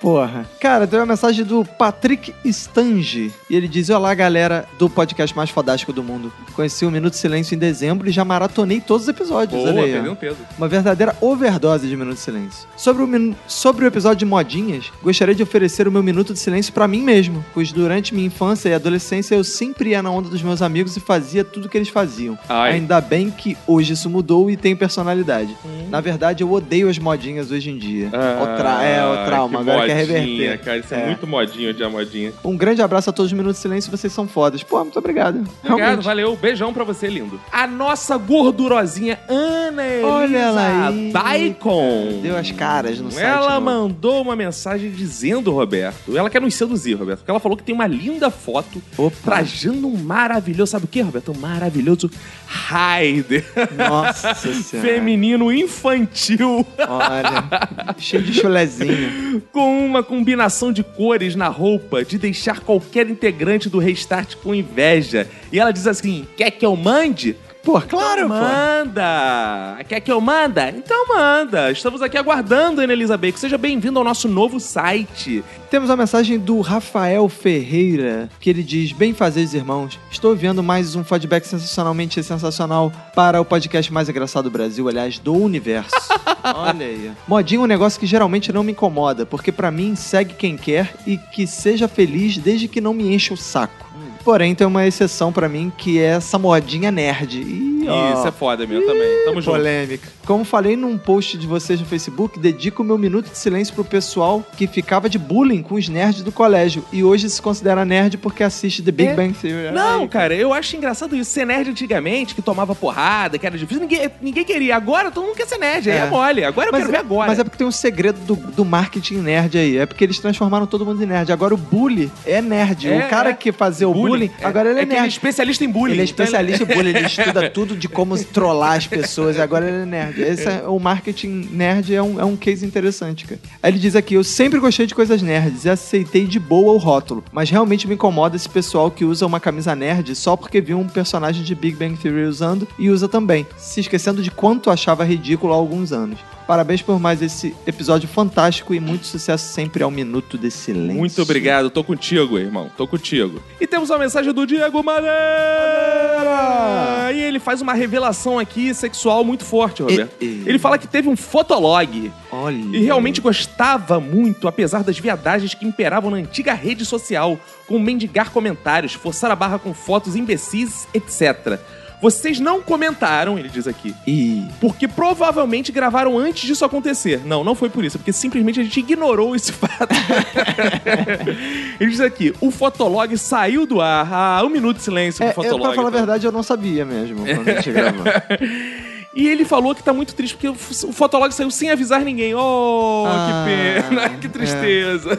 Porra. Cara, tem uma mensagem do Patrick Stange. E ele diz: Olá, galera do podcast mais fodástico do mundo. Conheci o Minuto Silêncio em dezembro e já maratonei todos os episódios. Boa, olha aí, ó. perdeu um peso. Uma verdadeira overdose de Minuto de Silêncio. Sobre o, minu- sobre o episódio de modinhas, gostaria de oferecer o meu Minuto de Silêncio pra mim mesmo, pois durante minha infância e adolescência eu sempre ia na onda dos meus amigos e fazia tudo que eles faziam. Ai. Ainda bem que hoje isso mudou e tenho personalidade. Na verdade, eu odeio as modinhas hoje em dia. o tra- é, o trauma, Ah, que agora quer modinha, reverter. Cara, isso é, É. muito modinho de modinha. Um grande abraço a todos os Minutos de Silêncio, vocês são fodas. Pô, muito obrigado. Obrigado, Realmente. valeu. Beijão pra você, lindo. A nossa gordurosinha Ana Elisa Olha ela aí. Daikon. Deu as caras no site. Ela novo. mandou uma mensagem dizendo, Roberto, ela quer nos seduzir, Roberto, porque ela falou que tem uma linda foto Opa, trajando um maravilhoso, sabe o que, Roberto? Um maravilhoso Raider. nossa senhora. Feminino infantil. Olha, cheio de chulezinho. com uma combinação de cores na roupa de deixar qualquer integrante do Restart com inveja. E ela diz assim: quer que eu mande? Pô, Então claro, pô. manda! Quer que eu manda? Então manda! Estamos aqui aguardando, Ana Elisa Baker. Seja bem-vindo ao nosso novo site. Temos a mensagem do Rafael Ferreira, que ele diz: Bem fazeres, irmãos. Estou enviando mais um feedback sensacionalmente sensacional para o podcast mais engraçado do Brasil, aliás, do universo. Olha aí. Modinha é um negócio que geralmente não me incomoda, porque pra mim segue quem quer e que seja feliz desde que não me enche o saco. Porém, tem uma exceção pra mim que é essa modinha nerd. Ih, ó. Isso é foda mesmo também. Tamo junto. Polêmica. Como falei num post de vocês no Facebook, dedico o meu minuto de silêncio pro pessoal que ficava de bullying com os nerds do colégio e hoje se considera nerd porque assiste The Big É? Bang Theory. Não, Ai, cara, eu acho engraçado isso. Ser nerd antigamente, que tomava porrada, que era difícil, ninguém, ninguém queria. Agora todo mundo quer ser nerd, aí é, É. mole. Agora eu quero ver agora. mas é porque tem um segredo do, do marketing nerd aí. É porque eles transformaram todo mundo em nerd. Agora o bully é nerd. É, o cara é. que fazia o bullying, agora ele é, é que nerd. ele é especialista em bullying. Ele é então especialista em bullying, ele estuda tudo de como trollar as pessoas, agora ele é nerd. Esse é, o marketing nerd é um, é um case interessante, cara. Aí ele diz aqui: eu sempre gostei de coisas nerds e aceitei de boa o rótulo, mas realmente me incomoda esse pessoal que usa uma camisa nerd só porque viu um personagem de Big Bang Theory usando e usa também, se esquecendo de quanto achava ridículo há alguns anos. Parabéns por mais esse episódio fantástico e muito sucesso sempre ao Minuto de Silêncio. Muito obrigado, tô contigo, irmão, tô contigo. E temos uma mensagem do Diego Madeira! E ele faz uma revelação aqui sexual muito forte, Roberto. E- e- Ele fala que teve um fotolog Olha. e realmente gostava muito, apesar das viadagens que imperavam na antiga rede social, com mendigar comentários, forçar a barra com fotos imbecis, etc. Vocês não comentaram, ele diz aqui. Ih. Porque provavelmente gravaram antes disso acontecer. Não, não foi por isso, é porque simplesmente a gente ignorou esse fato. Ele diz aqui: o Fotolog saiu do ar. Ah, um minuto de silêncio É, pro eu, Fotolog. pra falar a então. verdade, eu não sabia mesmo quando a gente gravou. E ele falou que tá muito triste, porque o f- o Fotolog saiu sem avisar ninguém. Oh, Ah, que pena, que tristeza.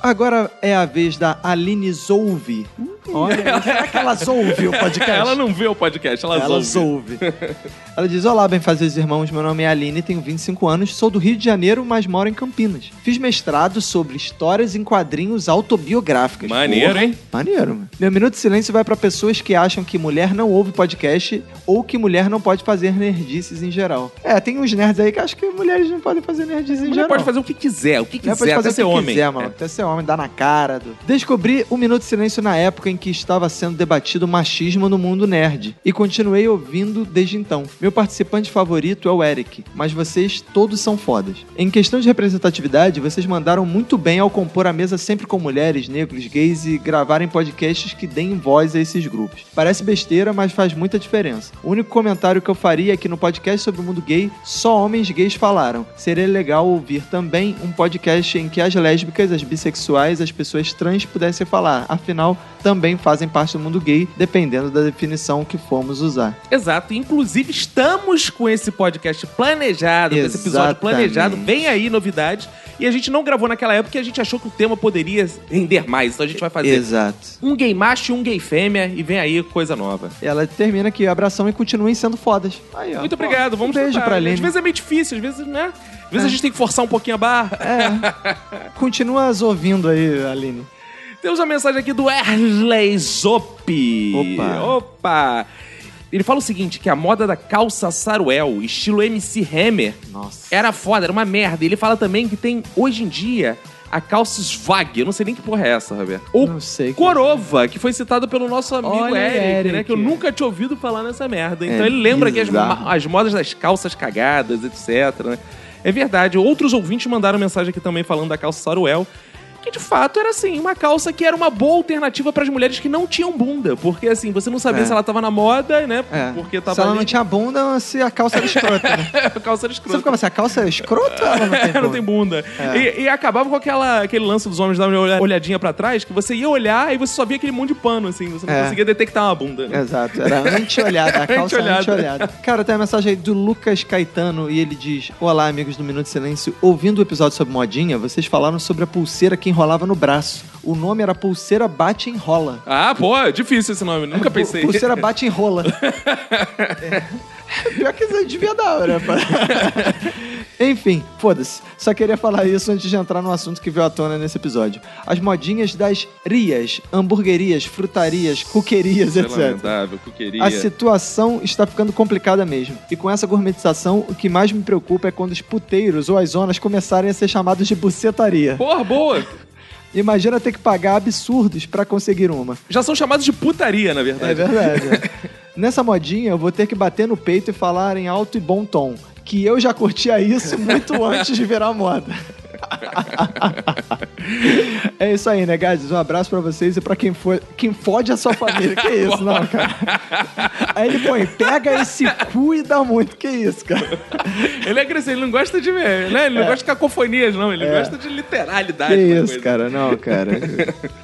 Agora é a vez da Aline Zouve. Olha, será que ela ouve o podcast? Hum. Ela não vê o podcast, ela, Ela ouve. ouve. Ela diz: Olá, benfazes irmãos. Meu nome é Aline, tenho 25 anos, sou do Rio de Janeiro, mas moro em Campinas. Fiz mestrado sobre histórias em quadrinhos autobiográficas. Maneiro, hein? Maneiro, mano. Meu minuto de silêncio vai pra pessoas que acham que mulher não ouve podcast ou que mulher não pode fazer nerdices em geral. É, tem uns nerds aí que acham que mulheres não podem fazer nerdices em Mulher geral. pode fazer o que quiser, o que Mulher quiser, pode é fazer até o ser que homem. quiser, mano. É. Até ser homem, dá na cara. Do... Descobri o Minuto de Silêncio na época em que estava sendo debatido o machismo no mundo nerd. E continuei ouvindo desde então. Meu participante favorito é o Eric, mas vocês todos são fodas. Em questão de representatividade, vocês mandaram muito bem ao compor a mesa sempre com mulheres, negros, gays e gravarem podcasts que deem voz a esses grupos. Parece besteira, mas faz muita diferença. O único comentário que eu faria é que no podcast sobre o mundo gay, só homens gays falaram. Seria legal ouvir também um podcast em que as lésbicas, as bissexuais, as pessoas trans pudessem falar. Afinal, também fazem parte do mundo gay, dependendo da definição que formos usar. Exato. Inclusive, estamos com esse podcast planejado, com esse episódio Exatamente. planejado. Vem aí novidades. E a gente não gravou naquela época porque a gente achou que o tema poderia render mais. Então a gente vai fazer Exato. um gay macho e um gay fêmea. E vem aí coisa nova. Ela termina aqui, abração e continuem sendo fodas. Aí, ó. Muito obrigado, vamos um beijo tentar. pra Às Aline. vezes é meio difícil, às vezes, né? Às vezes a gente tem que forçar um pouquinho a barra. É. Continua as ouvindo aí, Aline. Temos uma mensagem aqui do Erley Zop. Opa. Opa! Ele fala o seguinte, que a moda da calça saruel, estilo MC Hammer, Nossa. era foda, era uma merda. Ele fala também que tem, hoje em dia, a calça Svag. Eu não sei nem que porra é essa, Roberto. Ou Não sei. Corova, que foi citado pelo nosso amigo Olha, Eric, né? Eric. Que eu nunca tinha ouvido falar nessa merda. Então É ele lembra aqui as, bizarro. ma- as modas das calças cagadas, etc. né? É verdade. Outros ouvintes mandaram mensagem aqui também falando da calça Saruel. Que de fato era assim, uma calça que era uma boa alternativa para as mulheres que não tinham bunda. Porque assim, você não sabia É. se ela tava na moda, né? É. Porque se tava ela não ali, tinha bunda, se a calça era escrota, né? a calça era Você escrota. ficava assim, a calça é escrota ou ela não tem É, bunda? É. não tem bunda. E, e acabava com aquela, aquele lance dos homens dar uma olha- olhadinha pra trás, que você ia olhar e você só via aquele monte de pano, assim. Você não É. conseguia detectar uma bunda. né? Exato, era anti-olhada, a calça Anti-olhada. anti-olhada. Cara, tem a mensagem aí do Lucas Caetano e ele diz: Olá, amigos do Minuto de Silêncio. Ouvindo o episódio sobre modinha, vocês falaram sobre a pulseira que enrolava no braço. O nome era Pulseira Bate e Enrola. Ah, pô, é difícil esse nome, nunca pensei. é Pu- Pulseira bate e enrola. Pior que isso devia dar, né? pá? Enfim, foda-se. Só queria falar isso antes de entrar no assunto que veio à tona nesse episódio. As modinhas das rias, hamburguerias, frutarias, cuquerias, Isso é etc. lamentável, que eu queria. A situação está ficando complicada mesmo. E com essa gourmetização, o que mais me preocupa é quando os puteiros ou as zonas começarem a ser chamados de bucetaria. Porra, boa! Imagina ter que pagar absurdos pra conseguir uma. Já são chamados de putaria, na É verdade. verdade. é. Nessa modinha, eu vou ter que bater no peito e falar em alto e bom tom. Que eu já curtia isso muito antes de virar moda. é isso aí, né, Gades? Um abraço pra vocês e pra quem, for, quem fode a sua família. Que isso, não, cara. Aí ele põe, pega e se cuida muito. Que isso, cara. Ele é agressivo, ele não gosta de ver, né? Ele não gosta de cacofonias, não. Ele gosta de É. Que literalidade. pra isso, Ah, é coisa. cara. Não, cara.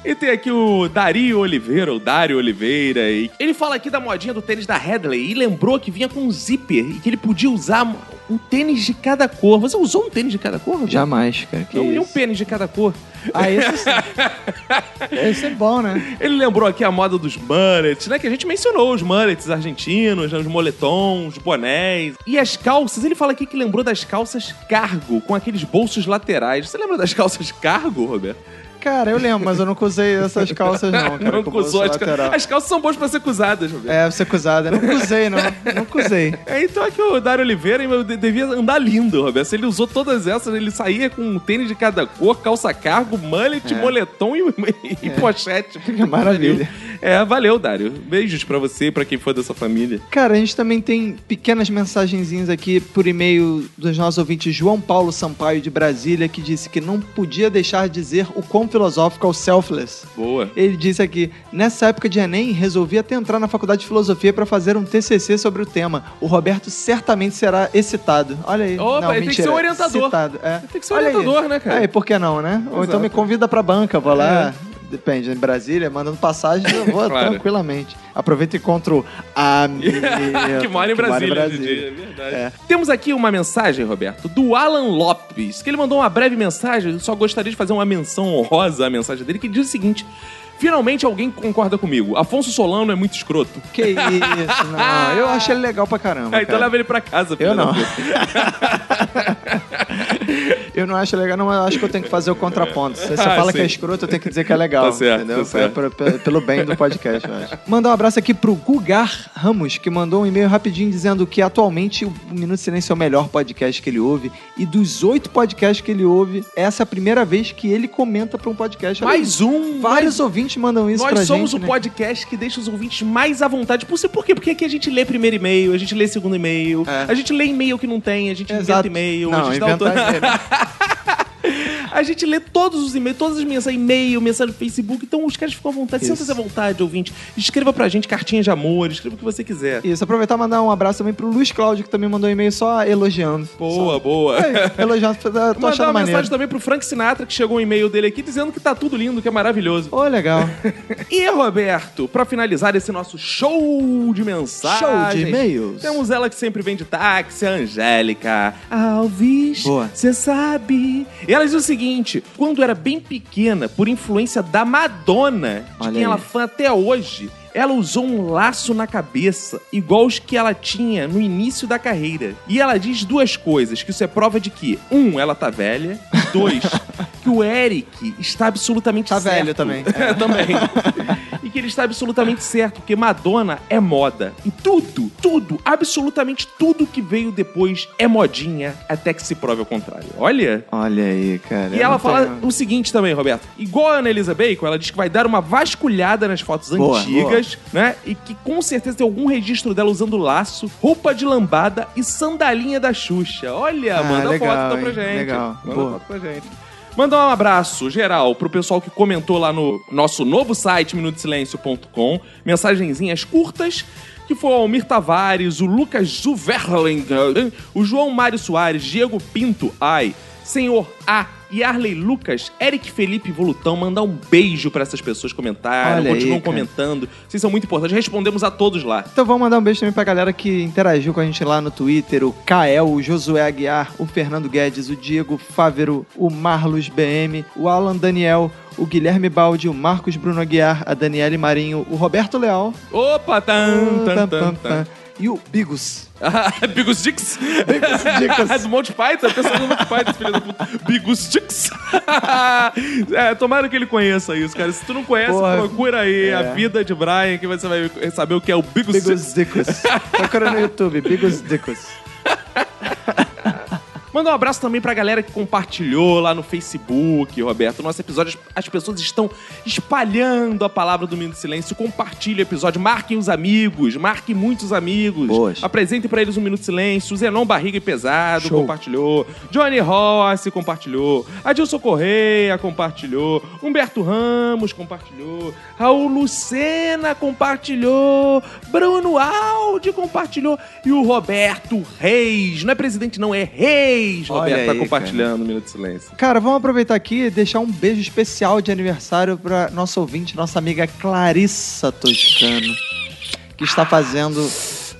E tem aqui o Dario Oliveira, o Dário Oliveira. E ele fala aqui da modinha do tênis da Hadley e lembrou que vinha com um zíper e que ele podia usar um tênis de cada cor. Você usou um tênis de cada cor? Rodrigo? Jamais, cara. Que Não, nem um isso. pênis de cada cor. Ah, isso sim. Esse é bom, né? Ele lembrou aqui a moda dos mullets, né? Que a gente mencionou os mullets argentinos, né? os moletons, os bonés. E as calças, ele fala aqui que lembrou das calças cargo, com aqueles bolsos laterais. Você lembra das calças cargo, Roberto? Cara, eu lembro, mas eu nunca usei essas calças, não. Cara, Não com cusou bolso as, cal- lateral. as calças são boas pra ser usadas, Roberto. É, você acusada. Não usei, não. Não usei. É, então aqui o Dário Oliveira meu, de- devia andar lindo, Roberto. Se Ele usou todas essas, ele saía com um tênis de cada cor, calça cargo, mullet, moletom e, e pochete. Maravilha. É, valeu, Dário. Beijos pra você e pra quem for da sua família. Cara, a gente também tem pequenas mensagenzinhas aqui por e-mail dos nossos ouvintes João Paulo Sampaio de Brasília, que disse que não podia deixar de dizer o quão filosófico é o Selfless. Boa. Ele disse aqui, nessa época de Enem, resolvi até entrar na faculdade de filosofia pra fazer um TCC sobre o tema. O Roberto certamente será excitado. Olha aí. Opa, não, ele tem que mentira, ser um orientador. Citado, é. Tem que ser um Olha aí. orientador, né, cara? É, e por que não, né? Ou então Exato. É. me convida pra banca, vou lá. depende, em Brasília, mandando passagem, eu vou Claro. tranquilamente. Aproveito e encontro a minha- que mora em Brasília, DJ, é verdade. Temos aqui uma mensagem, Roberto, do Alan Lopes, que ele mandou uma breve mensagem, eu só gostaria de fazer uma menção honrosa à mensagem dele, que diz o seguinte: Finalmente alguém concorda comigo. Afonso Solano é muito escroto. Que isso, não. Eu achei ele legal pra caramba. Ah, então cara. leva ele pra casa, filho Eu da não. puta. Eu não acho legal, não, mas eu acho que eu tenho que fazer o contraponto. Se você Ah, fala que é sim. escroto, eu tenho que dizer que é legal. Tá certo, entendeu? tá certo. Pra- pra- pelo bem do podcast, eu acho. Mandar um abraço aqui pro Gugar Ramos, que mandou um e-mail rapidinho dizendo que atualmente o Minuto de Silêncio é o melhor podcast que ele ouve. E dos oito podcasts que ele ouve, essa é a primeira vez que ele comenta pra um podcast. Olha aí, Mais um. Vários ouvintes mandam isso Nós pra somos gente. o né? podcast que deixa os ouvintes mais à vontade. Por por quê? Porque aqui a gente lê primeiro e-mail, a gente lê segundo e-mail, É. a gente lê e-mail que não tem, a gente inventa Exato. e-mail, a Não, gente tá- dá autor... inventar e-mail. A gente lê todos os e-mails, todas as mensagens, e-mail, mensagem do Facebook, então os caras ficam à vontade. Isso. Senta-se à vontade, ouvinte. Escreva pra gente cartinha de amor, escreva o que você quiser. Isso, aproveitar e mandar um abraço também pro Luiz Cláudio, que também mandou um e-mail só elogiando. Boa, boa. Só- Elogiando, tô achando É, Mandar uma maneiro. mensagem também pro Frank Sinatra, que chegou um e-mail dele aqui dizendo que tá tudo lindo, que é maravilhoso. Ô, legal. E, Roberto, pra finalizar esse nosso show de mensagens... Show de e-mails. Temos ela que sempre vem de táxi, a Angélica Alves. Boa. Você sabe. E ela diz o seguinte: quando era bem pequena, por influência da Madonna, de Olha quem aí. ela é fã até hoje, ela usou um laço na cabeça, igual os que ela tinha no início da carreira. E ela diz duas coisas: que isso é prova de que, um, ela tá velha, e dois, que o Eric está absolutamente Tá certo. velho também. É, também. E que ele está absolutamente certo, porque Madonna é moda. E tudo, tudo, absolutamente tudo que veio depois é modinha, até que se prove ao contrário. Olha. Olha aí, cara. E eu ela não fala tenho- o seguinte também, Roberto. Igual a Ana Elisa Bacon, ela diz que vai dar uma vasculhada nas fotos Boa, antigas, né? E que com certeza tem algum registro dela usando laço, roupa de lambada e sandalinha da Xuxa. Olha, Ah, manda legal, foto então pra hein? gente. Legal, Manda boa. foto pra gente. Mandar um abraço geral pro pessoal que comentou lá no nosso novo site, minutosilencio.com. Mensagenzinhas curtas, que foi o Almir Tavares, o Lucas Zuverling, o João Mário Soares, Diego Pinto, ai, Senhor A e Arley Lucas, Eric Felipe Volutão. Mandar um beijo pra essas pessoas que comentaram, Olha aí, continuam cara. comentando. Vocês são muito importantes, respondemos a todos lá. Então vamos mandar um beijo também pra galera que interagiu com a gente lá no Twitter, o Kael, o Josué Aguiar, o Fernando Guedes, o Diego Fávero, o Marlos BM, o Alan Daniel, o Guilherme Baldi, o Marcos Bruno Aguiar, a Daniele Marinho, o Roberto Leal, Opa, tan, tan, tan, tan. e o Bigos. Bigus Dix? Dix. Do Monty Python? Eu pensava no Monty Python, filho da puta. Bigus Dix? é, tomara que ele conheça isso, cara. Se tu não conhece, Porra, procura aí é. a vida de Brian, que você vai saber o que é o Bigus Dix. Bigos Dicos. Procura no YouTube, Bigos Dicos. Manda um abraço também pra galera que compartilhou lá no Facebook, Roberto. Nosso episódio, as- as pessoas estão espalhando a palavra do Minuto de Silêncio. Compartilhe o episódio, marquem os amigos, marquem muitos amigos. Boas. Apresentem pra eles o Minuto de Silêncio. O Zenon Barriga e Pesado Show. compartilhou. Johnny Rossi compartilhou. Adilson Correia compartilhou. Humberto Ramos compartilhou. Raul Lucena compartilhou. Bruno Aldi compartilhou. E o Roberto Reis. Não é presidente, não, é Reis. Olha Roberto tá aí, compartilhando o Minuto de Silêncio. Cara, vamos aproveitar aqui e deixar um beijo especial de aniversário pra nossa ouvinte, nossa amiga Clarissa Toscano, que está fazendo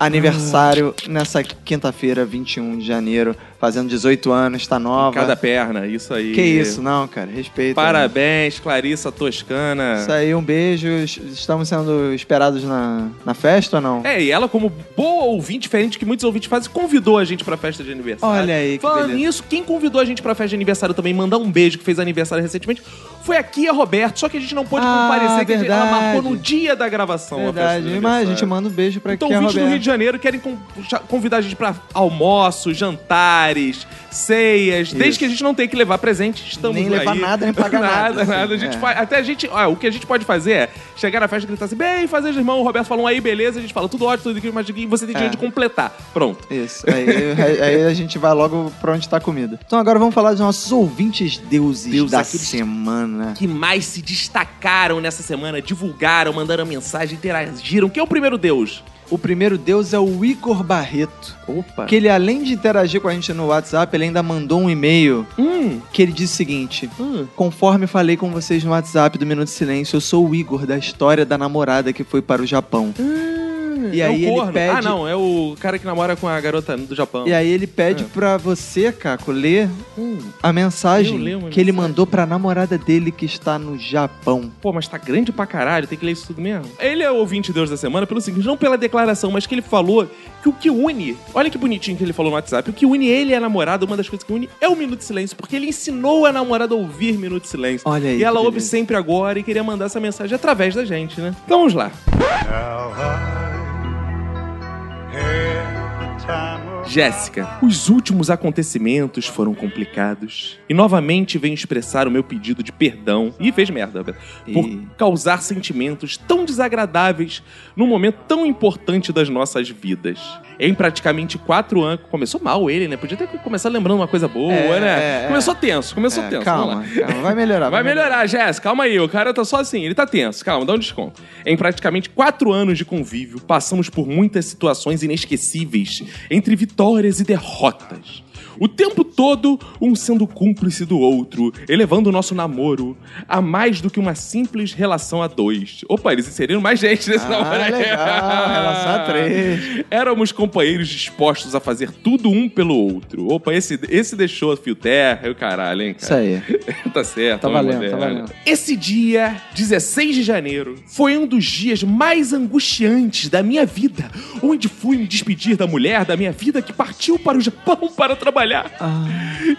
aniversário nessa quinta-feira, 21 de janeiro, fazendo 18 anos, está nova. Cada perna, isso aí. Que isso, não, cara, respeito. Parabéns, Clarissa Toscana. Isso aí, um beijo. Estamos sendo esperados na, na festa ou não? É, e ela, como boa ouvinte, diferente que muitos ouvintes fazem, convidou a gente pra festa de aniversário. Olha aí, que Falando beleza. nisso, quem convidou a gente pra festa de aniversário também, mandar um beijo, que fez aniversário recentemente, foi a Kia Roberto. Só que a gente não pôde Ah, comparecer, que a gente- ela verdade. marcou no dia da gravação a festa de Verdade, mas a aniversário. gente manda um beijo pra Então, Kia ouvintes do Roberto. Rio de Janeiro querem con- cha- convidar a gente pra almoços, jantares, ceias. Desde Isso. que a gente não tenha que levar presente, estamos Nem aí. levar nada, nem pagar nada, Nada, assim, nada. A gente é. faz- até a gente... ó, o que a gente pode fazer é chegar na festa e gritar assim, bem, fazer irmão, o Roberto falou um aí, beleza. A gente fala, tudo ótimo, tudo incrível, mas e você tem É. direito de completar. Pronto. Isso, aí, aí- aí a gente vai logo pra onde tá a comida. Então agora vamos falar dos nossos ouvintes deuses Deus, da aqueles- semana. Que mais se destacaram nessa semana, divulgaram, mandaram mensagem, interagiram. Quem é o primeiro Deus? O primeiro deus é o Igor Barreto. Tá. Opa. Que ele, além de interagir com a gente no WhatsApp, ele ainda mandou um e-mail Hum. que ele disse o seguinte: Conforme falei com vocês no WhatsApp do Minuto de Silêncio, eu sou o Igor da história da namorada que foi para o Japão. e aí é o ele corno. pede. Ah, não, é o cara que namora com a garota do Japão. E aí ele pede Ah. pra você, Caco, ler a mensagem Hum. eu leio uma que ele mensagem. mandou pra namorada dele que está no Japão. Pô, mas tá grande pra caralho, tem que ler isso tudo mesmo. Ele é o ouvinte de Deus da semana pelo seguinte, não pela declaração, mas que ele falou que o que une, olha que bonitinho que ele falou no WhatsApp, o que une ele e a namorada, uma das coisas que une é o Minuto de Silêncio, porque ele ensinou a namorada a ouvir Minuto de Silêncio. Olha aí, E ela que ouve beleza. sempre agora e queria mandar essa mensagem através da gente, né? Então vamos lá. Jéssica, os últimos acontecimentos foram complicados e novamente venho expressar o meu pedido de perdão. Ih, fez merda, Beto. Por Ih. causar sentimentos tão desagradáveis num momento tão importante das nossas vidas. Em praticamente quatro anos. Começou mal ele, né? Podia ter começado lembrando uma coisa boa, É, né? é, é. começou tenso, começou É, tenso. Vamos lá. calma, calma, vai melhorar. Vai melhorar, Jéssica. Calma aí. O cara tá só assim. Ele tá tenso. Calma, dá um desconto. Em praticamente quatro anos de convívio, passamos por muitas situações inesquecíveis, entre vitórias e derrotas. O tempo todo, um sendo cúmplice do outro, elevando o nosso namoro a mais do que uma simples relação a dois. Opa, eles inseriram mais gente nesse Ah, namoro. aí. legal, relação a três. Éramos companheiros dispostos a fazer tudo um pelo outro. Opa, esse, esse deixou a fio terra e o caralho, hein, cara? Isso aí. tá certo. Tá vamos valendo, moderno. tá valendo. Esse dia, 16 de janeiro, foi um dos dias mais angustiantes da minha vida, onde fui me despedir da mulher da minha vida que partiu para o Japão para trabalhar. Ah,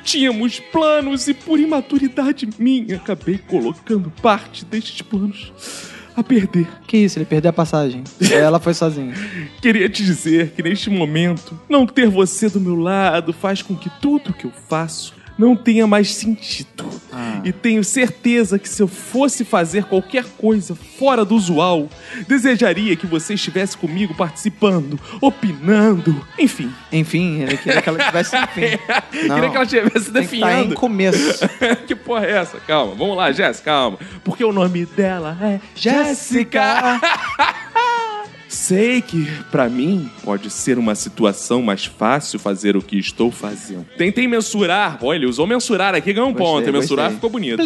Tínhamos planos e por imaturidade minha, acabei colocando parte destes planos a perder. Que isso, ele perdeu a passagem. Ela foi sozinha. Queria te dizer que neste momento, não ter você do meu lado faz com que tudo que eu faço não tenha mais sentido. E tenho certeza que se eu fosse fazer qualquer coisa fora do usual, desejaria que você estivesse comigo participando, opinando, enfim. Enfim, ele queria que ela tivesse enfim. Não, Queria que ela estivesse tem que estar em definhando. começo. que porra é essa? Calma, vamos lá, Jéssica, calma. Porque o nome dela é Jéssica. Sei que, pra mim, pode ser uma situação mais fácil fazer o que estou fazendo. Tentei mensurar. Olha, ele usou mensurar aqui, ganhou um Gostei, ponto. E Mensurar gostei. ficou bonito.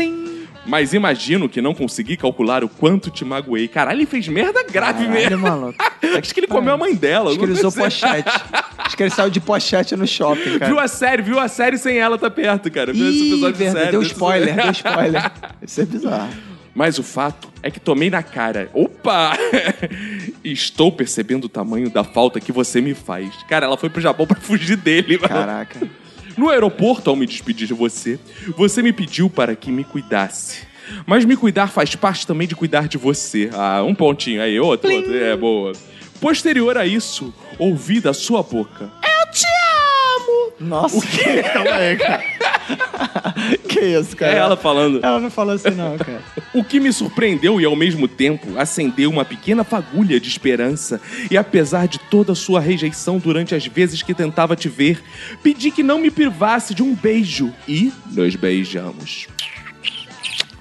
Mas imagino que não consegui calcular o quanto te magoei. Caralho, ele fez merda grave mesmo. Caralho, maluco. Acho que ele comeu a mãe dela. Acho que ele alguma usou coisa assim. pochete. Acho que ele saiu de pochete no shopping, Viu cara. a série, viu a série sem ela tá perto, cara. Viu esse Ih, episódio de verdade, série. deu desse- spoiler, deu spoiler. Isso é bizarro. Mas o fato é que tomei na cara. Opa! Estou percebendo o tamanho da falta que você me faz. Cara, ela foi pro Japão pra fugir dele, mano. Caraca. No aeroporto, ao me despedir de você, você me pediu para que me cuidasse. Mas me cuidar faz parte também de cuidar de você. Ah, um pontinho aí, outro, outro. É, boa. Posterior a isso, ouvi da sua boca. Eu te amo! Nossa. O que? Calma aí, cara. que isso, cara? É ela falando. Ela não falou assim, não, cara. O que me surpreendeu e ao mesmo tempo acendeu uma pequena fagulha de esperança. E apesar de toda a sua rejeição durante as vezes que tentava te ver, pedi que não me privasse de um beijo e nos beijamos.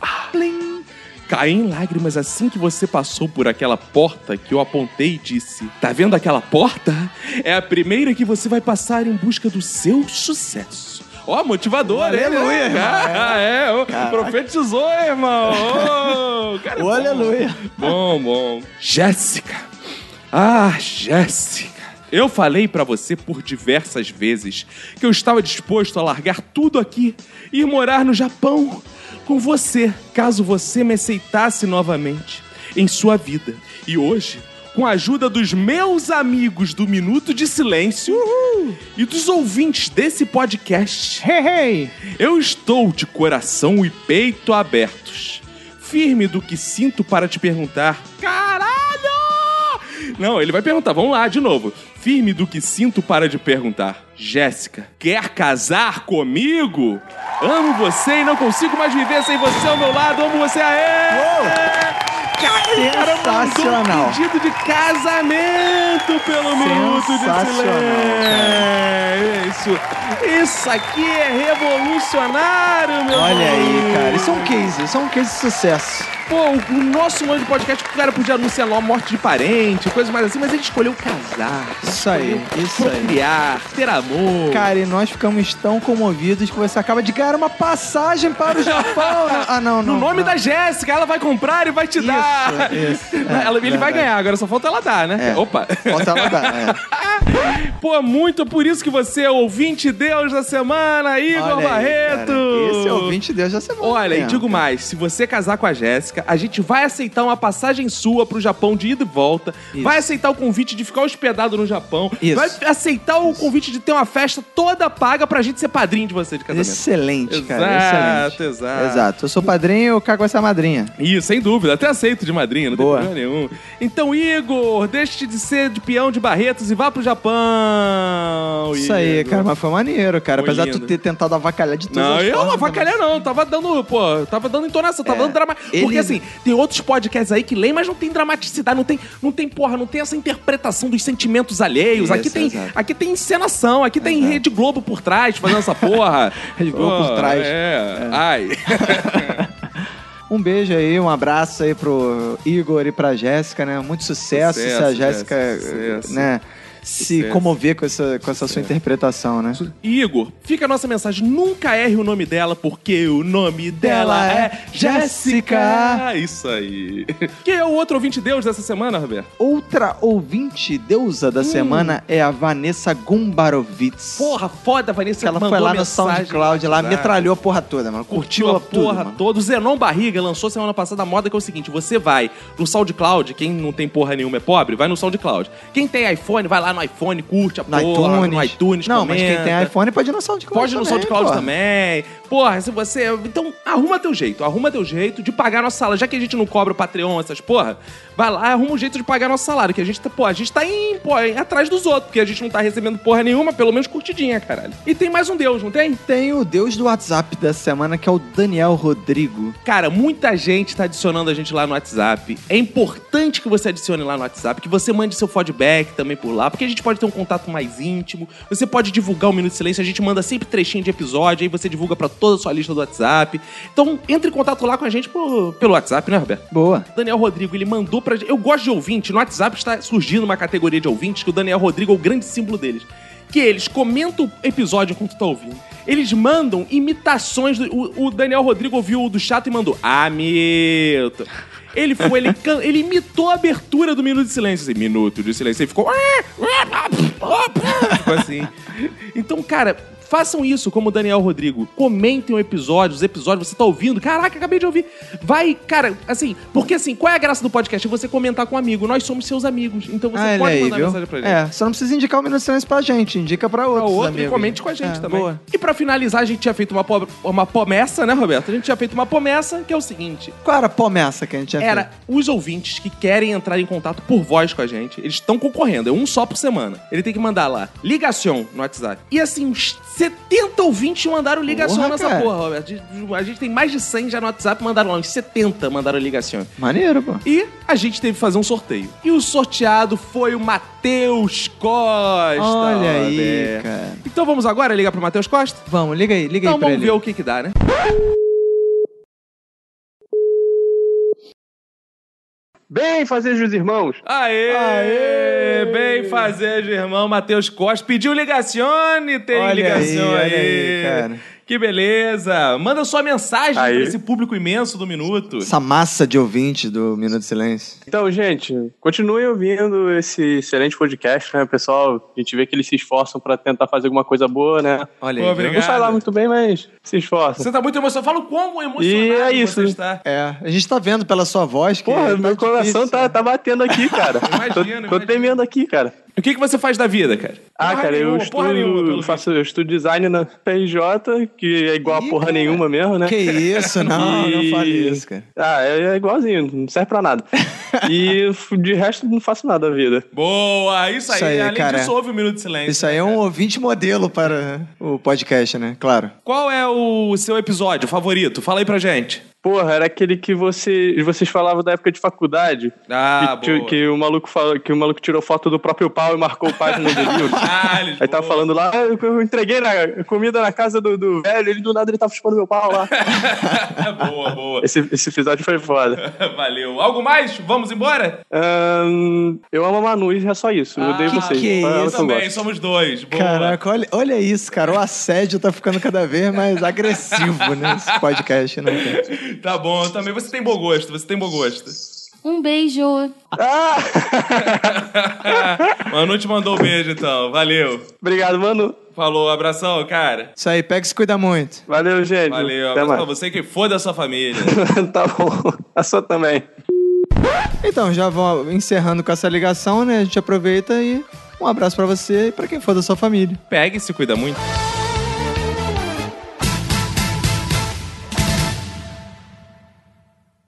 Ah, plim. Caí em lágrimas assim que você passou por aquela porta que eu apontei e disse: Tá vendo aquela porta? É a primeira que você vai passar em busca do seu sucesso. Ó, motivador, né? Aleluia, irmão. Ah, é, ô, profetizou, irmão. Ô, cara, é Ô, bom. aleluia. Bom, bom. Jéssica. Ah, Jéssica. Eu falei pra você por diversas vezes que eu estava disposto a largar tudo aqui e ir morar no Japão com você, caso você me aceitasse novamente em sua vida. E hoje, com a ajuda dos meus amigos do Minuto de Silêncio e dos ouvintes desse podcast, eu estou de coração e peito abertos. Firme do que sinto para te perguntar. Caralho! Não, ele vai perguntar, vamos lá de novo. Firme do que sinto para te perguntar. Jéssica, quer casar comigo? Amo você e não consigo mais viver sem você ao meu lado. Amo você, aê! Sensacional. Sensacional. pedido de casamento pelo Minuto de Sensacional, Silêncio. Isso. Isso aqui é revolucionário, meu Olha aí, amigo. cara. Isso é um case. Isso é um case de sucesso. Pô, o nosso nome de podcast, o cara podia anunciar lá morte de parente, coisas mais assim, mas ele escolheu casar, Isso aí. Isso aí. procriar, ter amor. Cara, e nós ficamos tão comovidos que você acaba de ganhar uma passagem para o Japão. né? Ah, não, não. no nome não. da Jéssica, ela vai comprar e vai te dar. isso. É, Ela- ele vai verdade. ganhar, agora só falta ela dar, né? É. Opa. Bota ela dar, é. Pô, muito por isso que você é ouvinte Deus da semana, Igor Olha aí, Barreto. cara. Esse é o 20 de Deus da semana. Olha, e mesmo. digo mais, se você casar com a Jéssica, a gente vai aceitar uma passagem sua pro Japão de ida e volta, Isso. vai aceitar o convite de ficar hospedado no Japão, Isso. vai aceitar o convite de ter uma festa toda paga pra gente ser padrinho de você de casamento. Excelente, cara. Exato, excelente. exato. Eu sou padrinho, eu cago essa madrinha. Isso, sem dúvida. Até aceito de madrinha, não Boa. tem problema nenhum. Então, Igor, deixe de ser de peão de Barretos e vá pro Japão. Isso aí, Igor. cara. Mas foi maneiro, cara. Foi Apesar de lindo. tu ter tentado avacalhar de todas Não, as eu não formas, né? avacalhei não, tava dando, pô, tava dando entonação, tava É, dando drama. Porque ele- assim, tem outros podcasts aí que leem, mas não tem dramaticidade, não tem, não tem porra, não tem essa interpretação dos sentimentos alheios. aqui Isso, tem, exato. aqui tem encenação, aqui tem Rede Globo por trás fazendo essa porra. Rede Globo por Pô, trás. É. Ai. Um beijo aí, um abraço aí pro Igor e pra Jéssica, né? Muito sucesso, Sucesso, se a Jéssica, Jéssica, sucesso. né, se Sucesso. comover com essa, com essa sua interpretação, né? Igor, fica a nossa mensagem. Nunca erre o nome dela, porque o nome dela é Jéssica. Isso aí. Quem é o outro ouvinte Deus dessa semana, Roberto? Outra ouvinte deusa da semana é a Vanessa Gumbarovitz. Hum. Porra, foda, Vanessa. ela foi mandou lá no mensagem SoundCloud, lá WhatsApp. metralhou a porra toda, mano. Curtiu a tudo, porra mano. toda. O Zenon Barriga lançou semana passada a moda que é o seguinte: você vai no SoundCloud, quem não tem porra nenhuma é pobre, vai no SoundCloud. Quem tem iPhone, vai lá no iPhone, curte a No porra, iTunes. no iTunes, Não, mas quem tem comenta. iPhone pode ir no SoundCloud Pode ir no também, SoundCloud porra. também. Porra, se você. Então, arruma teu jeito. Arruma teu jeito de pagar nosso salário. Já que a gente não cobra o Patreon, essas porra, vai lá e arruma um jeito de pagar nosso salário. Que a gente, tá- pô, a gente tá em, pô, em- atrás dos outros, porque a gente não tá recebendo porra nenhuma, pelo menos curtidinha, caralho. E tem mais um Deus, não tem? Tem o deus do WhatsApp dessa semana, que é o Daniel Rodrigo. Cara, muita gente tá adicionando a gente lá no WhatsApp. É importante que você adicione lá no WhatsApp, que você mande seu feedback também por lá, porque a gente pode ter um contato mais íntimo. Você pode divulgar o Minuto de Silêncio, a gente manda sempre trechinho de episódio, aí você divulga pra toda a sua lista do WhatsApp. Então, entre em contato lá com a gente por- pelo WhatsApp, né, Roberto? Boa. Daniel Rodrigo, ele mandou pra gente. Eu gosto de ouvinte. No WhatsApp está surgindo uma categoria de ouvintes que o Daniel Rodrigo é o grande símbolo deles. Que eles comentam o episódio enquanto tá ouvindo. Eles mandam imitações. Do, o, o Daniel Rodrigo ouviu o do chato e mandou. Ah, Milton. Ele foi, ele, can- ele imitou a abertura do Minuto de Silêncio. Assim, Minuto de Silêncio. Ele ficou. "Ah, Ficou ah, assim. Então, cara, Façam isso como o Daniel Rodrigo. Comentem o episódio, os episódios, você tá ouvindo. Caraca, acabei de ouvir. Vai, cara, assim, porque assim, qual é a graça do podcast? É você comentar com um amigo. Nós somos seus amigos. Então você Ah, ele pode aí, mandar viu? mensagem pra gente. É, só não precisa indicar o Minuto de Silêncio pra gente, indica pra Pra outros outro e amigos. comente com a gente É, também. Boa. E pra finalizar, a gente tinha feito uma, po- uma promessa, né, Roberto? A gente tinha feito uma promessa que é o seguinte: Qual era a promessa que a gente tinha era feito? os ouvintes que querem entrar em contato por voz com a gente. Eles estão concorrendo, é um só por semana. Ele tem que mandar lá ligação no WhatsApp. E assim, uns 70 ouvintes mandaram ligação Porra, nessa cara. porra, Roberto. De- de- A gente tem mais de 100 já no WhatsApp, mandaram lá, uns 70 mandaram ligação. Maneiro, pô. E a gente teve que fazer um sorteio. E o sorteado foi o Matheus Costa. Olha aí, Roberto. cara. Então vamos agora ligar pro Matheus Costa? Vamos, liga aí, liga Então aí pra vamos ver ele. o que que dá, né? Bem, fazer os irmãos. Aê! Bem fazer, irmão. Matheus Costa pediu ligacione, tem Olha ligação aí. aí, olha aí, cara. Que beleza! Manda sua mensagem Aí. pra esse público imenso do Minuto. Essa massa de ouvinte do Minuto de Silêncio. Então, gente, continuem ouvindo esse excelente podcast, né, pessoal? A gente vê que eles se esforçam pra tentar fazer alguma coisa boa, né? Olha Pô, aí. obrigado. Não sai lá muito bem, mas se esforçam. Você tá muito emocionado. Fala o quão emocionado E é isso. você está. É, a gente tá vendo pela sua voz que. Porra, tá meu coração difícil, tá, né? tá batendo aqui, cara. Imagino, tô, imagino. tô temendo aqui, cara. O que, que você faz da vida, cara? Ah, Porra cara, eu nenhuma, porra estudo, nenhuma, pelo faço, eu estudo design na PJ, que é igual Ih, a porra cara. nenhuma mesmo, né? Que isso, não, não E- fale isso, cara. Ah, é, é igualzinho, não serve pra nada. e de resto, não faço nada da vida. Boa, isso aí. Isso aí, Além cara. disso, houve o Minuto de Silêncio. Isso aí é um ouvinte modelo para o podcast, né? Claro. Qual é o seu episódio favorito? Fala aí pra gente. Porra, era aquele que você, vocês falavam da época de faculdade. Ah, que, boa. que o maluco falou, que o maluco tirou foto do próprio pau e marcou o pai no delivery. Caralho, Aí tava falando lá, "Ah, eu, eu entreguei na, comida na casa do, do velho, ele do nada ele tava chupando meu pau lá. boa, boa. Esse, esse episódio foi foda. Valeu. Algo mais? Vamos embora? Ahn, eu amo a Manu e é só isso. Ah, Eu odeio vocês. que Ela É, eu isso, gosto. é Também, somos dois. Boa. Caraca, olha, olha isso, cara. O assédio tá ficando cada vez mais agressivo nesse podcast, né? cara? Tá bom, também. Você tem bom gosto, você tem bom gosto. Um beijo. Manu te mandou um beijo, então. Valeu. Obrigado, Manu. Falou, abração, cara. Isso aí, pega e se cuida muito. Valeu, gente. Valeu, Até abraço pra mais. você que foda a sua família. tá bom. A sua também. Então, já vou encerrando com essa ligação, né? A gente aproveita e um abraço pra você e pra quem for da sua família. Pega e se cuida muito.